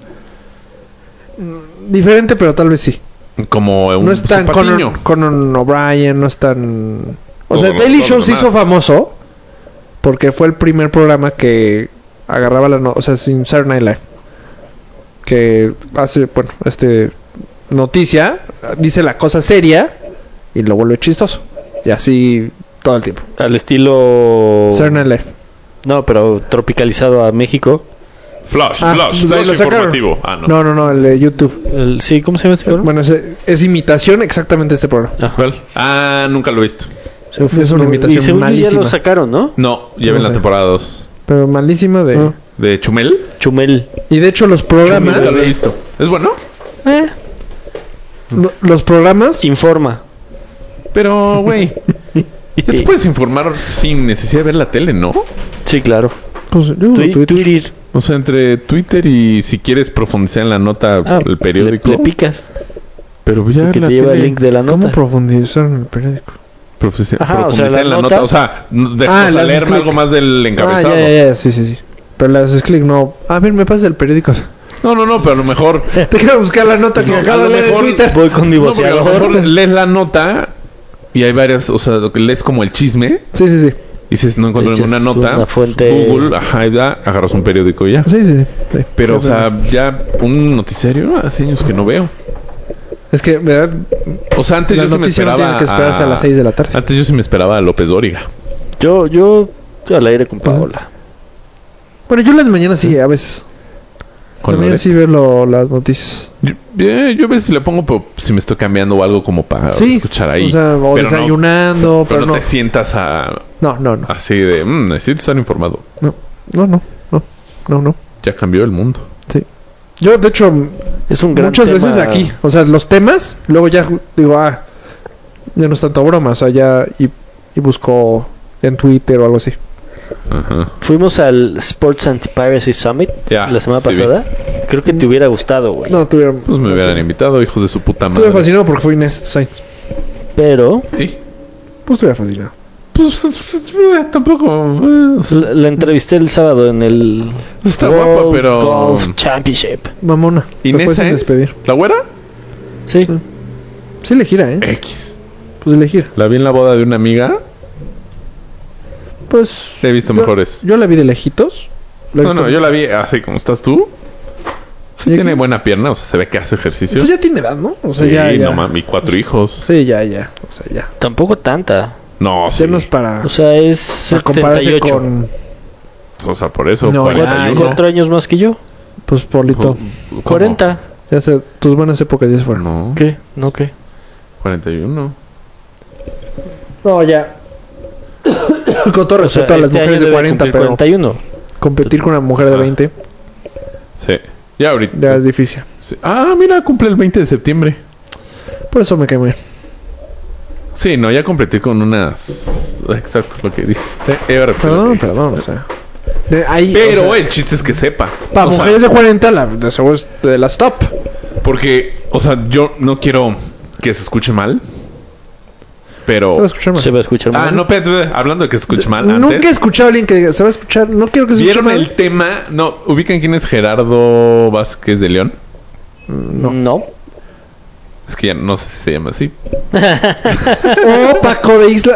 Speaker 3: Diferente, pero tal vez sí.
Speaker 2: Como un
Speaker 3: No es tan
Speaker 2: pues, un
Speaker 3: Conan,
Speaker 2: patiño.
Speaker 3: Conan O'Brien, no es tan... O
Speaker 2: Todo
Speaker 3: sea,
Speaker 2: lo-
Speaker 3: Daily
Speaker 2: todo
Speaker 3: Show
Speaker 2: lo
Speaker 3: se hizo
Speaker 2: demás.
Speaker 3: famoso porque fue el primer programa que agarraba la... No o sea, sin Saturday Night Live. Que hace, bueno, este... Noticia, dice la cosa seria y lo vuelve chistoso. Y así todo el tiempo.
Speaker 1: Al
Speaker 2: Oh.
Speaker 1: estilo.
Speaker 3: Saturday Night Live.
Speaker 1: No, pero tropicalizado a México.
Speaker 2: Flash,
Speaker 3: Ah,
Speaker 2: flash,
Speaker 3: lo-
Speaker 2: flash
Speaker 3: lo sacaron.
Speaker 2: informativo. Ah, no.
Speaker 3: No, no, no, el de YouTube.
Speaker 1: El- Sí, ¿cómo se llama este cabrón?
Speaker 3: Bueno, es, es imitación exactamente de este programa.
Speaker 2: ¿Cuál? Ah, nunca lo he visto.
Speaker 1: Se me fue
Speaker 3: es
Speaker 1: su
Speaker 3: una
Speaker 1: nombre.
Speaker 3: imitación
Speaker 1: y según yo ya
Speaker 3: malísima.
Speaker 1: lo sacaron, ¿no?
Speaker 2: No, ya ven
Speaker 3: No
Speaker 2: la
Speaker 3: sé.
Speaker 2: temporada 2.
Speaker 3: Pero malísima de...
Speaker 1: Ah.
Speaker 2: ¿De Chumel?
Speaker 1: Chumel.
Speaker 3: Y de hecho los programas...
Speaker 2: Nunca lo he visto. ¿Es bueno?
Speaker 3: lo- los programas...
Speaker 1: Informa.
Speaker 2: Pero, güey. Ya te puedes informar sin necesidad de ver la tele, ¿no?
Speaker 1: Sí, claro.
Speaker 3: Pues, yo uso
Speaker 1: Twi-
Speaker 3: Twitter.
Speaker 1: Twitter.
Speaker 2: O sea, entre Twitter y si quieres profundizar en la nota,
Speaker 1: Ah,
Speaker 2: el periódico.
Speaker 1: Le, le picas.
Speaker 2: pero ya
Speaker 1: Que
Speaker 2: la
Speaker 1: te lleva el
Speaker 2: tele-
Speaker 1: link de la nota.
Speaker 3: ¿Cómo profundizar en el periódico?
Speaker 2: Profundiza-
Speaker 1: Ajá, o sea,
Speaker 2: profundizar
Speaker 1: la
Speaker 2: en la
Speaker 1: nota-
Speaker 2: nota. O sea, n- de-
Speaker 3: Ah,
Speaker 2: o sea,
Speaker 3: las
Speaker 2: leerme
Speaker 3: clic.
Speaker 2: algo más del
Speaker 3: Ah,
Speaker 2: encabezado.
Speaker 3: ya, ya, ya, sí, sí, sí. Pero las haces clic, no. A ver, me pasa el periódico.
Speaker 2: No, no, no, pero a lo mejor.
Speaker 3: Te quiero buscar la nota que
Speaker 2: No,
Speaker 3: acabo
Speaker 2: a
Speaker 3: de
Speaker 2: lo
Speaker 3: leer en
Speaker 2: mejor-
Speaker 3: Twitter.
Speaker 1: Voy con mi
Speaker 2: No, porque a lo
Speaker 1: voceador.
Speaker 2: mejor lees la nota y hay varias. O sea, lo que lees como el chisme.
Speaker 3: Sí, sí, sí.
Speaker 2: Y si no encuentro
Speaker 1: Esa
Speaker 2: ninguna
Speaker 1: es
Speaker 2: nota,
Speaker 1: una fuente-
Speaker 2: Google, ajá, y da, agarras un periódico y ya.
Speaker 3: Sí, sí, sí. sí.
Speaker 2: Pero, o
Speaker 3: Sí,
Speaker 2: sea, ya un noticiario hace años que no veo.
Speaker 3: Es que, ¿verdad?
Speaker 2: O sea, antes
Speaker 3: La
Speaker 2: yo sí me
Speaker 3: noticia no
Speaker 2: esperaba.
Speaker 3: tiene que esperarse a las seis de la tarde.
Speaker 2: Antes yo sí me esperaba a López Dóriga.
Speaker 1: Yo, yo, yo al aire con Paola.
Speaker 3: Bueno, yo las mañanas sí, a veces.
Speaker 2: Con
Speaker 3: También
Speaker 2: Loret.
Speaker 3: sí veo lo- las noticias.
Speaker 2: Yo, eh, yo a veces le pongo pero si me estoy cambiando o algo como para
Speaker 3: sí.
Speaker 2: Ah, escuchar ahí.
Speaker 3: O sea, o
Speaker 2: pero no,
Speaker 3: desayunando,
Speaker 2: pero
Speaker 3: pero
Speaker 2: no
Speaker 3: no.
Speaker 2: te sientas a,
Speaker 3: No, no, no.
Speaker 2: así de, "Mm, necesito estar informado.
Speaker 3: No, no, no. No, no. no.
Speaker 2: Ya cambió el mundo.
Speaker 3: Sí. Yo, de hecho,
Speaker 1: Es un gran
Speaker 3: Muchas
Speaker 1: tema.
Speaker 3: veces aquí, o sea, los temas, luego ya ju- digo, ah, ya no es tanto broma, o sea, ya y, y busco en Twitter o algo así.
Speaker 2: Ajá.
Speaker 1: Fuimos al Sports Anti Piracy Summit
Speaker 2: Ya,
Speaker 1: la semana
Speaker 2: sí vi.
Speaker 1: pasada. Creo que te hubiera gustado, güey.
Speaker 3: No, tuvieron.
Speaker 2: Pues me hubieran
Speaker 3: sí.
Speaker 2: invitado, hijos de su puta madre.
Speaker 3: Estuve fascinado porque fue Inés Sainz.
Speaker 1: Pero
Speaker 2: Sí.
Speaker 3: Pues estuve fascinado.
Speaker 2: Pues eh, tampoco. eh, o sea,
Speaker 1: la, la entrevisté el sábado en el
Speaker 2: Está guapa, pero-
Speaker 1: Golf Championship.
Speaker 3: Mamona. se fue
Speaker 2: Inés
Speaker 3: sin
Speaker 2: Sáenz,
Speaker 3: despedir.
Speaker 2: ¿La güera?
Speaker 1: Sí.
Speaker 3: Sí le gira, ¿eh?
Speaker 2: X.
Speaker 3: Pues le gira.
Speaker 2: La vi en la boda de una amiga.
Speaker 3: Pues.
Speaker 2: He visto
Speaker 3: yo-
Speaker 2: mejores.
Speaker 3: Yo la vi de lejitos. La vi
Speaker 2: No, no,
Speaker 3: por-
Speaker 2: yo la vi así como estás tú. Sí
Speaker 3: ¿Y
Speaker 2: tiene
Speaker 3: aquí?
Speaker 2: buena pierna, o sea, se ve que hace ejercicio.
Speaker 3: Pues ya tiene edad, ¿no? O sea,
Speaker 2: sí,
Speaker 3: ya. ya.
Speaker 2: no mami, cuatro hijos.
Speaker 3: Sí, ya, ya. O sea, ya.
Speaker 1: Tampoco tanta.
Speaker 2: No, sí.
Speaker 3: Ya no es para,
Speaker 1: O sea, es
Speaker 3: para compararse
Speaker 1: 78.
Speaker 3: con.
Speaker 2: O sea, por eso,
Speaker 3: No,
Speaker 1: Cuatro,
Speaker 2: 41.
Speaker 1: cuatro años más que yo.
Speaker 3: Pues Polito.
Speaker 2: ¿Cómo?
Speaker 1: 40.
Speaker 3: Ya se, tus buenas épocas ya se fueron.
Speaker 2: No,
Speaker 1: ¿Qué? ¿No qué?
Speaker 2: 41.
Speaker 3: No, ya. con todo
Speaker 1: O sea,
Speaker 3: respeto a las
Speaker 1: este año
Speaker 3: mujeres de
Speaker 1: debe
Speaker 3: 40,
Speaker 1: cumplir
Speaker 3: pero
Speaker 1: 41.
Speaker 3: competir con una mujer de
Speaker 2: Ah.
Speaker 3: 20.
Speaker 2: Sí. Ya ahorita.
Speaker 3: Ya es difícil.
Speaker 2: Sí. Ah, mira, cumple el 20 de septiembre.
Speaker 3: Por eso me quemé.
Speaker 2: Sí, no, ya completé con unas. Exacto, lo que dices. Eh, eh, repito lo que
Speaker 3: Perdón,
Speaker 2: dijiste.
Speaker 3: perdón, o sea. De ahí,
Speaker 2: Pero
Speaker 3: o sea,
Speaker 2: el chiste es que sepa.
Speaker 3: para
Speaker 2: O sea,
Speaker 3: mujeres de 40, la, de seguro es de las top.
Speaker 2: Porque, o sea, yo no quiero que se escuche mal. Pero.
Speaker 3: Se va a escuchar mal.
Speaker 1: Se va a escuchar
Speaker 2: Ah,
Speaker 1: mal.
Speaker 2: no, espérate, espérate, hablando de que se escuche mal.
Speaker 3: Nunca he
Speaker 2: antes,
Speaker 3: escuchado a alguien que diga, se va a escuchar. No quiero que se escuche
Speaker 2: ¿Vieron
Speaker 3: mal.
Speaker 2: el tema? No, ubican quién es Gerardo Vázquez de León.
Speaker 1: no. No.
Speaker 2: Es que ya no sé si se llama así.
Speaker 3: Oh, Paco de Isla.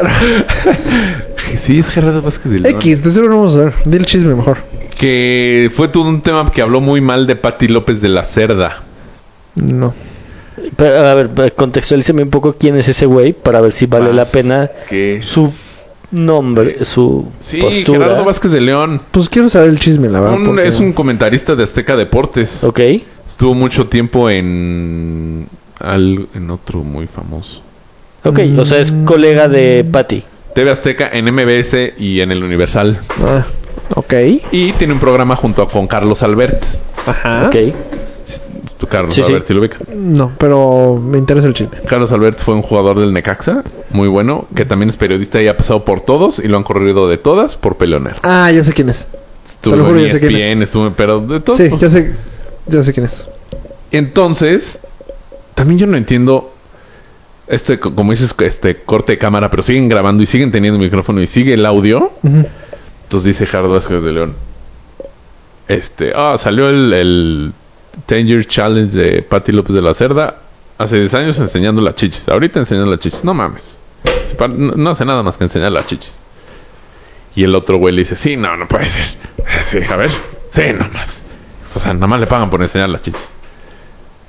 Speaker 2: Sí, es Gerardo Vázquez de León.
Speaker 3: X, de seguro no vamos a ver. Dile el chisme mejor.
Speaker 2: Que fue todo un tema que habló muy mal de Patti López de la Cerda.
Speaker 3: No.
Speaker 1: Pero, a ver, contextualízame un poco quién es ese güey para ver si vale la
Speaker 2: Vas-
Speaker 1: pena
Speaker 2: Que...
Speaker 1: su nombre, su
Speaker 2: Sí,
Speaker 1: postura.
Speaker 2: Gerardo Vázquez de León.
Speaker 3: Pues quiero saber el chisme, la verdad.
Speaker 2: Un-
Speaker 3: porque-
Speaker 2: Es un comentarista de Azteca Deportes.
Speaker 1: Ok.
Speaker 2: Estuvo mucho tiempo en. al- en otro muy famoso.
Speaker 1: Ok, o sea,
Speaker 3: Mm.
Speaker 1: es colega de Patty.
Speaker 2: TV Azteca en MBS y en el Universal.
Speaker 3: Ah, ok.
Speaker 2: Y tiene un programa junto a- con Carlos Albert.
Speaker 3: Ajá.
Speaker 1: Ok.
Speaker 3: ¿Ah?
Speaker 2: Tu Carlos
Speaker 1: Sí, sí.
Speaker 2: Albert, ¿sí lo ubica?
Speaker 3: No, pero me interesa el chisme.
Speaker 2: Carlos Albert fue un jugador del Necaxa, muy bueno, que también es periodista y ha pasado por todos y lo han corrido de todas por peleonero.
Speaker 3: Ah, ya sé quién es.
Speaker 2: Estuvo
Speaker 3: lo juro,
Speaker 2: en E
Speaker 3: ya sé quién
Speaker 2: ESPN, estuvo, pero de todo.
Speaker 3: Sí, ya sé. Ya sé quién es.
Speaker 2: Entonces, también yo no entiendo este, co- como dices, este corte de cámara, pero siguen grabando y siguen teniendo micrófono y sigue el audio.
Speaker 3: Ujú.
Speaker 2: Entonces dice Gerardo Vázquez de León. Este, ah, salió el, el 10 Year Challenge de Patti López de la Cerda hace 10 años enseñando las chichis. Ahorita enseñando las chichis, no mames. Se pa- No, no hace nada más que enseñar las chichis. Y el otro güey le dice, sí, no, no puede ser. Sí, a ver, sí, no mames. O sea, nada más le pagan por enseñar las chichis.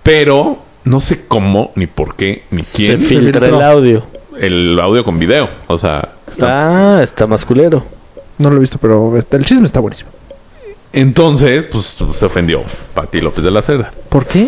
Speaker 2: Pero no sé cómo, ni por qué, ni
Speaker 1: Se
Speaker 2: quién.
Speaker 1: filtra el
Speaker 3: filtró?
Speaker 1: audio.
Speaker 2: el audio con video. O sea, está
Speaker 1: Ah, está más culero.
Speaker 3: No lo he visto, pero el chisme está buenísimo.
Speaker 2: Entonces, pues se ofendió Pati López de la Cerda.
Speaker 3: ¿Por qué?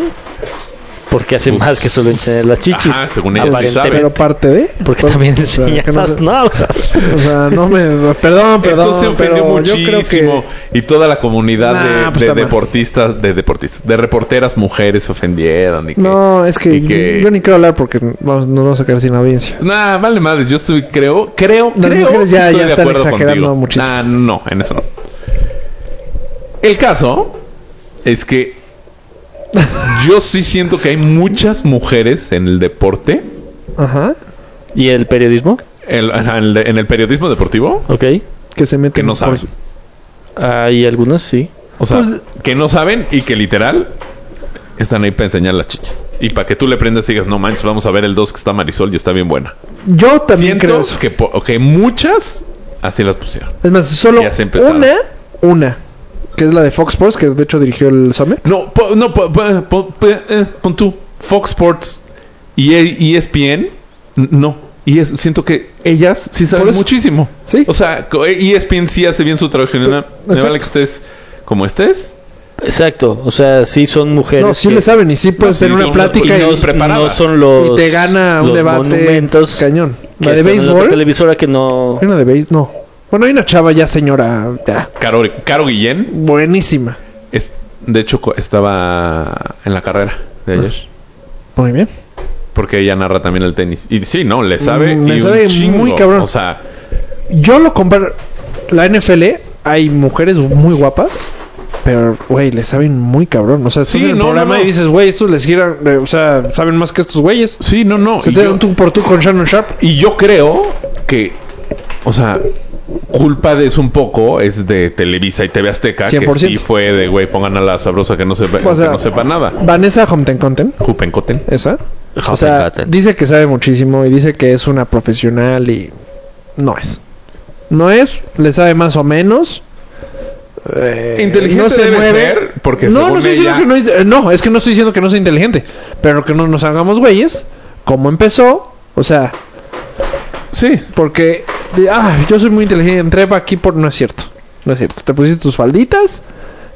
Speaker 1: Porque hace
Speaker 2: Pues,
Speaker 1: más que solo enseñar las chichis.
Speaker 2: ajá, ah, según ella sí
Speaker 1: Aparentemente.
Speaker 2: sabe.
Speaker 3: Pero parte de.
Speaker 1: Porque
Speaker 3: Por-
Speaker 1: también
Speaker 3: o sea,
Speaker 1: enseña
Speaker 3: que no
Speaker 1: las
Speaker 3: sé.
Speaker 1: nalgas.
Speaker 3: O sea, no me. Perdón, perdón.
Speaker 2: Entonces se ofendió
Speaker 3: pero
Speaker 2: muchísimo
Speaker 3: Yo creo que.
Speaker 2: y toda la comunidad de-
Speaker 3: Nah, pues,
Speaker 2: de,
Speaker 3: está mal.
Speaker 2: deportistas, de deportistas, de reporteras mujeres se ofendieron y que
Speaker 3: No, es que,
Speaker 2: y que-
Speaker 3: yo ni quiero hablar porque vamos, nos vamos a quedar sin audiencia.
Speaker 2: Nah, vale madres, yo estoy creo, creo,
Speaker 3: Las
Speaker 2: creo
Speaker 3: mujeres
Speaker 2: que
Speaker 3: ya-
Speaker 2: estoy
Speaker 3: ya
Speaker 2: de
Speaker 3: están
Speaker 2: acuerdo
Speaker 3: exagerando
Speaker 2: contigo.
Speaker 3: muchísimo.
Speaker 2: Nah, no, en eso no. El caso es que yo sí siento que hay muchas mujeres en el deporte,
Speaker 3: Ajá.
Speaker 1: ¿Y el periodismo?
Speaker 2: en- en el- en el periodismo deportivo,
Speaker 1: Ok.
Speaker 3: Que se meten.
Speaker 2: que no
Speaker 3: por-
Speaker 2: saben.
Speaker 1: Hay algunas, sí.
Speaker 2: O sea,
Speaker 3: Pues-
Speaker 2: que no saben y que literal están ahí para enseñar las chichis. Y para que tú le prendas y digas, no manches, vamos a ver el 2 que está Marisol y está bien buena.
Speaker 3: Yo también
Speaker 2: Siento
Speaker 3: creo eso.
Speaker 2: que, po- que muchas así las pusieron.
Speaker 3: Es más, solo
Speaker 2: Ya se empezaron.
Speaker 3: una, una, que es la de Fox Sports, que de hecho dirigió el Summit.
Speaker 2: No, po- no, po- po- po- po- eh, pon tú, Fox Sports y E- ESPN, n- no. Y es- siento que ellas sí
Speaker 3: Por
Speaker 2: saben
Speaker 3: eso.
Speaker 2: muchísimo.
Speaker 3: Sí.
Speaker 2: O sea, co- eh, E ESPN sí hace bien su trabajo. y nada, Me
Speaker 3: Exacto.
Speaker 2: vale que estés como estés.
Speaker 1: Exacto. O sea, sí son mujeres.
Speaker 3: No, sí
Speaker 1: que
Speaker 3: le saben y sí puedes
Speaker 2: sí,
Speaker 3: tener una
Speaker 2: son-
Speaker 3: plática
Speaker 2: y
Speaker 3: y,
Speaker 1: no,
Speaker 2: los preparadas.
Speaker 1: no son los.
Speaker 3: y te gana un
Speaker 1: los
Speaker 3: debate
Speaker 1: monumentos
Speaker 3: cañón.
Speaker 1: que
Speaker 3: La de
Speaker 1: están en otra
Speaker 3: béisbol.
Speaker 1: televisora que no.
Speaker 3: Hay una de béisbol, no. Bueno, hay una chava ya señora, ya,
Speaker 2: Caro, Caro Guillén.
Speaker 3: buenísima.
Speaker 2: Es- de hecho, co- estaba en la carrera de ayer.
Speaker 3: Ah. Muy bien.
Speaker 2: Porque ella narra también el tenis. Y sí, no, le sabe.
Speaker 3: Mm, le
Speaker 2: y un
Speaker 3: sabe
Speaker 2: chingo.
Speaker 3: muy cabrón.
Speaker 2: O sea,
Speaker 3: Yo lo comparo. La NFL, hay mujeres muy guapas, pero, güey, le saben muy cabrón. O sea, estás
Speaker 2: Sí,
Speaker 3: en el
Speaker 2: no, no,
Speaker 3: programa
Speaker 2: no.
Speaker 3: y dices, güey, estos les giran, eh, o sea, saben más que estos güeyes.
Speaker 2: sí, no, no.
Speaker 3: Se
Speaker 2: Y
Speaker 3: te
Speaker 2: yo,
Speaker 3: dan tú por tú con Shannon Sharp.
Speaker 2: y yo creo que, o sea, culpa de eso un poco es de Televisa y TV Azteca. Que
Speaker 3: 100%.
Speaker 2: sí fue de, güey, pongan a la sabrosa que no sepa,
Speaker 3: O sea,
Speaker 2: que no sepa nada.
Speaker 3: Vanessa Homtenkonten,
Speaker 2: Jupencoten.
Speaker 3: esa. O sea,
Speaker 1: Homtenkotten.
Speaker 3: dice que sabe muchísimo y dice que es una profesional y no es. No es, le sabe más o menos. Eh,
Speaker 2: Inteligente debe ser, porque
Speaker 3: no,
Speaker 2: según
Speaker 3: no, estoy diciendo
Speaker 2: ella-
Speaker 3: que no, es- eh, no, es que no estoy diciendo que no sea inteligente, pero que no nos hagamos güeyes, como empezó, o sea,
Speaker 2: Sí.
Speaker 3: porque de- ah, yo soy muy inteligente, entré pa' aquí por no es cierto. No es cierto. Te pusiste tus falditas,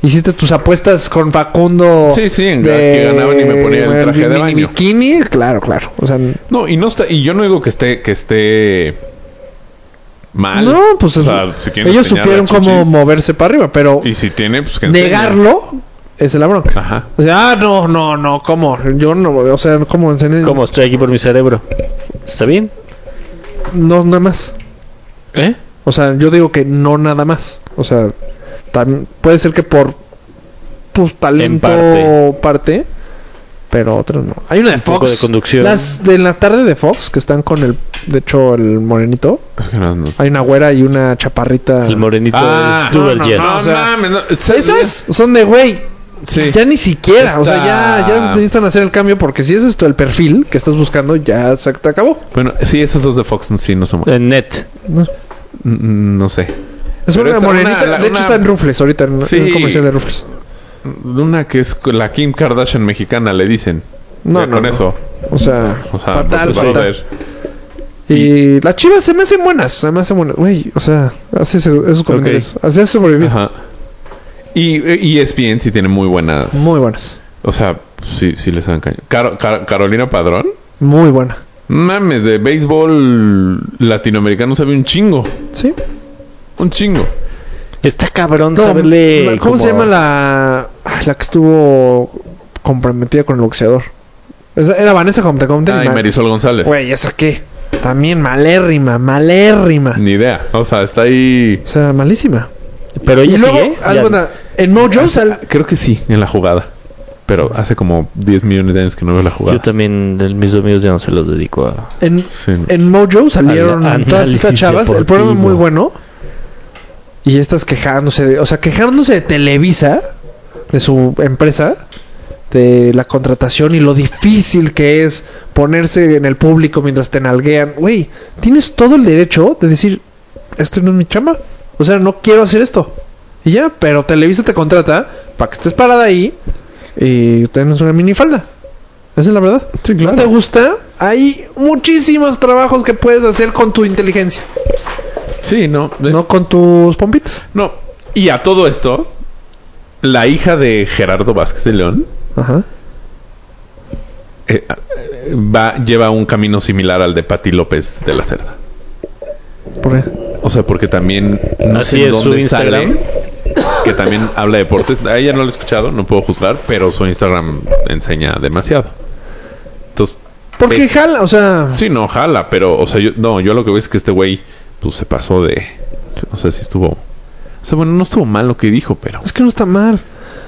Speaker 3: hiciste tus apuestas con Facundo.
Speaker 2: Sí, sí, en- que ganaban y me ponían el traje de
Speaker 3: mini
Speaker 2: baño.
Speaker 3: bikini, claro, claro. O sea,
Speaker 2: No, y no está, y yo no digo que esté, que esté mal.
Speaker 3: no, pues
Speaker 2: O sea, si quieren
Speaker 3: ellos
Speaker 2: enseñar
Speaker 3: supieron
Speaker 2: las chichis,
Speaker 3: cómo moverse para arriba, pero
Speaker 2: Y si tiene, pues que enseñe.
Speaker 3: negarlo Esa es la bronca.
Speaker 2: Ajá.
Speaker 3: O sea, ah, no, no, no, ¿cómo? Yo no, o sea, ¿cómo? En serio,
Speaker 1: ¿Cómo? Estoy aquí por mi cerebro. ¿Está bien?
Speaker 3: No, nada más.
Speaker 1: ¿Eh?
Speaker 3: O sea, yo digo que no nada más. O sea, tam- puede ser que por pues talento
Speaker 1: parte.
Speaker 3: parte. pero otras no. Hay una de
Speaker 1: Un
Speaker 3: Fox.
Speaker 1: poco de conducción.
Speaker 3: Las de la tarde de Fox que están con el de hecho el morenito.
Speaker 2: Es pues, que no- no.
Speaker 3: Hay una güera y una chaparrita.
Speaker 1: El morenito
Speaker 2: Ah,
Speaker 1: es Dual
Speaker 3: no,
Speaker 1: Jet.
Speaker 3: no,
Speaker 2: No,
Speaker 3: o sea,
Speaker 2: mames, no.
Speaker 3: Esas son de güey.
Speaker 2: Sí.
Speaker 3: Ya ni siquiera, o sea, ya,
Speaker 2: Está-
Speaker 3: ya necesitan hacer el cambio porque si ese es tu, el perfil que estás buscando, ya se te acabó.
Speaker 2: Bueno, sí, esas dos de Fox sí no son buenas.
Speaker 1: Eh, Net.
Speaker 2: Mm, No sé.
Speaker 3: Es
Speaker 2: Pero
Speaker 3: una
Speaker 2: esta-
Speaker 3: morenita,
Speaker 2: una- la-
Speaker 3: de hecho
Speaker 2: una-
Speaker 3: está en Rufles ahorita, en, en un
Speaker 2: Sí.
Speaker 3: comercial de Rufles.
Speaker 2: Una que es la Kim Kardashian mexicana, le dicen.
Speaker 3: No,
Speaker 2: Ya
Speaker 3: no,
Speaker 2: con
Speaker 3: no.
Speaker 2: eso.
Speaker 3: O sea,
Speaker 2: O sea,
Speaker 3: fatal,
Speaker 2: pues,
Speaker 3: fatal.
Speaker 2: brother.
Speaker 3: Y las chivas se me hacen buenas, se me hacen buenas. Güey, o sea, así se, esos comentarios. Así es sobrevivir.
Speaker 2: Ajá. Y E y ESPN sí tiene muy buenas.
Speaker 3: Muy buenas.
Speaker 2: O sea, sí, sí les dan caño. Caro- Car- Carolina Padrón.
Speaker 3: Muy buena.
Speaker 2: Mames, de béisbol latinoamericano sabe un chingo.
Speaker 3: ¿Sí?
Speaker 2: Un chingo.
Speaker 1: Está cabrón
Speaker 3: No,
Speaker 1: saberle.
Speaker 3: la- ¿Cómo
Speaker 1: como-
Speaker 3: se llama la, ay, la que estuvo comprometida con el boxeador? Esa- Era Vanessa Compte-Compton.
Speaker 2: Ah, y Marisol González.
Speaker 3: Güey, ¿esa qué? También malérrima, malérrima.
Speaker 1: Mm.
Speaker 2: Ni idea. O sea, está ahí.
Speaker 3: O sea, malísima.
Speaker 1: Pero
Speaker 3: Y
Speaker 1: ella
Speaker 3: luego,
Speaker 1: sigue.
Speaker 3: haz
Speaker 1: Ya-
Speaker 3: cuenta, en Mojo sal-
Speaker 2: Creo que sí, en la jugada. Pero hace como 10 millones de años que no veo la jugada.
Speaker 1: Yo también, de mis amigos ya no se los dedico a.
Speaker 3: en,
Speaker 2: Sí.
Speaker 3: en Mojo salieron
Speaker 1: Al-
Speaker 3: todas
Speaker 1: análisis
Speaker 3: estas chavas. El
Speaker 1: deportivo.
Speaker 3: programa muy bueno. Y estas quejándose de, o sea, quejándose de Televisa, de su empresa, de la contratación y lo difícil que es ponerse en el público mientras te nalguean. Güey, tienes todo el derecho de decir, esto no es mi chamba. O sea, no quiero hacer esto. Y ya, pero Televisa te contrata para que estés parada ahí y tengas una minifalda. Esa es la verdad.
Speaker 2: Sí, claro.
Speaker 3: ¿No te gusta? Hay muchísimos trabajos que puedes hacer con tu inteligencia,
Speaker 2: Sí, no. de-
Speaker 3: no con tus pompitas.
Speaker 2: No. Y a todo esto, la hija de Gerardo Vázquez de León
Speaker 3: Ajá.
Speaker 2: eh, eh, va, lleva un camino similar al de Pati López de la Cerda.
Speaker 3: ¿Por qué?
Speaker 2: O sea, porque también no
Speaker 1: Así
Speaker 2: sé en
Speaker 1: es su
Speaker 2: dónde sale,
Speaker 1: Instagram.
Speaker 2: que también habla de deportes. A ella no la he escuchado, no puedo juzgar, pero su Instagram enseña demasiado. Entonces,
Speaker 3: Porque
Speaker 2: Ves.
Speaker 3: jala, o sea,
Speaker 2: sí, no, jala, pero, o sea, yo, no, yo lo que veo es que este güey, pues se pasó de. O sea, sí estuvo. O sea, bueno, no estuvo mal lo que dijo, pero.
Speaker 3: es que no está mal.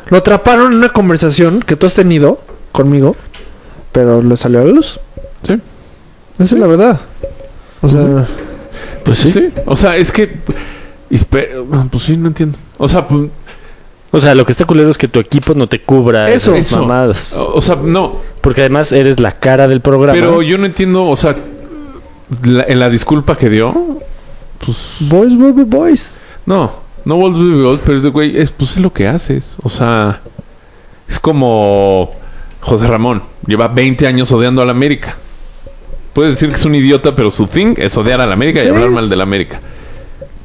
Speaker 3: Lo atraparon en una conversación que tú has tenido conmigo, pero le salió a la luz.
Speaker 2: Sí.
Speaker 3: Esa es la verdad. O sea,
Speaker 1: Pues sí.
Speaker 2: Sí, o sea, es que. y espe- Pues sí, no entiendo. O sea, pues,
Speaker 1: O sea, lo que está culero es que tu equipo no te cubra
Speaker 3: Eso.
Speaker 1: esas
Speaker 2: eso.
Speaker 1: mamadas.
Speaker 2: O, o sea, no.
Speaker 1: Porque además eres la cara del programa.
Speaker 2: Pero yo no entiendo, o sea, la- en la disculpa que dio. pues,
Speaker 3: boys, boys, boys, boys.
Speaker 2: No, no Wolves Baby Gold, pero es de güey, es, pues es lo que haces. O sea, es como José Ramón, lleva 20 años odiando a la América. Puedes decir que es un idiota, pero su thing es odiar a la América y
Speaker 3: Sí.
Speaker 2: hablar mal de la América.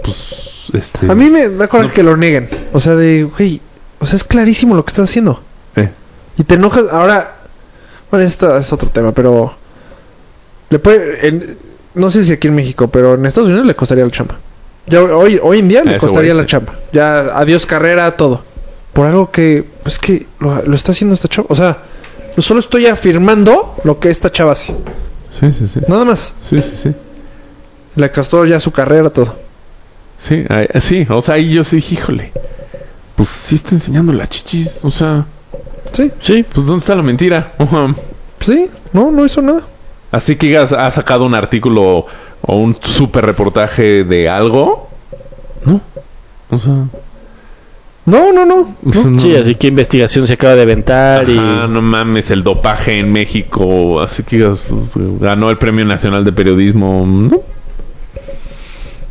Speaker 2: Pues, este.
Speaker 3: A mí me da coraje que lo nieguen. O sea, de, güey, o sea, es clarísimo lo que estás haciendo.
Speaker 2: eh,
Speaker 3: Y te enojas. Ahora, bueno, esto es otro tema, pero. Le puede. en- no sé si aquí en México, pero en Estados Unidos le costaría la chamba. Ya hoy, hoy en día
Speaker 2: A
Speaker 3: le
Speaker 2: ese
Speaker 3: costaría
Speaker 2: güey,
Speaker 3: la
Speaker 2: sí.
Speaker 3: chamba. Ya, adiós carrera, todo. Por algo que. Pues que lo, lo está haciendo esta chava. O sea, yo solo estoy afirmando lo que esta chava hace.
Speaker 2: Sí, sí, sí.
Speaker 3: Nada más.
Speaker 2: Sí, sí, sí.
Speaker 3: Le costó ya su carrera, todo.
Speaker 2: Sí, ay, eh, sí, o sea, ahí yo sí dije, híjole. Pues sí está enseñando la chichis, o sea,
Speaker 3: Sí, pues
Speaker 1: Sí.
Speaker 2: pues ¿dónde está la mentira? Ujú.
Speaker 3: sí. No, no hizo nada.
Speaker 2: Así que has, has sacado un artículo o un super reportaje de algo. No. O sea,
Speaker 3: No, no, no.
Speaker 2: o sea, no.
Speaker 1: Sí, así que investigación se acaba de aventar y.
Speaker 2: Ajá, no mames, el dopaje en México. Así que digas, ganó el Premio Nacional de Periodismo. ¿no?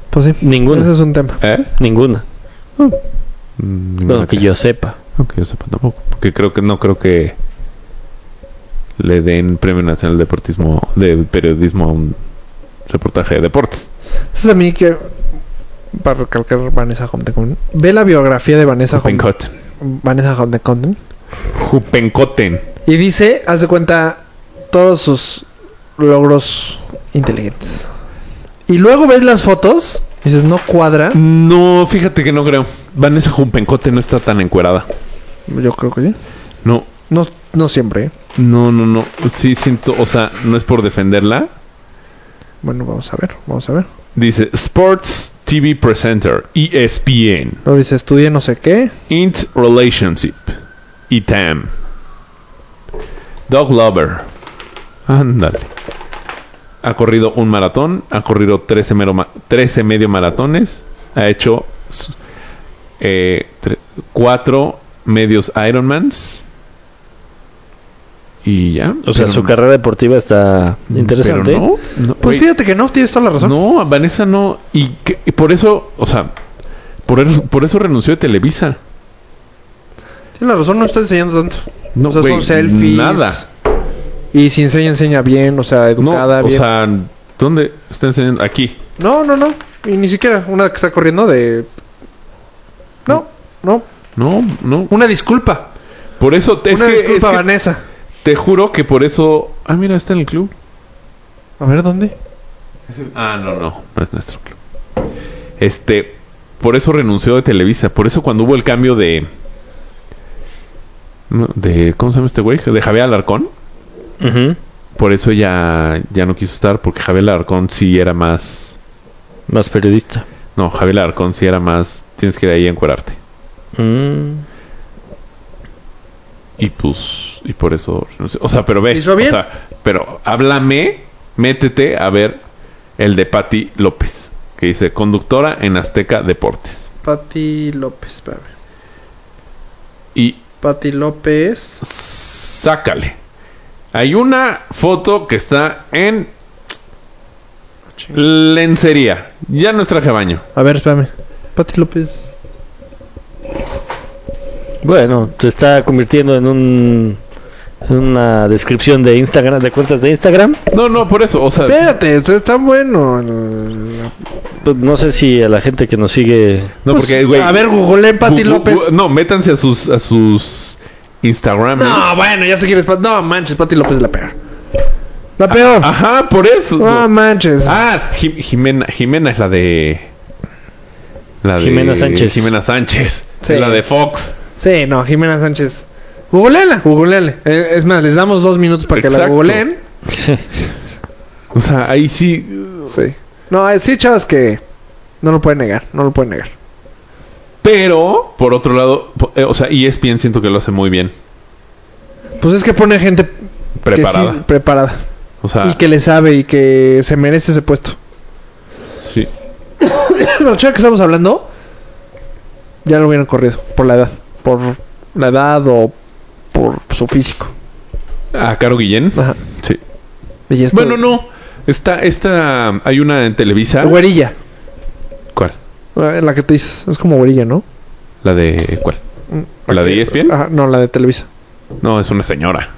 Speaker 3: Pues sí.
Speaker 1: Ninguna.
Speaker 3: Ese es un tema.
Speaker 2: ¿Eh?
Speaker 1: Ninguna.
Speaker 2: Mm,
Speaker 1: Bueno,
Speaker 2: ninguna
Speaker 1: que
Speaker 2: que-
Speaker 1: yo sepa.
Speaker 2: no, que yo sepa tampoco. Porque creo que no creo que le den Premio Nacional de, Deportismo, de Periodismo a un reportaje de deportes.
Speaker 3: Entonces a mí que para recalcar Vanessa Compton, ve la biografía de Vanessa Hom-
Speaker 2: Hupencoten.
Speaker 3: Vanessa Compton
Speaker 2: Hupencoten.
Speaker 3: y dice, haz de cuenta todos sus logros inteligentes. Y luego ves las fotos y dices, no cuadra.
Speaker 2: No, fíjate que no creo. Vanessa Jumpencote no está tan encuerada.
Speaker 3: Yo creo que sí.
Speaker 2: No,
Speaker 3: No, no siempre. ¿eh?
Speaker 2: no, no, no. Sí siento, o sea, no es por defenderla.
Speaker 3: Bueno, vamos a ver, vamos a ver.
Speaker 2: Dice Sports TV Presenter, E ESPN,
Speaker 3: Lo dice, estudia no sé qué.
Speaker 2: Int Relationship, ITAM, Dog Lover. Ándale. Ha corrido un maratón, ha corrido 13, mero ma- 13 medio maratones, ha hecho 4 medios Ironmans. Y ya.
Speaker 1: O sea,
Speaker 2: pero
Speaker 1: su
Speaker 2: no-
Speaker 1: carrera deportiva está
Speaker 2: pero
Speaker 1: interesante.
Speaker 2: no, no,
Speaker 3: Pues
Speaker 2: güey.
Speaker 3: fíjate que no, tienes toda la razón.
Speaker 2: No, Vanessa no. Y, que- y por eso, o sea, por, eso- por eso renunció de Televisa.
Speaker 3: Tienes la razón, no está enseñando tanto.
Speaker 2: No,
Speaker 3: o sea,
Speaker 2: güey,
Speaker 3: son selfies.
Speaker 2: Nada.
Speaker 3: Y si enseña, enseña bien, o sea,
Speaker 2: No,
Speaker 3: educada,
Speaker 2: o
Speaker 3: bien.
Speaker 2: sea, ¿dónde está enseñando? Aquí.
Speaker 3: No, no, no. Y ni siquiera una que está corriendo de... No, no.
Speaker 2: No, no.
Speaker 3: Una disculpa.
Speaker 2: Por eso, te, es
Speaker 3: una
Speaker 2: que- es
Speaker 3: disculpa,
Speaker 2: que
Speaker 3: Vanessa.
Speaker 2: te juro que por eso. Ah, mira, está en el club.
Speaker 3: A ver, ¿dónde?
Speaker 2: Ah, no, no, no es nuestro club. Este, por eso renunció de Televisa. Por eso cuando hubo el cambio de. no, de ¿Cómo se llama este güey? De Javier Alarcón.
Speaker 1: Ujú.
Speaker 2: Por eso ya, ya no quiso estar, porque Javier Alarcón sí era más.
Speaker 1: Más periodista.
Speaker 2: No, Javier Alarcón sí era más. Tienes que ir ahí a encuerarte.
Speaker 1: Mm.
Speaker 2: Y pues. Y por eso. renunció. O sea, pero ve.
Speaker 3: ¿Hizo bien?
Speaker 2: O sea, pero háblame, métete a ver el de Patti López, que dice conductora en Azteca Deportes.
Speaker 3: Pati López, espérame.
Speaker 2: Y
Speaker 3: Pati López.
Speaker 2: sácale. Hay una foto que está en lencería. Ya no es traje de baño.
Speaker 3: A ver, espérame. Pati López.
Speaker 1: Bueno, se está convirtiendo en un en una descripción de Instagram, de cuentas de Instagram.
Speaker 2: No, no, por eso. O sea,
Speaker 3: Espérate, esto está bueno. el-
Speaker 1: Pues No sé si a la gente que nos sigue
Speaker 2: no,
Speaker 3: Pues,
Speaker 2: porque, güey.
Speaker 3: A ver, googleé Pati
Speaker 2: Gu- gu-
Speaker 3: López.
Speaker 2: gu- No, métanse a sus a sus Instagram.
Speaker 3: No, bueno, ya sé quién es Pati. No manches, Pati López es la peor. La peor.
Speaker 2: Ajá, por eso.
Speaker 3: no
Speaker 2: Ah, No.
Speaker 3: manches.
Speaker 2: Ah, Jim- Jimena Jimena es la de la de
Speaker 1: Jimena Sánchez.
Speaker 2: Jimena Sánchez.
Speaker 3: Sí.
Speaker 2: La de Fox.
Speaker 3: Sí, no, Jimena Sánchez. Googleala, googleala. Eh, es más, les damos dos minutos para que la
Speaker 2: Exacto.
Speaker 3: googleen.
Speaker 2: O sea, ahí sí,
Speaker 3: Sí. No, eh, sí, chavas, que no lo pueden negar, no lo pueden negar.
Speaker 2: pero por otro lado, po- eh, o sea, ESPN siento que lo hace muy bien,
Speaker 3: Pues es que pone gente que
Speaker 2: preparada.
Speaker 3: sí- preparada.
Speaker 2: o sea,
Speaker 3: Y que le sabe y que se merece ese puesto.
Speaker 2: sí.
Speaker 3: Pero chido que estamos hablando, ya lo hubieran corrido por la edad. Por la edad o por su físico.
Speaker 2: A Caro Guillén.
Speaker 3: Ajá.
Speaker 2: Sí.
Speaker 3: Y Ah. esto-
Speaker 2: Bueno, no. Está esta hay una en Televisa.
Speaker 3: Güerilla.
Speaker 2: ¿Cuál?
Speaker 3: eh, La que te dices. Es como güerilla, ¿no?
Speaker 2: La de ¿cuál? ¿La de E ESPN?
Speaker 3: Ajá, no, la de Televisa.
Speaker 2: No, es una señora.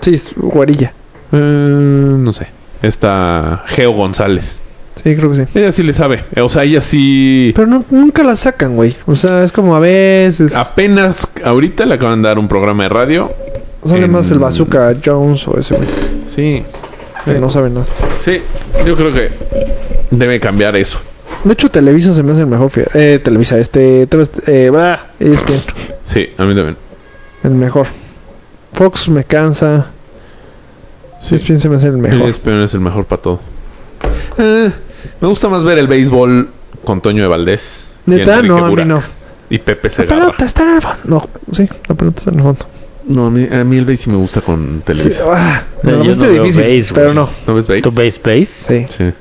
Speaker 3: Sí, es güerilla.
Speaker 2: Eh, no sé. Esta Geo González.
Speaker 3: Sí, creo que sí.
Speaker 2: Ella sí le sabe. O sea, ella sí.
Speaker 3: Pero no- nunca la sacan, güey. O sea, es como a veces.
Speaker 2: Apenas ahorita le acaban de dar un programa de radio.
Speaker 3: sale
Speaker 2: en-
Speaker 3: más el Bazooka Jones o ese, güey.
Speaker 2: Sí.
Speaker 3: Que no sabe nada.
Speaker 2: Sí. Yo creo que debe cambiar eso.
Speaker 3: De hecho, Televisa se me hace el mejor. fie- Eh, Televisa, este. todo este, eh, bah, ESPN.
Speaker 2: Sí, a mí también.
Speaker 3: El mejor. Fox me cansa.
Speaker 2: Sí.
Speaker 3: ESPN se me hace el mejor.
Speaker 2: ESPN es el mejor para todo. Eh, me gusta más ver el béisbol con Toño de Valdés. y
Speaker 3: Neta,
Speaker 2: Enrique
Speaker 3: no, a mí
Speaker 2: Burak
Speaker 3: no.
Speaker 2: Y Pepe
Speaker 3: La
Speaker 2: Segarra.
Speaker 3: pelota está en el fondo. No, sí, la pelota está en el fondo.
Speaker 2: No, a mí, a mí el béis sí me gusta con
Speaker 3: Sí,
Speaker 2: Televisa.
Speaker 3: ah,
Speaker 1: Eh, Yo
Speaker 3: me lo
Speaker 1: no
Speaker 3: pusiste
Speaker 1: veo
Speaker 3: difícil,
Speaker 1: béis,
Speaker 3: pero
Speaker 1: güey.
Speaker 3: no.
Speaker 2: ¿No ves béis?
Speaker 1: ¿Tú ves Space?
Speaker 3: Sí.
Speaker 2: Sí.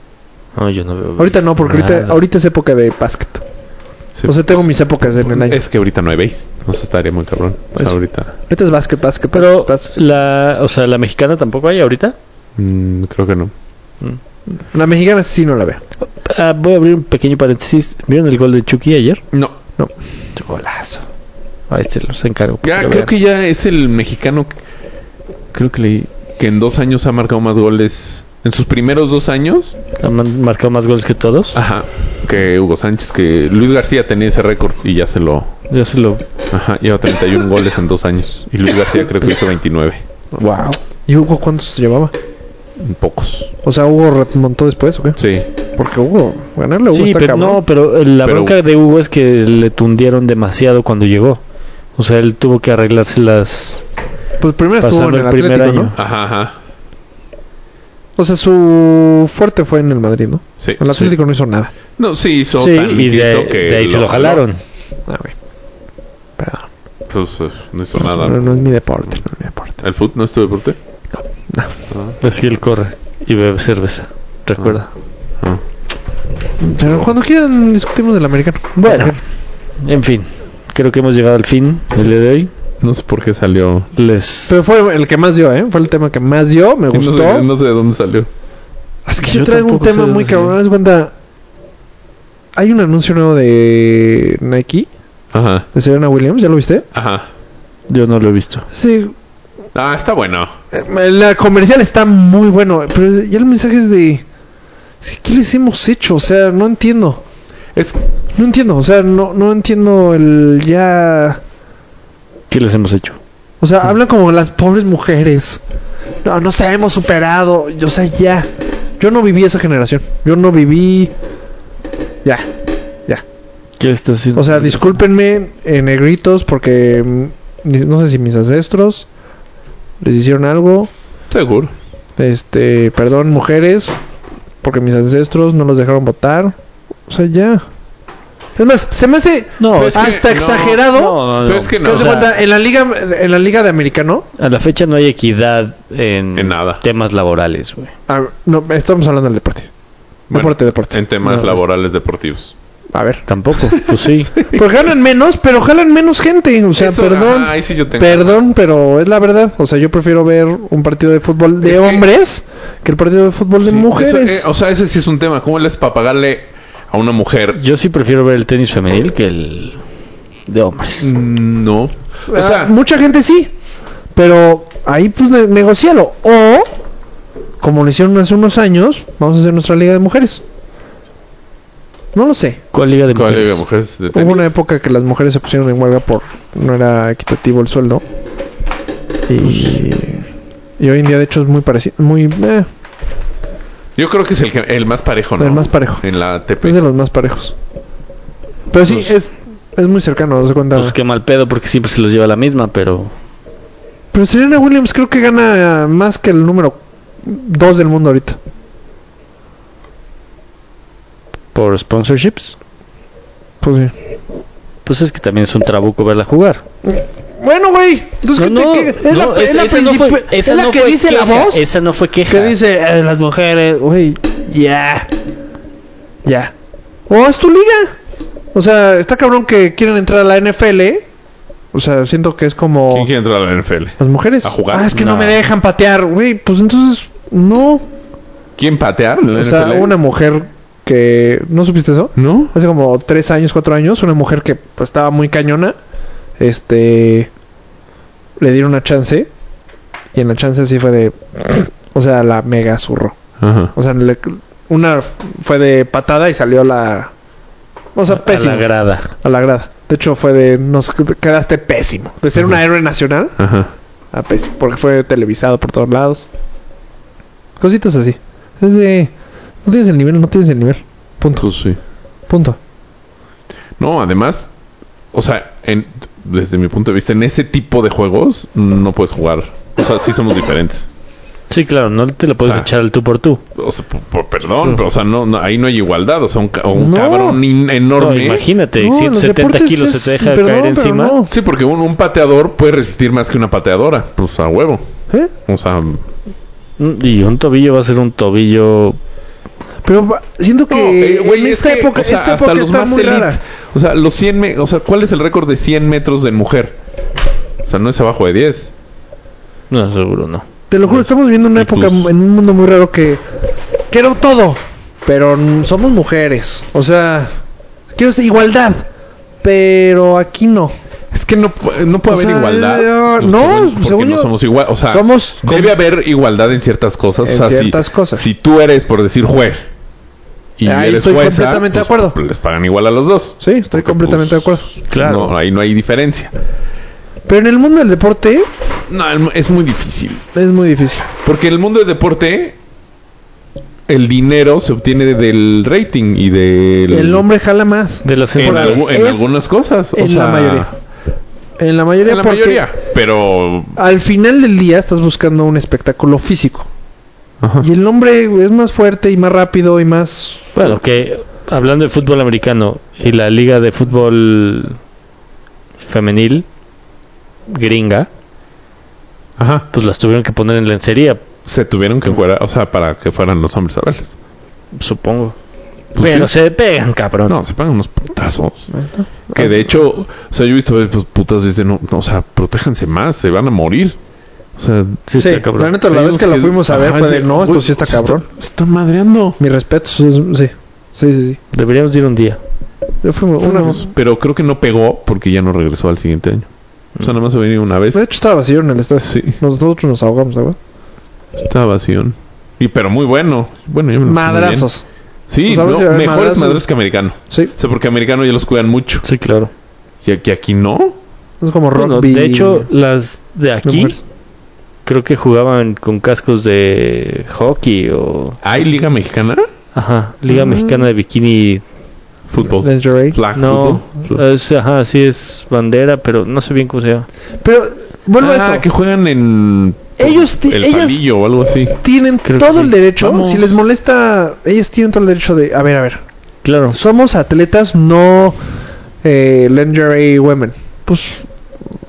Speaker 1: No, yo no veo.
Speaker 3: Ahorita
Speaker 1: béis.
Speaker 3: no, porque ahorita,
Speaker 1: Nada.
Speaker 3: ahorita es época de básquet.
Speaker 2: sí.
Speaker 3: O sea, tengo mis épocas en el año.
Speaker 2: es que ahorita no hay béis. O sea, estaría muy cabrón. O sea,
Speaker 3: Pues-
Speaker 2: ahorita.
Speaker 3: Ahorita es básquet, básquet,
Speaker 1: Pero
Speaker 3: básquet.
Speaker 1: la, o sea, la mexicana tampoco hay ahorita.
Speaker 2: mm, creo que no.
Speaker 3: La mexicana sí no la veo.
Speaker 1: Ah, voy a abrir un pequeño paréntesis. ¿Vieron el gol de Chucky ayer?
Speaker 2: No.
Speaker 1: Golazo. Ahí se los encargo. para
Speaker 2: Ya,
Speaker 1: lo
Speaker 2: creo
Speaker 1: vean.
Speaker 2: que ya es el mexicano. que- Creo que leí que en dos años ha marcado más goles. En sus primeros dos años.
Speaker 1: Han man- marcado más goles que todos.
Speaker 2: Ajá. Que Hugo Sánchez, que Luis García tenía ese récord y ya se lo.
Speaker 1: Ya se lo.
Speaker 2: Ajá, lleva 31 goles en dos años. Y Luis García creo que hizo 29.
Speaker 3: Wow. ¿Y Hugo cuántos llevaba?
Speaker 2: En pocos.
Speaker 3: O sea, Hugo remontó después, ¿o qué?
Speaker 2: Sí.
Speaker 3: Porque Hugo, ganarle a Hugo
Speaker 1: Sí,
Speaker 3: está
Speaker 1: pero
Speaker 3: cabrón.
Speaker 1: no, pero eh, la
Speaker 2: Pero-
Speaker 1: bronca de Hugo es que le tundieron demasiado cuando llegó. O sea, él tuvo que arreglárselas
Speaker 3: Pues primero estuvo en
Speaker 1: pasando
Speaker 3: el,
Speaker 1: el primer
Speaker 3: Atlético,
Speaker 1: año.
Speaker 3: ¿no?
Speaker 2: Ajá, ajá.
Speaker 3: O sea, su fuerte fue en el Madrid, ¿no?
Speaker 2: Sí.
Speaker 3: El Atlético no hizo nada.
Speaker 2: No, sí hizo
Speaker 1: sí,
Speaker 2: tan
Speaker 1: y de,
Speaker 2: hizo que
Speaker 1: de ahí se lo jalaron.
Speaker 3: A ver. Perdón.
Speaker 2: Pues eh, no hizo nada.
Speaker 3: No, no es mi deporte, no es mi deporte.
Speaker 2: ¿El fútbol no es tu deporte?
Speaker 1: Así Pues él corre y bebe cerveza. Recuerda.
Speaker 2: Ah.
Speaker 3: Pero cuando quieran discutimos del americano.
Speaker 1: Bueno, en fin. Creo que hemos llegado al fin del día de hoy.
Speaker 2: No sé por qué salió.
Speaker 1: Les.
Speaker 3: Pero fue el que más dio, ¿eh? Fue el tema que más dio, me
Speaker 2: No
Speaker 3: gustó.
Speaker 2: sé, no sé de dónde salió.
Speaker 3: Es que
Speaker 1: Yo
Speaker 3: yo, traigo un
Speaker 1: tampoco
Speaker 3: tema
Speaker 1: sé de
Speaker 3: muy
Speaker 1: dónde
Speaker 3: cabrón.
Speaker 1: salió.
Speaker 3: ¿Te das cuenta? Hay un anuncio nuevo de Nike,
Speaker 2: Ajá.
Speaker 3: de Serena Williams, ¿ya lo viste?
Speaker 2: Ajá.
Speaker 1: Yo no lo he visto.
Speaker 3: Sí,
Speaker 2: Ah, está bueno.
Speaker 3: eh, la comercial está muy bueno, pero ya el mensaje es de... es que, ¿Qué les hemos hecho? O sea, no entiendo.
Speaker 2: Es
Speaker 3: No entiendo, o sea, no, no entiendo el ya...
Speaker 1: ¿Qué les hemos hecho?
Speaker 3: O sea, hablan como las pobres mujeres. No, no se hemos superado. y, O sea, ya. Yo no viví esa generación. Yo no viví... Ya, ya.
Speaker 1: ¿Qué está haciendo?
Speaker 3: O sea, discúlpenme en negritos porque mm, ni- no sé si mis ancestros les hicieron algo.
Speaker 2: seguro.
Speaker 3: Este, perdón, mujeres, porque mis ancestros no los dejaron votar. O sea, ya. Es más, se me hace
Speaker 1: no, es que-
Speaker 3: hasta
Speaker 2: no,
Speaker 3: exagerado.
Speaker 1: no, no, no.
Speaker 2: Pero es que
Speaker 3: ¿Te
Speaker 2: no.
Speaker 3: das
Speaker 1: o sea-
Speaker 3: cuenta? En la liga, en la liga de americano,
Speaker 1: A la fecha no hay equidad en,
Speaker 2: En nada.
Speaker 1: temas laborales, güey.
Speaker 3: ah, no, estamos hablando del deporte.
Speaker 2: Bueno,
Speaker 3: deporte, deporte.
Speaker 2: En temas
Speaker 3: No,
Speaker 2: laborales deportes. deportivos.
Speaker 3: A ver,
Speaker 1: Tampoco, pues sí.
Speaker 3: pues ganan menos, pero jalan menos gente. O sea,
Speaker 2: Eso,
Speaker 3: perdón.
Speaker 2: ajá, ahí sí yo tengo.
Speaker 3: Perdón, pero es la verdad. O sea, yo prefiero ver un partido de fútbol de
Speaker 2: Es que-
Speaker 3: hombres que... el partido de fútbol de
Speaker 2: Sí,
Speaker 3: mujeres.
Speaker 2: eso, eh, o sea, ese sí es un tema. ¿Cómo le es para pagarle a una mujer?
Speaker 1: Yo sí prefiero ver el tenis femenil que el de hombres.
Speaker 2: Mm, No. O
Speaker 3: Ah,
Speaker 2: sea,
Speaker 3: mucha gente sí, pero ahí pues ne- negocialo. O, como lo hicieron hace unos años, vamos a hacer nuestra liga de mujeres. No lo sé.
Speaker 1: ¿Cuál liga de
Speaker 2: ¿cuál
Speaker 1: mujeres?
Speaker 2: liga de mujeres de
Speaker 3: Hubo
Speaker 2: tenis?
Speaker 3: una época que las mujeres se pusieron en huelga por no era equitativo el sueldo. Y, y hoy en día de hecho es muy parecido, muy eh,
Speaker 2: Yo creo que es el, que- el más parejo, ¿no?
Speaker 3: El más parejo.
Speaker 2: En la ATP.
Speaker 3: es de los más parejos. Pero sí es es muy cercano, se cuenta.
Speaker 1: Pues qué mal pedo porque siempre se los lleva la misma, pero
Speaker 3: Pero Serena Williams creo que gana más que el número 2 del mundo ahorita.
Speaker 1: por sponsorships.
Speaker 3: Pues sí.
Speaker 1: Pues es que también es un trabuco verla jugar.
Speaker 3: Bueno, güey. Entonces,
Speaker 1: No,
Speaker 3: ¿qué
Speaker 1: no,
Speaker 3: te- qué- es la,
Speaker 1: no,
Speaker 3: es
Speaker 1: esa-
Speaker 3: la
Speaker 1: esa no
Speaker 3: princip-
Speaker 1: fue-
Speaker 3: es
Speaker 1: esa
Speaker 3: la
Speaker 1: no
Speaker 3: que
Speaker 1: fue
Speaker 3: dice la
Speaker 1: queja,
Speaker 3: voz.
Speaker 1: Esa no fue queja.
Speaker 3: Que dice, "Eh, las mujeres, güey, ya. Ya. O haz tu liga. O sea, está cabrón que quieren entrar a la NFL. ¿eh? O sea, siento que es
Speaker 2: ¿Quién
Speaker 3: como
Speaker 2: quiere entrar a la NFL?
Speaker 3: las mujeres.
Speaker 2: a jugar?
Speaker 3: Ah, es que no,
Speaker 2: No.
Speaker 3: me dejan patear, güey. Pues entonces, no.
Speaker 2: ¿Quién patear? en la
Speaker 3: O sea,
Speaker 2: NFL?
Speaker 3: una mujer que... ¿No supiste eso?
Speaker 2: ¿No?
Speaker 3: hace como tres años, cuatro años, una mujer que pues, estaba muy cañona, este, le dieron una chance y en la chance sí fue de, o sea, la mega zurro.
Speaker 2: Ajá.
Speaker 3: O sea, le- una fue de patada y salió la, o sea,
Speaker 1: a
Speaker 3: pésimo
Speaker 1: la grada.
Speaker 3: a la grada. De hecho fue de, nos quedaste pésimo. De ser una héroe nacional
Speaker 2: Ajá.
Speaker 3: a pésimo, porque fue televisado por todos lados. Cositas así. Es de, no tienes el nivel, no tienes el nivel. Punto,
Speaker 2: Pues sí.
Speaker 3: punto.
Speaker 2: No, además, o sea, en- desde mi punto de vista, en ese tipo de juegos no puedes jugar. O sea, sí somos diferentes.
Speaker 1: Sí, claro, no te la puedes
Speaker 2: O sea,
Speaker 1: echar al tú por tú.
Speaker 2: O sea, por- por- perdón, pero o sea, no, no, ahí no hay igualdad. O sea, un, ca- un
Speaker 3: No.
Speaker 2: cabrón in-
Speaker 1: No,
Speaker 2: enorme.
Speaker 1: imagínate,
Speaker 3: No, en los
Speaker 1: 170
Speaker 3: deportes
Speaker 1: kilos
Speaker 3: es-
Speaker 1: se te deja
Speaker 3: perdón,
Speaker 1: caer
Speaker 3: pero
Speaker 1: encima.
Speaker 3: no.
Speaker 2: Sí, porque un, un pateador puede resistir más que una pateadora. Pues a huevo.
Speaker 3: ¿Eh?
Speaker 2: O sea,
Speaker 1: Mm, Y un tobillo va a ser un tobillo.
Speaker 3: Pero va- siento que
Speaker 2: no, eh, güey,
Speaker 3: en
Speaker 2: es
Speaker 3: esta
Speaker 2: que,
Speaker 3: época,
Speaker 2: o sea,
Speaker 3: esta
Speaker 2: hasta
Speaker 3: época
Speaker 2: los
Speaker 3: está
Speaker 2: más
Speaker 3: muy
Speaker 2: elite.
Speaker 3: rara.
Speaker 2: O sea, los 100 me- o sea, ¿cuál es el récord de 100 metros de mujer? O sea, no es abajo de 10.
Speaker 1: No, seguro no.
Speaker 3: Te lo juro, estamos viviendo una
Speaker 2: Y pues
Speaker 3: época,
Speaker 2: tus-
Speaker 3: en un mundo muy raro que quiero todo, pero n- somos mujeres. O sea, quiero esa igualdad, pero aquí no.
Speaker 2: Es que no, pu- no puede
Speaker 3: O
Speaker 2: haber
Speaker 3: sea,
Speaker 2: igualdad.
Speaker 3: no,
Speaker 2: Según- porque
Speaker 3: según
Speaker 2: no
Speaker 3: yo-
Speaker 2: somos igual. O sea,
Speaker 3: somos-
Speaker 2: debe haber igualdad en ciertas cosas.
Speaker 3: En
Speaker 2: o sea, si-
Speaker 3: ciertas cosas.
Speaker 2: Si tú eres, por decir, juez. Y
Speaker 3: Ahí
Speaker 2: eres
Speaker 3: estoy
Speaker 2: jueza,
Speaker 3: completamente de
Speaker 2: pues,
Speaker 3: acuerdo.
Speaker 2: Les pagan igual a los dos. pues,
Speaker 3: Sí, estoy completamente de acuerdo.
Speaker 1: Claro.
Speaker 2: No, ahí no hay diferencia.
Speaker 3: Pero en el mundo del deporte
Speaker 2: No, el mu- es muy difícil.
Speaker 3: es muy difícil.
Speaker 2: Porque en el mundo del deporte, el dinero se obtiene del rating y del...
Speaker 3: El hombre jala más.
Speaker 1: De las
Speaker 2: En,
Speaker 1: entradas.
Speaker 2: algu- en
Speaker 3: es-
Speaker 2: algunas cosas. o
Speaker 3: en la
Speaker 2: sea,
Speaker 3: mayoría. En la mayoría,
Speaker 2: En la
Speaker 3: porque
Speaker 2: mayoría. Pero.
Speaker 3: al final del día estás buscando un espectáculo físico.
Speaker 2: Ajá.
Speaker 3: Y el hombre es más fuerte y más rápido y más...
Speaker 1: Bueno, que hablando de fútbol americano y la liga de fútbol femenil gringa,
Speaker 2: Ajá.
Speaker 1: pues las tuvieron que poner en lencería,
Speaker 2: Se tuvieron que jugar. O sea, para que fueran los hombres a verles.
Speaker 1: supongo.
Speaker 2: Pues
Speaker 1: Pero
Speaker 2: sí.
Speaker 1: se pegan, cabrón.
Speaker 2: No, se pagan unos putazos. Que de hecho, o sea, yo he visto pues, putas dicen, no, no, o sea, protéjanse más, se van a morir. O sea,
Speaker 1: Sí, está
Speaker 3: Sí,
Speaker 1: cabrón.
Speaker 3: la neta,
Speaker 2: hay
Speaker 3: la vez
Speaker 2: unos
Speaker 3: que la fuimos a ver
Speaker 2: Ajá,
Speaker 3: fue de,
Speaker 2: sí,
Speaker 3: no, esto
Speaker 2: uy,
Speaker 3: sí está
Speaker 2: se
Speaker 3: cabrón.
Speaker 2: Se están madreando.
Speaker 3: Mi respeto, sí, sí, sí, sí.
Speaker 1: Deberíamos de ir un día.
Speaker 3: Yo fui una
Speaker 2: Fuimos, pero creo que no pegó porque ya no regresó al siguiente año. O sea, nada más se venía una vez.
Speaker 3: De hecho, estaba vacío en el estadio.
Speaker 2: Sí.
Speaker 3: Nos- Nosotros nos ahogamos, ¿verdad?
Speaker 2: Estaba vacío. Y pero muy bueno. Bueno, yo me lo pasé muy bien.
Speaker 3: Madrazos.
Speaker 2: Sí,
Speaker 3: Pues a ver
Speaker 2: no,
Speaker 3: si va a haber
Speaker 2: mejores madrazos.
Speaker 3: madrazos.
Speaker 2: que americano.
Speaker 3: Sí.
Speaker 2: O sea, porque americano ya los cuidan mucho.
Speaker 1: Sí, claro.
Speaker 2: Y aquí, aquí no.
Speaker 3: Es como
Speaker 1: Bueno,
Speaker 3: rugby.
Speaker 1: de hecho, las de
Speaker 3: ¿no
Speaker 1: aquí
Speaker 3: mueres?
Speaker 1: creo que jugaban con cascos de hockey o...
Speaker 2: ¿Hay liga mexicana?
Speaker 1: Ajá, Mm. Liga Mexicana de Bikini.
Speaker 2: Fútbol.
Speaker 3: Lingerie.
Speaker 2: Flag
Speaker 1: No,
Speaker 3: Eh,
Speaker 2: fútbol.
Speaker 1: es- ajá, sí es bandera, pero no sé bien cómo se llama.
Speaker 3: Pero, vuelvo
Speaker 2: ah,
Speaker 3: a esto.
Speaker 2: que juegan en
Speaker 3: Ellos ti-
Speaker 2: el
Speaker 3: ellas-
Speaker 2: palillo o algo así.
Speaker 3: Tienen
Speaker 1: Creo que
Speaker 3: todo
Speaker 1: sí.
Speaker 3: el derecho,
Speaker 2: Vamos.
Speaker 3: si les molesta, ellas tienen todo el derecho de, a ver, a ver,
Speaker 1: Claro.
Speaker 3: somos atletas, no eh, lingerie women. Pues,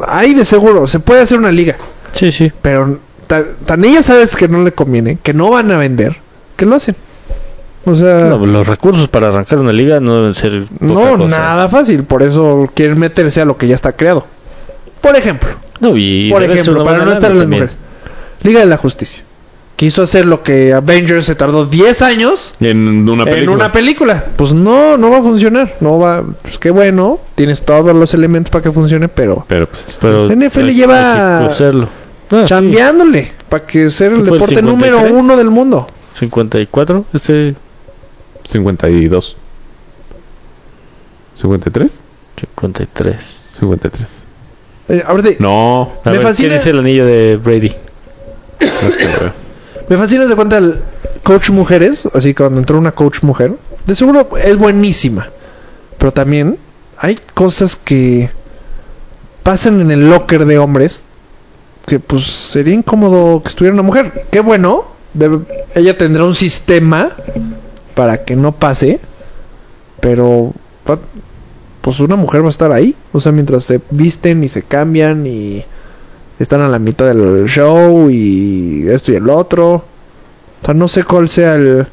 Speaker 3: ahí de seguro, se puede hacer una liga,
Speaker 1: Sí, sí.
Speaker 3: pero tan, tan ellas sabes que no le conviene, que no van a vender, que lo hacen. O sea,
Speaker 1: No,
Speaker 3: no,
Speaker 1: los recursos para arrancar una liga no deben ser poca cosa.
Speaker 3: nada fácil, por eso quieren meterse a lo que ya está creado. Por ejemplo,
Speaker 1: No, y
Speaker 3: por
Speaker 1: debe ser
Speaker 3: ejemplo,
Speaker 1: una
Speaker 3: para no
Speaker 1: buena
Speaker 3: estar
Speaker 1: lana
Speaker 3: las
Speaker 1: también.
Speaker 3: mujeres. Liga de la Justicia. Quiso hacer lo que Avengers se tardó 10 años
Speaker 2: En una película.
Speaker 3: en una película. Pues no, no va a funcionar. No va. Pues qué bueno, tienes todos los elementos para que funcione, pero
Speaker 2: Pero pues,
Speaker 1: Pero
Speaker 3: La NFL
Speaker 1: hay-
Speaker 3: lleva-
Speaker 1: hay que hacerlo. Ah, sí.
Speaker 3: chambeándole para que ser el
Speaker 1: ¿Qué fue el
Speaker 3: deporte número
Speaker 1: 53?
Speaker 3: uno del mundo.
Speaker 1: 54, este
Speaker 2: 52. 53?
Speaker 1: 53.
Speaker 2: 53.
Speaker 3: Eh, ahorita-
Speaker 2: No.
Speaker 1: A
Speaker 3: Me
Speaker 1: ver,
Speaker 3: fascina-
Speaker 1: ¿Qué dice el anillo de Brady?
Speaker 2: no creo.
Speaker 3: me fascina de cuenta el coach mujeres, así que cuando entró una coach mujer, de seguro es buenísima, pero también hay cosas que pasan en el locker de hombres que pues sería incómodo que estuviera una mujer. Qué bueno, debe- ella tendrá un sistema para que no pase, pero va- pues una mujer va a estar ahí, o sea, mientras se visten y se cambian y están a la mitad del show y esto y el otro. O sea, no sé cuál sea el...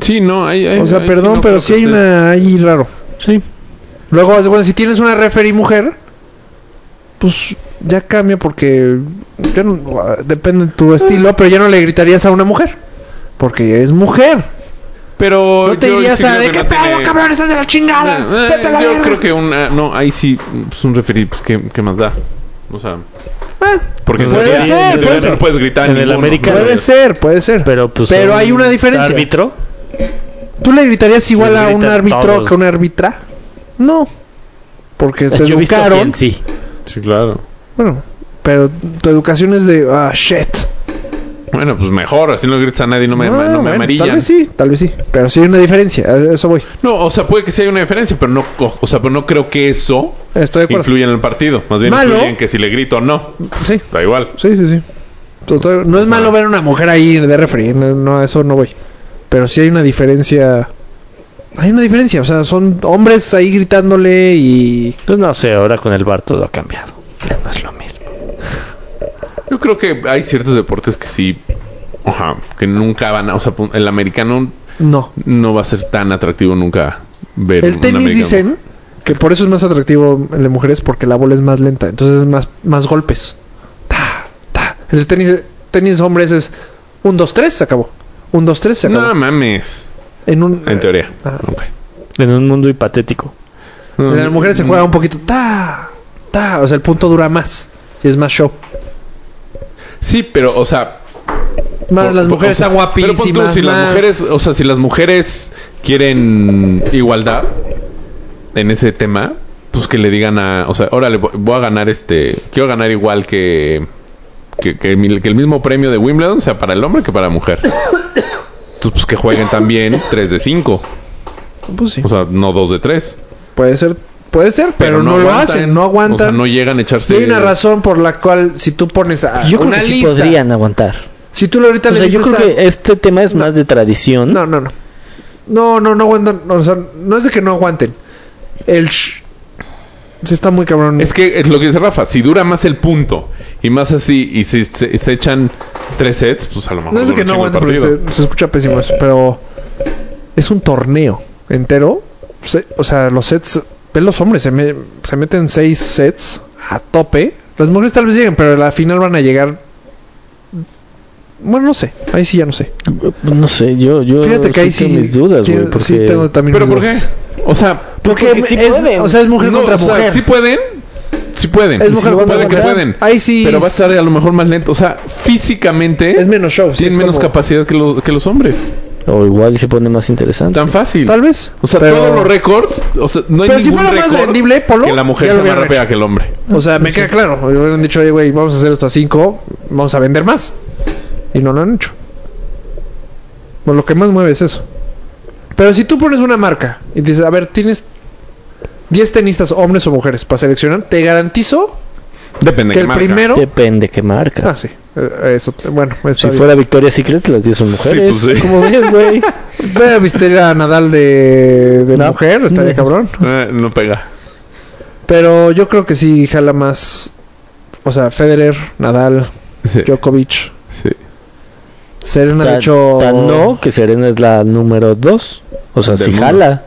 Speaker 2: Sí, no, hay, hay-
Speaker 3: O sea,
Speaker 2: hay-
Speaker 3: perdón,
Speaker 2: no creo
Speaker 3: pero
Speaker 2: que
Speaker 3: sí hay
Speaker 2: esté-
Speaker 3: una... ahí raro.
Speaker 1: Sí.
Speaker 3: Luego, haz de cuenta, si tienes una referee mujer, pues ya cambia porque ya no- ah, depende de tu estilo, pero ya no le gritarías a una mujer. Porque es mujer.
Speaker 2: Pero
Speaker 3: No te
Speaker 2: Oh, yo
Speaker 3: dirías
Speaker 2: sí
Speaker 3: a
Speaker 2: creo
Speaker 3: de
Speaker 2: que
Speaker 3: qué
Speaker 2: no
Speaker 3: pedo,
Speaker 2: tiene-
Speaker 3: cabrón, estás de la chingada.
Speaker 2: Eh,
Speaker 3: Vete a la
Speaker 2: yo
Speaker 3: verga".
Speaker 2: creo que una... No, ahí sí, pues un referir, pues ¿qué, qué más da? O sea...
Speaker 3: Ah,
Speaker 2: Porque en
Speaker 1: Puede
Speaker 2: teoría-
Speaker 1: ser,
Speaker 2: en teoría
Speaker 1: puede ser.
Speaker 2: no puedes gritar
Speaker 1: En el
Speaker 2: ninguno,
Speaker 1: americano.
Speaker 2: ¿no?
Speaker 3: puede ser, puede ser.
Speaker 1: Pero pues
Speaker 3: Pero
Speaker 1: un
Speaker 3: hay una diferencia.
Speaker 1: Árbitro.
Speaker 3: ¿Tú le gritarías igual
Speaker 1: Le
Speaker 3: a un
Speaker 1: gritan
Speaker 3: árbitro
Speaker 1: todos.
Speaker 3: que a una árbitra? No. Porque te
Speaker 1: Yo he visto a
Speaker 3: educaron.
Speaker 1: quien sí.
Speaker 2: Sí, claro.
Speaker 3: Bueno, pero tu educación es de. Ah, shit.
Speaker 2: Bueno, pues mejor, así no gritas a nadie, no me, no
Speaker 3: Ah,
Speaker 2: me
Speaker 3: bueno,
Speaker 2: amarillan.
Speaker 3: tal vez sí, tal vez sí. Pero sí hay una diferencia. A eso voy.
Speaker 2: No, o sea, puede que sí haya una diferencia, pero no, o, o sea, pero no creo que eso
Speaker 3: Estoy de acuerdo.
Speaker 2: influya en el partido. Más bien
Speaker 3: Malo.
Speaker 2: influye en que si le grito o no,
Speaker 3: Sí,
Speaker 2: da igual.
Speaker 3: sí, sí. sí. Total- no es malo ver a una mujer ahí de referee. No, no, a eso no voy. Pero sí hay una diferencia. Hay una diferencia. O sea, son hombres ahí gritándole y.
Speaker 1: Pues no sé, ahora con el bar todo ha cambiado. Ya no es lo mismo.
Speaker 2: Yo creo que hay ciertos deportes que sí, ajá, que nunca van a, o sea, pu- el americano
Speaker 3: No.
Speaker 2: no va a ser tan atractivo nunca ver
Speaker 3: El
Speaker 2: un
Speaker 3: tenis
Speaker 2: americano.
Speaker 3: dicen que por eso es más atractivo el de mujeres porque la bola es más lenta, entonces es más, más golpes. Ta, ta. El de tenis, tenis hombres es un 2 3 se acabó. Un 2 3 se acabó.
Speaker 2: No mames,
Speaker 3: en un
Speaker 2: en teoría.
Speaker 3: Ah.
Speaker 2: Ok.
Speaker 1: En un mundo hipatético.
Speaker 3: en Eh, las mujeres se juega un poquito ta, ta, o sea, el punto dura más y es más show.
Speaker 2: Sí, pero o sea,
Speaker 3: Más
Speaker 2: Por-
Speaker 3: Ah, las
Speaker 2: por-
Speaker 3: mujeres
Speaker 2: o sea,
Speaker 3: están guapísimas.
Speaker 2: Pero pon tú, si las
Speaker 3: más-
Speaker 2: mujeres, o sea, si las mujeres quieren igualdad en ese tema, pues que le digan a, o sea, órale, vo- voy a ganar este, quiero ganar igual que que, que mi- que el mismo premio de Wimbledon sea para el hombre que para la mujer. Entonces, pues que jueguen también 3 de 5,
Speaker 3: pues sí,
Speaker 2: o sea, no 2 de 3.
Speaker 3: puede ser Puede ser, pero, no, lo
Speaker 2: aguantan.
Speaker 3: hacen, no aguantan.
Speaker 2: O sea, no llegan a echarse.
Speaker 3: Y hay una razón por la cual si tú pones a
Speaker 1: Yo creo
Speaker 3: Ah, una
Speaker 1: que sí
Speaker 3: lista,
Speaker 1: podrían aguantar.
Speaker 3: Si tú ahorita
Speaker 1: O
Speaker 3: le
Speaker 1: sea, yo
Speaker 3: dices
Speaker 1: creo
Speaker 3: a-
Speaker 1: que este tema es más de tradición.
Speaker 3: No, no, no. No, no, no aguantan. O sea, no es de que no aguanten. El... sh- Se está muy cabrón.
Speaker 2: Es que es lo que dice Rafa, si dura más el punto y más así, y si se, se echan tres sets, pues a lo mejor
Speaker 3: no es de
Speaker 2: dura
Speaker 3: que
Speaker 2: un
Speaker 3: no eh,
Speaker 2: chingo el
Speaker 3: aguanten porque
Speaker 2: partido.
Speaker 3: se, se escucha pésimo eso, pero... Es un torneo entero. Se- o sea, los sets... Ven los hombres, se, me- se meten seis sets a tope. Las mujeres tal vez lleguen, pero a la final van a llegar... Bueno, no sé. Ahí sí ya no sé.
Speaker 1: No sé, yo, yo
Speaker 3: Fíjate que ahí sí...
Speaker 1: tengo mis dudas, güey,
Speaker 3: sí,
Speaker 1: porque
Speaker 3: sí tengo también
Speaker 2: ¿Pero
Speaker 3: mis
Speaker 2: por qué?
Speaker 3: dudas.
Speaker 2: O sea,
Speaker 3: Porque,
Speaker 1: Porque Eh, sí
Speaker 3: es-
Speaker 1: pueden.
Speaker 3: O sea, es mujer
Speaker 2: no,
Speaker 3: contra
Speaker 2: o sea,
Speaker 3: mujer.
Speaker 2: sí pueden, sí pueden.
Speaker 3: Es
Speaker 2: Sí
Speaker 3: mujer
Speaker 2: lo
Speaker 3: contra
Speaker 2: pueden que
Speaker 3: mujer.
Speaker 2: pueden.
Speaker 3: Ahí sí
Speaker 2: Pero va a
Speaker 3: es-
Speaker 2: estar a lo mejor más lento. O sea, físicamente
Speaker 3: Es menos show. sí,
Speaker 2: tienen
Speaker 3: es
Speaker 2: menos
Speaker 3: como-
Speaker 2: capacidad que los, que los hombres.
Speaker 1: O igual se pone más interesante.
Speaker 2: Tan fácil.
Speaker 3: Tal vez.
Speaker 2: O sea,
Speaker 3: Pero-
Speaker 2: todos los récords, o sea, no hay
Speaker 3: Pero si
Speaker 2: ningún
Speaker 3: fuera más
Speaker 2: récord
Speaker 3: vendible, Polo,
Speaker 2: que la mujer sea
Speaker 3: ya lo
Speaker 2: más
Speaker 3: hubieran
Speaker 2: rápida
Speaker 3: hecho.
Speaker 2: que el hombre.
Speaker 3: O sea, me queda claro. Me hubieran dicho, oye, güey, vamos a hacer esto a 5, vamos a vender más. Y no lo han hecho. Pues lo que más mueve es eso. Pero si tú pones una marca y dices, a ver, tienes 10 tenistas, hombres o mujeres, para seleccionar, te garantizo
Speaker 2: Depende
Speaker 3: que
Speaker 2: de qué
Speaker 3: el
Speaker 2: marca.
Speaker 3: primero.
Speaker 1: Depende qué marca.
Speaker 3: Ah, sí. Eh, Eso, te- bueno,
Speaker 1: si
Speaker 3: está bien.
Speaker 1: fuera Victoria Secret, las 10 son mujeres.
Speaker 2: pues sí.
Speaker 1: Como ves, güey.
Speaker 3: Ve, ¿Viste a Nadal de, de
Speaker 1: No.
Speaker 3: mujer? Estaría
Speaker 1: No.
Speaker 3: cabrón.
Speaker 2: Eh, no pega.
Speaker 3: Pero yo creo que sí jala más. O sea, Federer, Nadal,
Speaker 2: Sí,
Speaker 3: Djokovic.
Speaker 2: sí.
Speaker 3: Serena, de
Speaker 1: Tan,
Speaker 3: hecho.
Speaker 1: tan no, que Serena es la número 2. O sea,
Speaker 2: Del
Speaker 1: si
Speaker 2: mundo.
Speaker 1: jala.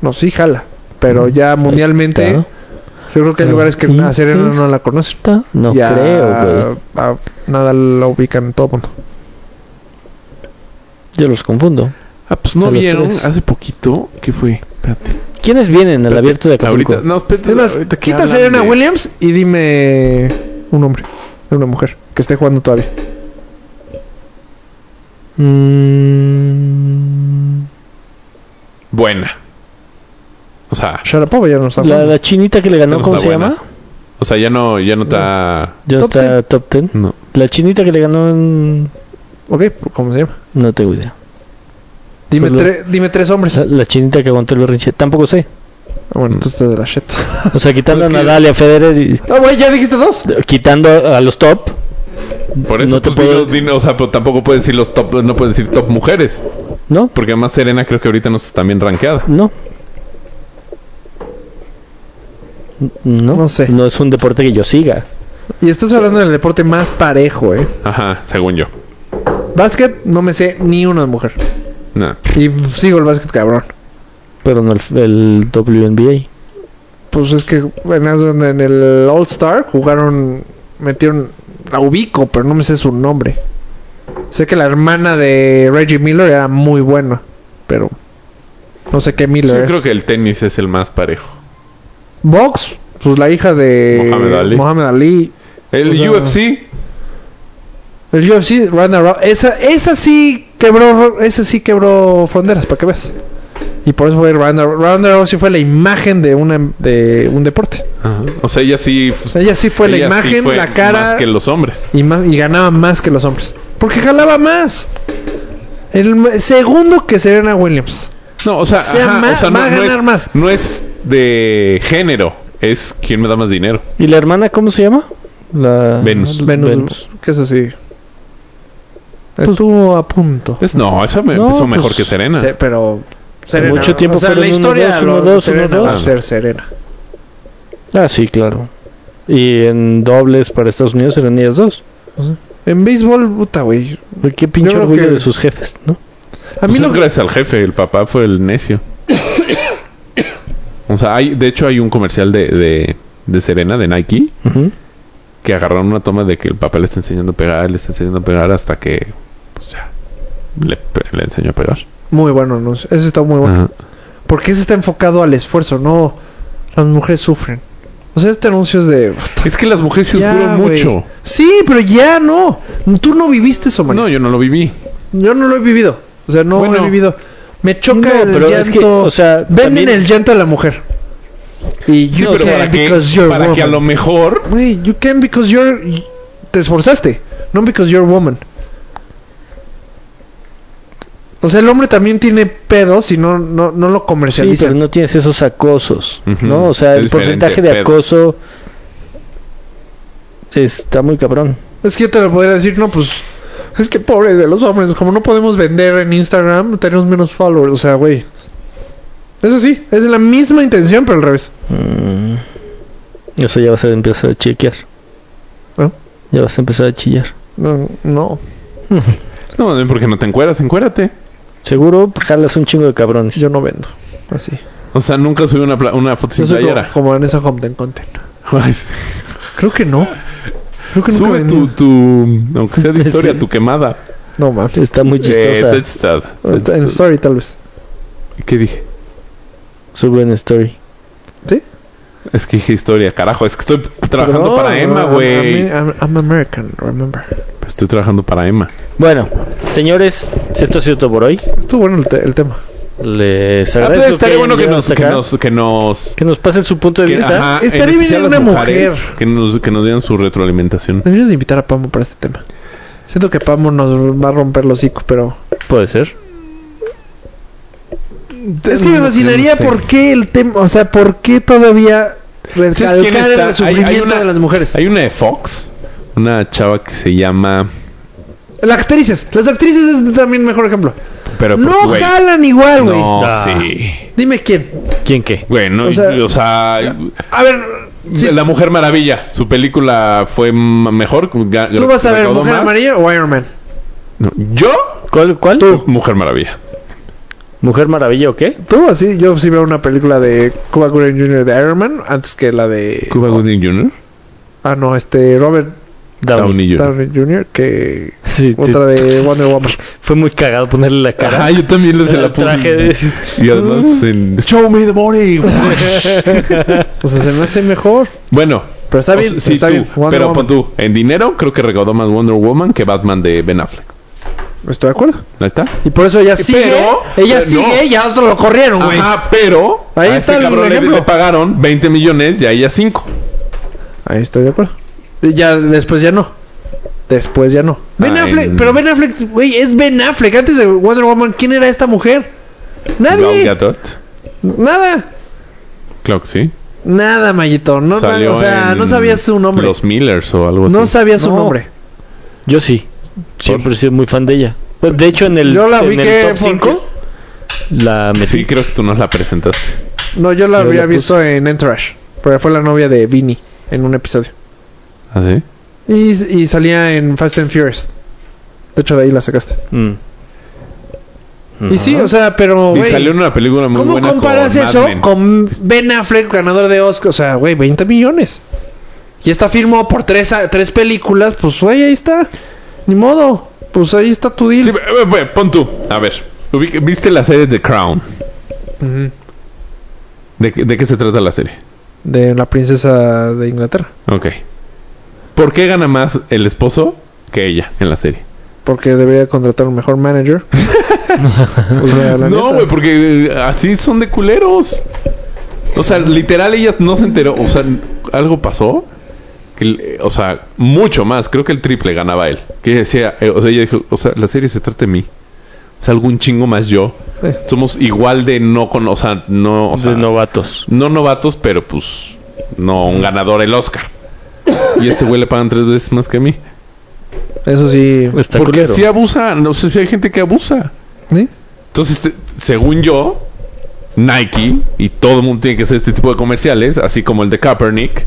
Speaker 3: No, sí jala.
Speaker 2: Mm,
Speaker 3: Pero ya mundialmente.
Speaker 1: Claro.
Speaker 3: Yo creo que hay
Speaker 1: Pero
Speaker 3: lugares que a Serena
Speaker 1: dices-
Speaker 2: Mm.
Speaker 3: no la conocen.
Speaker 1: Ta- No
Speaker 3: Ya
Speaker 1: creo, güey.
Speaker 3: a Nadal la ubican en todo mundo.
Speaker 1: Yo los confundo.
Speaker 2: Ah, pues
Speaker 1: A
Speaker 2: no
Speaker 1: los
Speaker 2: vieron
Speaker 1: tres.
Speaker 2: hace poquito. ¿Qué fue? Espérate.
Speaker 1: ¿Quiénes vienen al abierto de Acapulco?
Speaker 2: Ahorita, no, espérate.
Speaker 3: Es más,
Speaker 2: ahorita que
Speaker 3: quita a
Speaker 2: hablan
Speaker 3: Serena
Speaker 2: de-
Speaker 3: Williams y dime un hombre, una mujer, que esté jugando todavía.
Speaker 1: Mm,
Speaker 2: Buena. O sea,
Speaker 3: Sharapova ya no está
Speaker 1: la,
Speaker 3: jugando.
Speaker 1: la chinita que le ganó,
Speaker 2: No
Speaker 1: ¿cómo se
Speaker 2: está buena.
Speaker 1: llama?
Speaker 2: o sea, ya no, ya no está.
Speaker 1: Ya
Speaker 3: Top
Speaker 1: está top 10.
Speaker 2: No.
Speaker 1: La chinita que le ganó en...
Speaker 3: Ok, ¿cómo se llama?
Speaker 1: No tengo idea.
Speaker 3: Dime,
Speaker 1: Pues lo-
Speaker 3: tre- dime tres hombres.
Speaker 1: La,
Speaker 3: Ah,
Speaker 1: la chinita que aguantó el berrinche. Tampoco sé.
Speaker 3: bueno, entonces de la shit.
Speaker 1: O sea, quitando
Speaker 2: Pues
Speaker 1: a
Speaker 2: que-
Speaker 1: Nadal y a Federer y...
Speaker 3: No, güey, ya dijiste dos.
Speaker 1: Quitando a los top.
Speaker 2: Por eso,
Speaker 1: No te
Speaker 2: pues,
Speaker 1: puedo-
Speaker 2: dinos- dinos, o sea, pero tampoco puedes decir los top, no puedes decir top mujeres.
Speaker 1: ¿No?
Speaker 2: Porque además Serena creo que ahorita no está tan bien rankeada.
Speaker 1: No. No,
Speaker 3: No sé.
Speaker 1: No es un deporte que yo siga.
Speaker 3: Y estás hablando del deporte más parejo, ¿eh?
Speaker 2: Ajá, según yo.
Speaker 3: Básquet, no me sé ni una de mujer.
Speaker 2: No.
Speaker 3: Y sigo el básquet, cabrón.
Speaker 1: Pero no el, el WNBA.
Speaker 3: Pues es que en eso- en el All Star jugaron, metieron, la ubico, pero no me sé su nombre. Sé que la hermana de Reggie Miller era muy buena, pero no sé qué
Speaker 2: Sí,
Speaker 3: Miller
Speaker 2: yo
Speaker 3: es.
Speaker 2: creo que el tenis es el más parejo.
Speaker 3: Box, pues la hija de
Speaker 2: Mohamed Ali.
Speaker 3: Mohamed Ali.
Speaker 2: El
Speaker 3: O
Speaker 1: Pues
Speaker 3: sea-
Speaker 2: UFC,
Speaker 3: El UFC, Ronda Rousey, esa, esa sí quebró, esa sí quebró fronteras, para que veas. Y por eso fue Ronda, Ronda Rousey fue la imagen de una de un deporte.
Speaker 2: Ajá. o sea, ella sí. pues,
Speaker 3: O sea, ella sí
Speaker 1: Pues
Speaker 3: fue la
Speaker 2: ella sí
Speaker 3: imagen,
Speaker 2: fue
Speaker 3: la cara
Speaker 2: Más que los hombres.
Speaker 3: y más y ganaba más que los hombres, porque jalaba más. El m- segundo que Serena Williams.
Speaker 2: No, o sea,
Speaker 3: sea,
Speaker 2: ajá,
Speaker 3: ma-
Speaker 2: o sea, no,
Speaker 3: va a
Speaker 2: no
Speaker 3: ganar
Speaker 2: es,
Speaker 3: más.
Speaker 2: no es de género, es quién me da más dinero.
Speaker 1: ¿Y la hermana cómo se llama? La...
Speaker 2: Venus.
Speaker 3: Venus, que es así.
Speaker 1: Pues
Speaker 3: Estuvo a punto.
Speaker 2: Es- no, esa me
Speaker 1: No,
Speaker 2: empezó
Speaker 1: pues,
Speaker 2: mejor que Serena.
Speaker 3: Sí, pero
Speaker 1: Mucho tiempo
Speaker 3: o sea, la
Speaker 1: fueron uno,
Speaker 3: historia
Speaker 1: dos,
Speaker 3: lo-
Speaker 1: uno, dos,
Speaker 3: Serena
Speaker 1: uno,
Speaker 3: va a
Speaker 2: dos.
Speaker 3: ser Serena.
Speaker 1: Ah, sí, claro. Y en dobles para Estados Unidos eran ellas dos.
Speaker 3: En béisbol, puta, güey.
Speaker 1: Qué pinche
Speaker 3: creo
Speaker 1: orgullo
Speaker 3: que-
Speaker 1: de sus jefes, ¿no?
Speaker 3: A mí
Speaker 2: Pues
Speaker 3: lo
Speaker 2: es
Speaker 3: que-
Speaker 2: gracias al jefe, el papá fue el necio. o sea, hay, de hecho hay un comercial de, de, de Serena, de Nike,
Speaker 1: Ujú.
Speaker 2: que agarraron una toma de que el papá le está enseñando a pegar, le está enseñando a pegar hasta que, o sea, le, pe- le enseñó a pegar.
Speaker 3: Muy bueno, no sé. Ese está muy bueno.
Speaker 2: Ajá.
Speaker 3: Porque ese está enfocado al esfuerzo, no. Las mujeres sufren. O sea, este anuncio es de.
Speaker 2: Es que las mujeres se
Speaker 3: Ya,
Speaker 2: oscuran
Speaker 3: güey.
Speaker 2: mucho.
Speaker 3: Sí, pero ya no. Tú no viviste eso, man.
Speaker 2: No, yo no lo viví.
Speaker 3: Yo no lo he vivido. O sea, no
Speaker 2: Bueno.
Speaker 3: he vivido. Me choca
Speaker 1: No,
Speaker 3: el
Speaker 1: pero
Speaker 3: llanto.
Speaker 1: es que, o sea,
Speaker 3: Venden
Speaker 1: también-
Speaker 3: el llanto a la mujer. Y
Speaker 2: Sí,
Speaker 3: you
Speaker 2: pero
Speaker 3: can
Speaker 2: para, que,
Speaker 3: because you're
Speaker 2: para que a
Speaker 3: woman.
Speaker 2: lo mejor...
Speaker 3: Güey, you can because you're. Te esforzaste. No because you're woman. O O sea, el hombre también tiene pedos y no, no, no lo
Speaker 1: Sí,
Speaker 3: comercializa.
Speaker 1: pero no tienes esos acosos, ¿no?
Speaker 2: Ujú.
Speaker 1: O sea,
Speaker 2: Es
Speaker 1: el
Speaker 2: diferente,
Speaker 1: porcentaje de
Speaker 2: pero-
Speaker 1: acoso está muy cabrón.
Speaker 3: Es que yo te lo podría decir, no, pues. Es que pobre de los hombres, como no podemos vender en Instagram, tenemos menos followers. O sea, güey. Eso sí, es la misma intención, pero al revés.
Speaker 1: Mm. Eso ya vas a empezar a chequear.
Speaker 3: ¿No?
Speaker 1: Ya vas a empezar a chillar.
Speaker 3: No, no.
Speaker 2: No, no, porque no te encueras, encuérate.
Speaker 1: Seguro jalas un chingo de cabrones.
Speaker 3: yo no vendo. Así.
Speaker 2: O sea, nunca subí una, pla- una foto sin
Speaker 3: Yo soy como,
Speaker 2: playera.
Speaker 3: como en esa Home Content.
Speaker 2: Ay, sí.
Speaker 3: Creo que no. Creo que nunca
Speaker 2: Sube
Speaker 3: vendí.
Speaker 2: tu, tu, aunque sea de
Speaker 1: Sí.
Speaker 2: historia, tu quemada.
Speaker 3: No mames.
Speaker 1: Está muy
Speaker 2: Eh,
Speaker 1: chistosa.
Speaker 2: te estás-
Speaker 3: En Story, tal vez.
Speaker 2: ¿Qué dije?
Speaker 1: Sube en story.
Speaker 3: ¿Sí?
Speaker 2: Es que dije historia, carajo. Es que estoy trabajando
Speaker 3: Perdón,
Speaker 2: para Emma,
Speaker 3: I'm-
Speaker 2: güey.
Speaker 3: I'm, I'm American, remember.
Speaker 2: Estoy trabajando para Emma. Ah,
Speaker 1: Bueno, señores, esto ha sido todo por hoy.
Speaker 3: Estuvo bueno el, te- el tema.
Speaker 1: Les
Speaker 2: Ah,
Speaker 1: agradezco
Speaker 2: pues,
Speaker 1: que
Speaker 2: estaría
Speaker 1: hayan
Speaker 2: bueno que
Speaker 1: llegado
Speaker 2: nos,
Speaker 1: hasta
Speaker 2: que
Speaker 1: acá.
Speaker 2: nos, que nos,
Speaker 1: Que nos pasen su punto de
Speaker 2: que-
Speaker 1: vista.
Speaker 2: ajá,
Speaker 3: estaría
Speaker 2: en
Speaker 3: bien
Speaker 2: especial
Speaker 3: una
Speaker 2: las mujeres,
Speaker 3: mujer.
Speaker 2: Que nos, que nos dieran su retroalimentación.
Speaker 3: Deberías de invitar a Pamo para este tema. Siento que Pamo nos va a romper los hocico, pero...
Speaker 1: Puede ser.
Speaker 3: Es que me
Speaker 2: No,
Speaker 3: fascinaría
Speaker 2: no sé.
Speaker 3: por qué el tema... O sea, por qué todavía recalcar
Speaker 2: quién está? Hay- hay
Speaker 3: el sufrimiento
Speaker 2: una-
Speaker 3: de las mujeres.
Speaker 2: Hay una de Fox, una chava que se llama.
Speaker 3: Las actrices. Las actrices es también mejor ejemplo.
Speaker 2: Pero, pues,
Speaker 3: No
Speaker 2: güey,
Speaker 3: jalan igual, güey.
Speaker 2: No,
Speaker 1: Ah.
Speaker 2: sí.
Speaker 3: Dime quién.
Speaker 1: ¿Quién qué?
Speaker 2: Güey, no,
Speaker 3: O
Speaker 2: o
Speaker 3: sea-
Speaker 2: sea,
Speaker 3: A ver... sí,
Speaker 2: La Mujer Maravilla, su película fue m- mejor. ga-
Speaker 3: ¿Tú vas a ver
Speaker 2: recaudó
Speaker 3: Mujer
Speaker 2: más.
Speaker 3: Amarilla o Iron Man?
Speaker 2: No, ¿Yo?
Speaker 1: ¿Cuál? cuál?
Speaker 2: Mujer Maravilla.
Speaker 1: ¿Mujer Maravilla o qué?
Speaker 3: Tú así, yo sí veo una película de Cuba Gooding Jr. de Iron Man antes que la de...
Speaker 2: Cuba Gooding Jr.
Speaker 3: Ah, no, este Robert
Speaker 1: Downey.
Speaker 2: Downey Jr.
Speaker 3: Downey Jr. que
Speaker 1: Sí, te-
Speaker 3: otra de Wonder Woman.
Speaker 1: Fue muy cagado ponerle la cara.
Speaker 2: Ajá, yo también lo se
Speaker 1: El
Speaker 2: la puse.
Speaker 1: traje de-
Speaker 2: Y además en- Show me the money.
Speaker 3: O sea, se me hace mejor.
Speaker 2: bueno.
Speaker 3: Pero está
Speaker 2: o
Speaker 3: bien,
Speaker 2: sea, sí,
Speaker 3: está
Speaker 2: tú,
Speaker 3: bien. Wonder
Speaker 2: pero
Speaker 3: Woman.
Speaker 2: pon tú, en dinero creo que recaudó más Wonder Woman que Batman de Ben Affleck.
Speaker 3: Estoy de acuerdo.
Speaker 2: ¿No está?
Speaker 3: Y por eso ella sigue. ella
Speaker 2: Eh, pero no.
Speaker 3: sigue y a otro lo corrieron, güey.
Speaker 2: Ajá, pero
Speaker 3: Ahí
Speaker 2: a
Speaker 3: está
Speaker 2: este
Speaker 3: el
Speaker 2: cabrón le,
Speaker 3: ejemplo.
Speaker 2: le pagaron 20 millones y a ella 5.
Speaker 3: Ahí estoy de acuerdo. Y Ya después ya no. Después ya no. Ben
Speaker 2: Ah,
Speaker 3: Affleck,
Speaker 2: en-
Speaker 3: pero Ben Affleck, güey, es Ben Affleck. Antes de Wonder Woman, ¿quién era esta mujer?
Speaker 2: Gal
Speaker 3: Nadie.
Speaker 2: Gadot.
Speaker 3: Nada.
Speaker 2: Claro que sí.
Speaker 3: Nada, Mayito. No,
Speaker 2: Salió
Speaker 3: o sea,
Speaker 2: en
Speaker 3: no sabías su nombre.
Speaker 2: Los Millers o algo
Speaker 3: No
Speaker 2: así.
Speaker 3: sabía su
Speaker 1: No.
Speaker 3: nombre.
Speaker 1: Yo sí. Siempre he sido muy fan de ella. Pues, De hecho, en el,
Speaker 3: Yo la
Speaker 1: en
Speaker 3: vi
Speaker 1: el
Speaker 3: que
Speaker 1: top
Speaker 3: porque-
Speaker 1: 5 la metí.
Speaker 2: Sí, creo que tú nos la presentaste.
Speaker 3: No, yo la
Speaker 1: Yo
Speaker 3: había
Speaker 1: la puse.
Speaker 3: visto en Entourage. Pero fue la novia de Vinny en un episodio.
Speaker 2: ¿Ah, sí?
Speaker 3: Y, y salía en Fast and Furious. De hecho, de ahí la sacaste.
Speaker 1: Mm.
Speaker 3: Y sí, o sea, pero,
Speaker 2: y
Speaker 3: güey.
Speaker 2: salió en una película muy
Speaker 3: ¿Cómo
Speaker 2: buena
Speaker 3: comparas
Speaker 2: con Mad
Speaker 3: eso
Speaker 2: Men.
Speaker 3: con Ben Affleck, ganador de Oscar? O sea, güey, 20 millones. Y esta firmó por tres, a- tres películas. Pues, güey, ahí está. Ni modo. Pues ahí está tu deal.
Speaker 2: Sí, ve- ve- pon tú. A ver. ubique- ¿Viste la serie The Crown?
Speaker 3: Ujú.
Speaker 2: ¿De, qué- de qué se trata la serie?
Speaker 3: De la princesa de Inglaterra.
Speaker 2: Ok. ¿Por qué gana más el esposo que ella en la serie?
Speaker 3: Porque debería contratar un mejor manager. O sea,
Speaker 2: no,
Speaker 3: la neta.
Speaker 2: güey, porque eh, así son de culeros. O sea, literal ella no se enteró. O sea, algo pasó. que le- o sea, mucho más. Creo que el triple ganaba él. Que ella decía, eh, o sea, ella dijo, o sea, la serie se trata de mí. O sea, algún chingo más yo.
Speaker 3: Sí.
Speaker 2: Somos igual de no con, o sea, no, o sea,
Speaker 1: de novatos.
Speaker 2: no novatos, pero pues no un ganador el Oscar. Y a este güey le pagan tres veces más que a mí.
Speaker 3: Eso sí.
Speaker 1: Está
Speaker 2: Porque
Speaker 1: culero.
Speaker 2: si abusa, no sé si hay gente que abusa.
Speaker 3: ¿Sí?
Speaker 2: Entonces, te- según yo, Nike y todo el mundo tiene que hacer este tipo de comerciales, así como el de Kaepernick,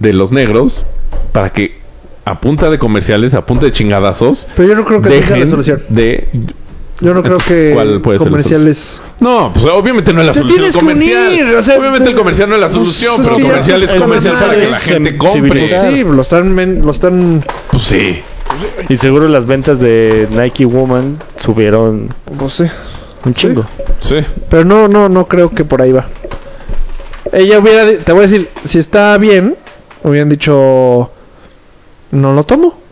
Speaker 2: de los negros, para que a punta de comerciales, a punta de chingadazos,
Speaker 3: Pero yo no creo que esa sea la
Speaker 2: dejen
Speaker 3: solución.
Speaker 2: de...
Speaker 3: Yo no creo
Speaker 2: Entonces,
Speaker 3: que
Speaker 2: ¿cuál puede ser la
Speaker 3: comerciales.
Speaker 2: No, pues obviamente no es la
Speaker 3: Te
Speaker 2: solución
Speaker 3: tienes que
Speaker 2: comercial.
Speaker 3: unir, o sea,
Speaker 2: obviamente
Speaker 3: te-
Speaker 2: el comercial no es la
Speaker 3: pues,
Speaker 2: solución,
Speaker 3: es
Speaker 2: pero
Speaker 3: que ya
Speaker 2: comercial es
Speaker 1: es
Speaker 2: comercial para que la
Speaker 1: comercial,
Speaker 2: gente
Speaker 1: es
Speaker 2: compre.
Speaker 1: civilizar.
Speaker 3: Sí, lo están, men- lo están
Speaker 2: Pues sí.
Speaker 1: Y seguro las ventas de Nike Woman subieron
Speaker 3: pues sí.
Speaker 1: un chingo.
Speaker 2: Sí.
Speaker 3: Pero no, no, no creo que por ahí va. Ella hubiera, di- te voy a decir, si está bien, hubieran dicho, no lo tomo.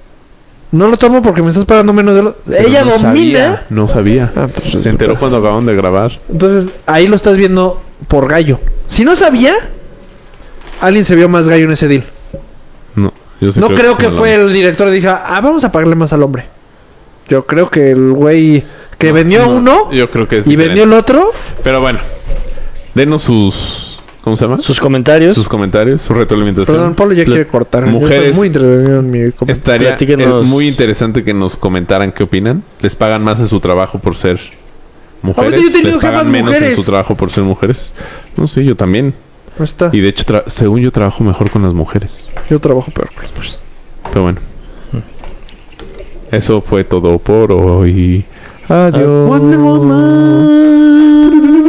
Speaker 3: No lo tomo porque me estás pagando menos de lo... Ella
Speaker 2: Pero no
Speaker 3: domina.
Speaker 2: sabía, no sabía.
Speaker 3: Ah, pues,
Speaker 2: Se enteró cuando acabaron de grabar.
Speaker 3: Entonces, ahí lo estás viendo por gallo. Si no sabía, alguien se vio más gallo en ese deal.
Speaker 2: No, yo sí
Speaker 3: No creo que
Speaker 2: no la-
Speaker 3: fue el director que dijo, ah, vamos a pagarle más al hombre. Yo creo que el güey Que vendió
Speaker 2: No,
Speaker 3: uno
Speaker 2: Yo creo que es
Speaker 3: y vendió el
Speaker 2: diferente.
Speaker 3: otro.
Speaker 2: Pero bueno, denos sus. ¿Cómo se llama? Sus,
Speaker 1: Sus comentarios.
Speaker 2: comentarios, su retroalimentación.
Speaker 3: Perdón, Pablo ya
Speaker 2: La-
Speaker 3: quiere cortar. Yo
Speaker 2: Mujeres,
Speaker 3: soy muy entretenido en mi com-
Speaker 2: estaría
Speaker 1: Platíquenos.
Speaker 2: eh, muy interesante que nos comentaran qué opinan. ¿Les pagan más en su trabajo por ser mujeres?
Speaker 3: Ahorita yo he tenido
Speaker 2: ¿Les pagan
Speaker 3: jefas
Speaker 2: menos
Speaker 3: mujeres.
Speaker 2: en su trabajo por ser mujeres? No sé, yo también.
Speaker 3: No está.
Speaker 2: Y de hecho, tra- según yo, trabajo mejor con las mujeres.
Speaker 3: Yo trabajo peor que los hombres.
Speaker 2: Pero bueno.
Speaker 3: Mm.
Speaker 2: Eso fue todo por hoy. Adiós.
Speaker 3: Wonder Woman.